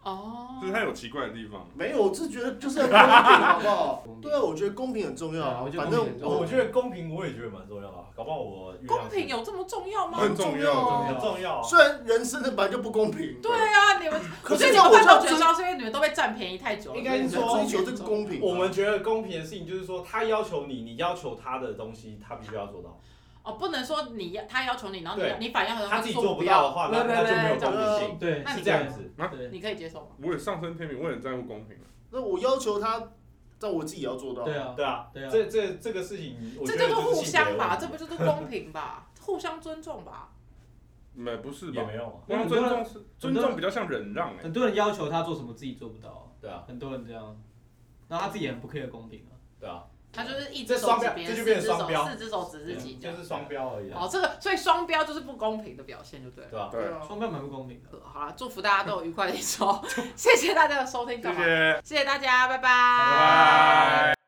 [SPEAKER 1] 哦
[SPEAKER 3] 就是他有奇怪的地方。
[SPEAKER 6] 没有，我是觉得就是要公平，好不好？对啊，我觉得公平很重要啊
[SPEAKER 4] 对。我觉
[SPEAKER 6] 反
[SPEAKER 4] 得公平很
[SPEAKER 6] 正
[SPEAKER 4] 重要
[SPEAKER 5] 我
[SPEAKER 6] 我
[SPEAKER 5] 觉得公平我也觉得蛮重要啊，搞不好我遇到
[SPEAKER 1] 公平有这么哦重要吗？
[SPEAKER 3] 很重要
[SPEAKER 6] 啊
[SPEAKER 5] 很重要啊。
[SPEAKER 6] 虽然人生的本来就不公平，
[SPEAKER 1] 对啊，你们，
[SPEAKER 6] 可
[SPEAKER 1] 我
[SPEAKER 6] 是
[SPEAKER 1] 觉得你
[SPEAKER 6] 我
[SPEAKER 1] 们
[SPEAKER 6] 就
[SPEAKER 1] 会
[SPEAKER 6] 要
[SPEAKER 1] 到
[SPEAKER 6] 追
[SPEAKER 1] 绝招，是因为你们都被占便宜太久了。
[SPEAKER 5] 应该是说
[SPEAKER 6] 追求这个公平。啊
[SPEAKER 5] 我们觉得公平的事情就是说，他要求你，你要求他的东西，他必须要做到。
[SPEAKER 1] 哦，不能说你要他要求你，然后
[SPEAKER 5] 对
[SPEAKER 1] 你你反要求
[SPEAKER 5] 他自己做不
[SPEAKER 1] 嗯不
[SPEAKER 5] 到的话，那
[SPEAKER 4] 对对
[SPEAKER 5] 那就没有
[SPEAKER 4] 对
[SPEAKER 5] 公平性，
[SPEAKER 2] 对
[SPEAKER 1] 那
[SPEAKER 5] 是
[SPEAKER 1] 你
[SPEAKER 5] 这样子。
[SPEAKER 1] 到，你可以接受吗？
[SPEAKER 3] 我也上升天平，我也很在乎公平。啊
[SPEAKER 6] 那我要求他，但我自己也要做到。
[SPEAKER 2] 对啊，
[SPEAKER 5] 对啊，
[SPEAKER 2] 对啊
[SPEAKER 5] 这这这个事情，我
[SPEAKER 1] 这
[SPEAKER 5] 觉
[SPEAKER 1] 就
[SPEAKER 5] 得
[SPEAKER 1] 是
[SPEAKER 5] 就是
[SPEAKER 1] 互
[SPEAKER 5] 性格的
[SPEAKER 1] 相吧，
[SPEAKER 5] 问
[SPEAKER 1] 这
[SPEAKER 5] 题
[SPEAKER 1] 不就是公平吧？互相尊重吧。
[SPEAKER 3] 没不是
[SPEAKER 5] 也
[SPEAKER 3] 吧？
[SPEAKER 5] 没有啊，
[SPEAKER 3] 我想尊重是尊重比较像忍让哎、
[SPEAKER 2] 很多人要求他做什么自己做不到，
[SPEAKER 5] 对啊，
[SPEAKER 2] 很多人这样，然后他自己也很不 care 公平啊。
[SPEAKER 5] 对啊，
[SPEAKER 1] 他就是一
[SPEAKER 5] 这
[SPEAKER 1] 只手
[SPEAKER 5] 双
[SPEAKER 1] 指
[SPEAKER 5] 标
[SPEAKER 1] 别
[SPEAKER 5] 这
[SPEAKER 1] 人，
[SPEAKER 5] 就
[SPEAKER 1] 四
[SPEAKER 5] 变
[SPEAKER 1] 只
[SPEAKER 5] 成
[SPEAKER 1] 手
[SPEAKER 5] 双标
[SPEAKER 1] 指指手指自己这
[SPEAKER 5] 就
[SPEAKER 1] 样。
[SPEAKER 5] 是双标而已啊，
[SPEAKER 1] 哦，这个所以双标就是不公平的表现，就对了。
[SPEAKER 5] 对吧？
[SPEAKER 3] 对，
[SPEAKER 6] 啊，
[SPEAKER 2] 双标蛮不公平的。
[SPEAKER 1] 好啦，祝福大家都有 愉快的一周，谢谢大家的收听，干
[SPEAKER 3] 谢
[SPEAKER 1] 嘛？
[SPEAKER 3] 谢。
[SPEAKER 1] 谢谢大家，拜拜。
[SPEAKER 3] 拜拜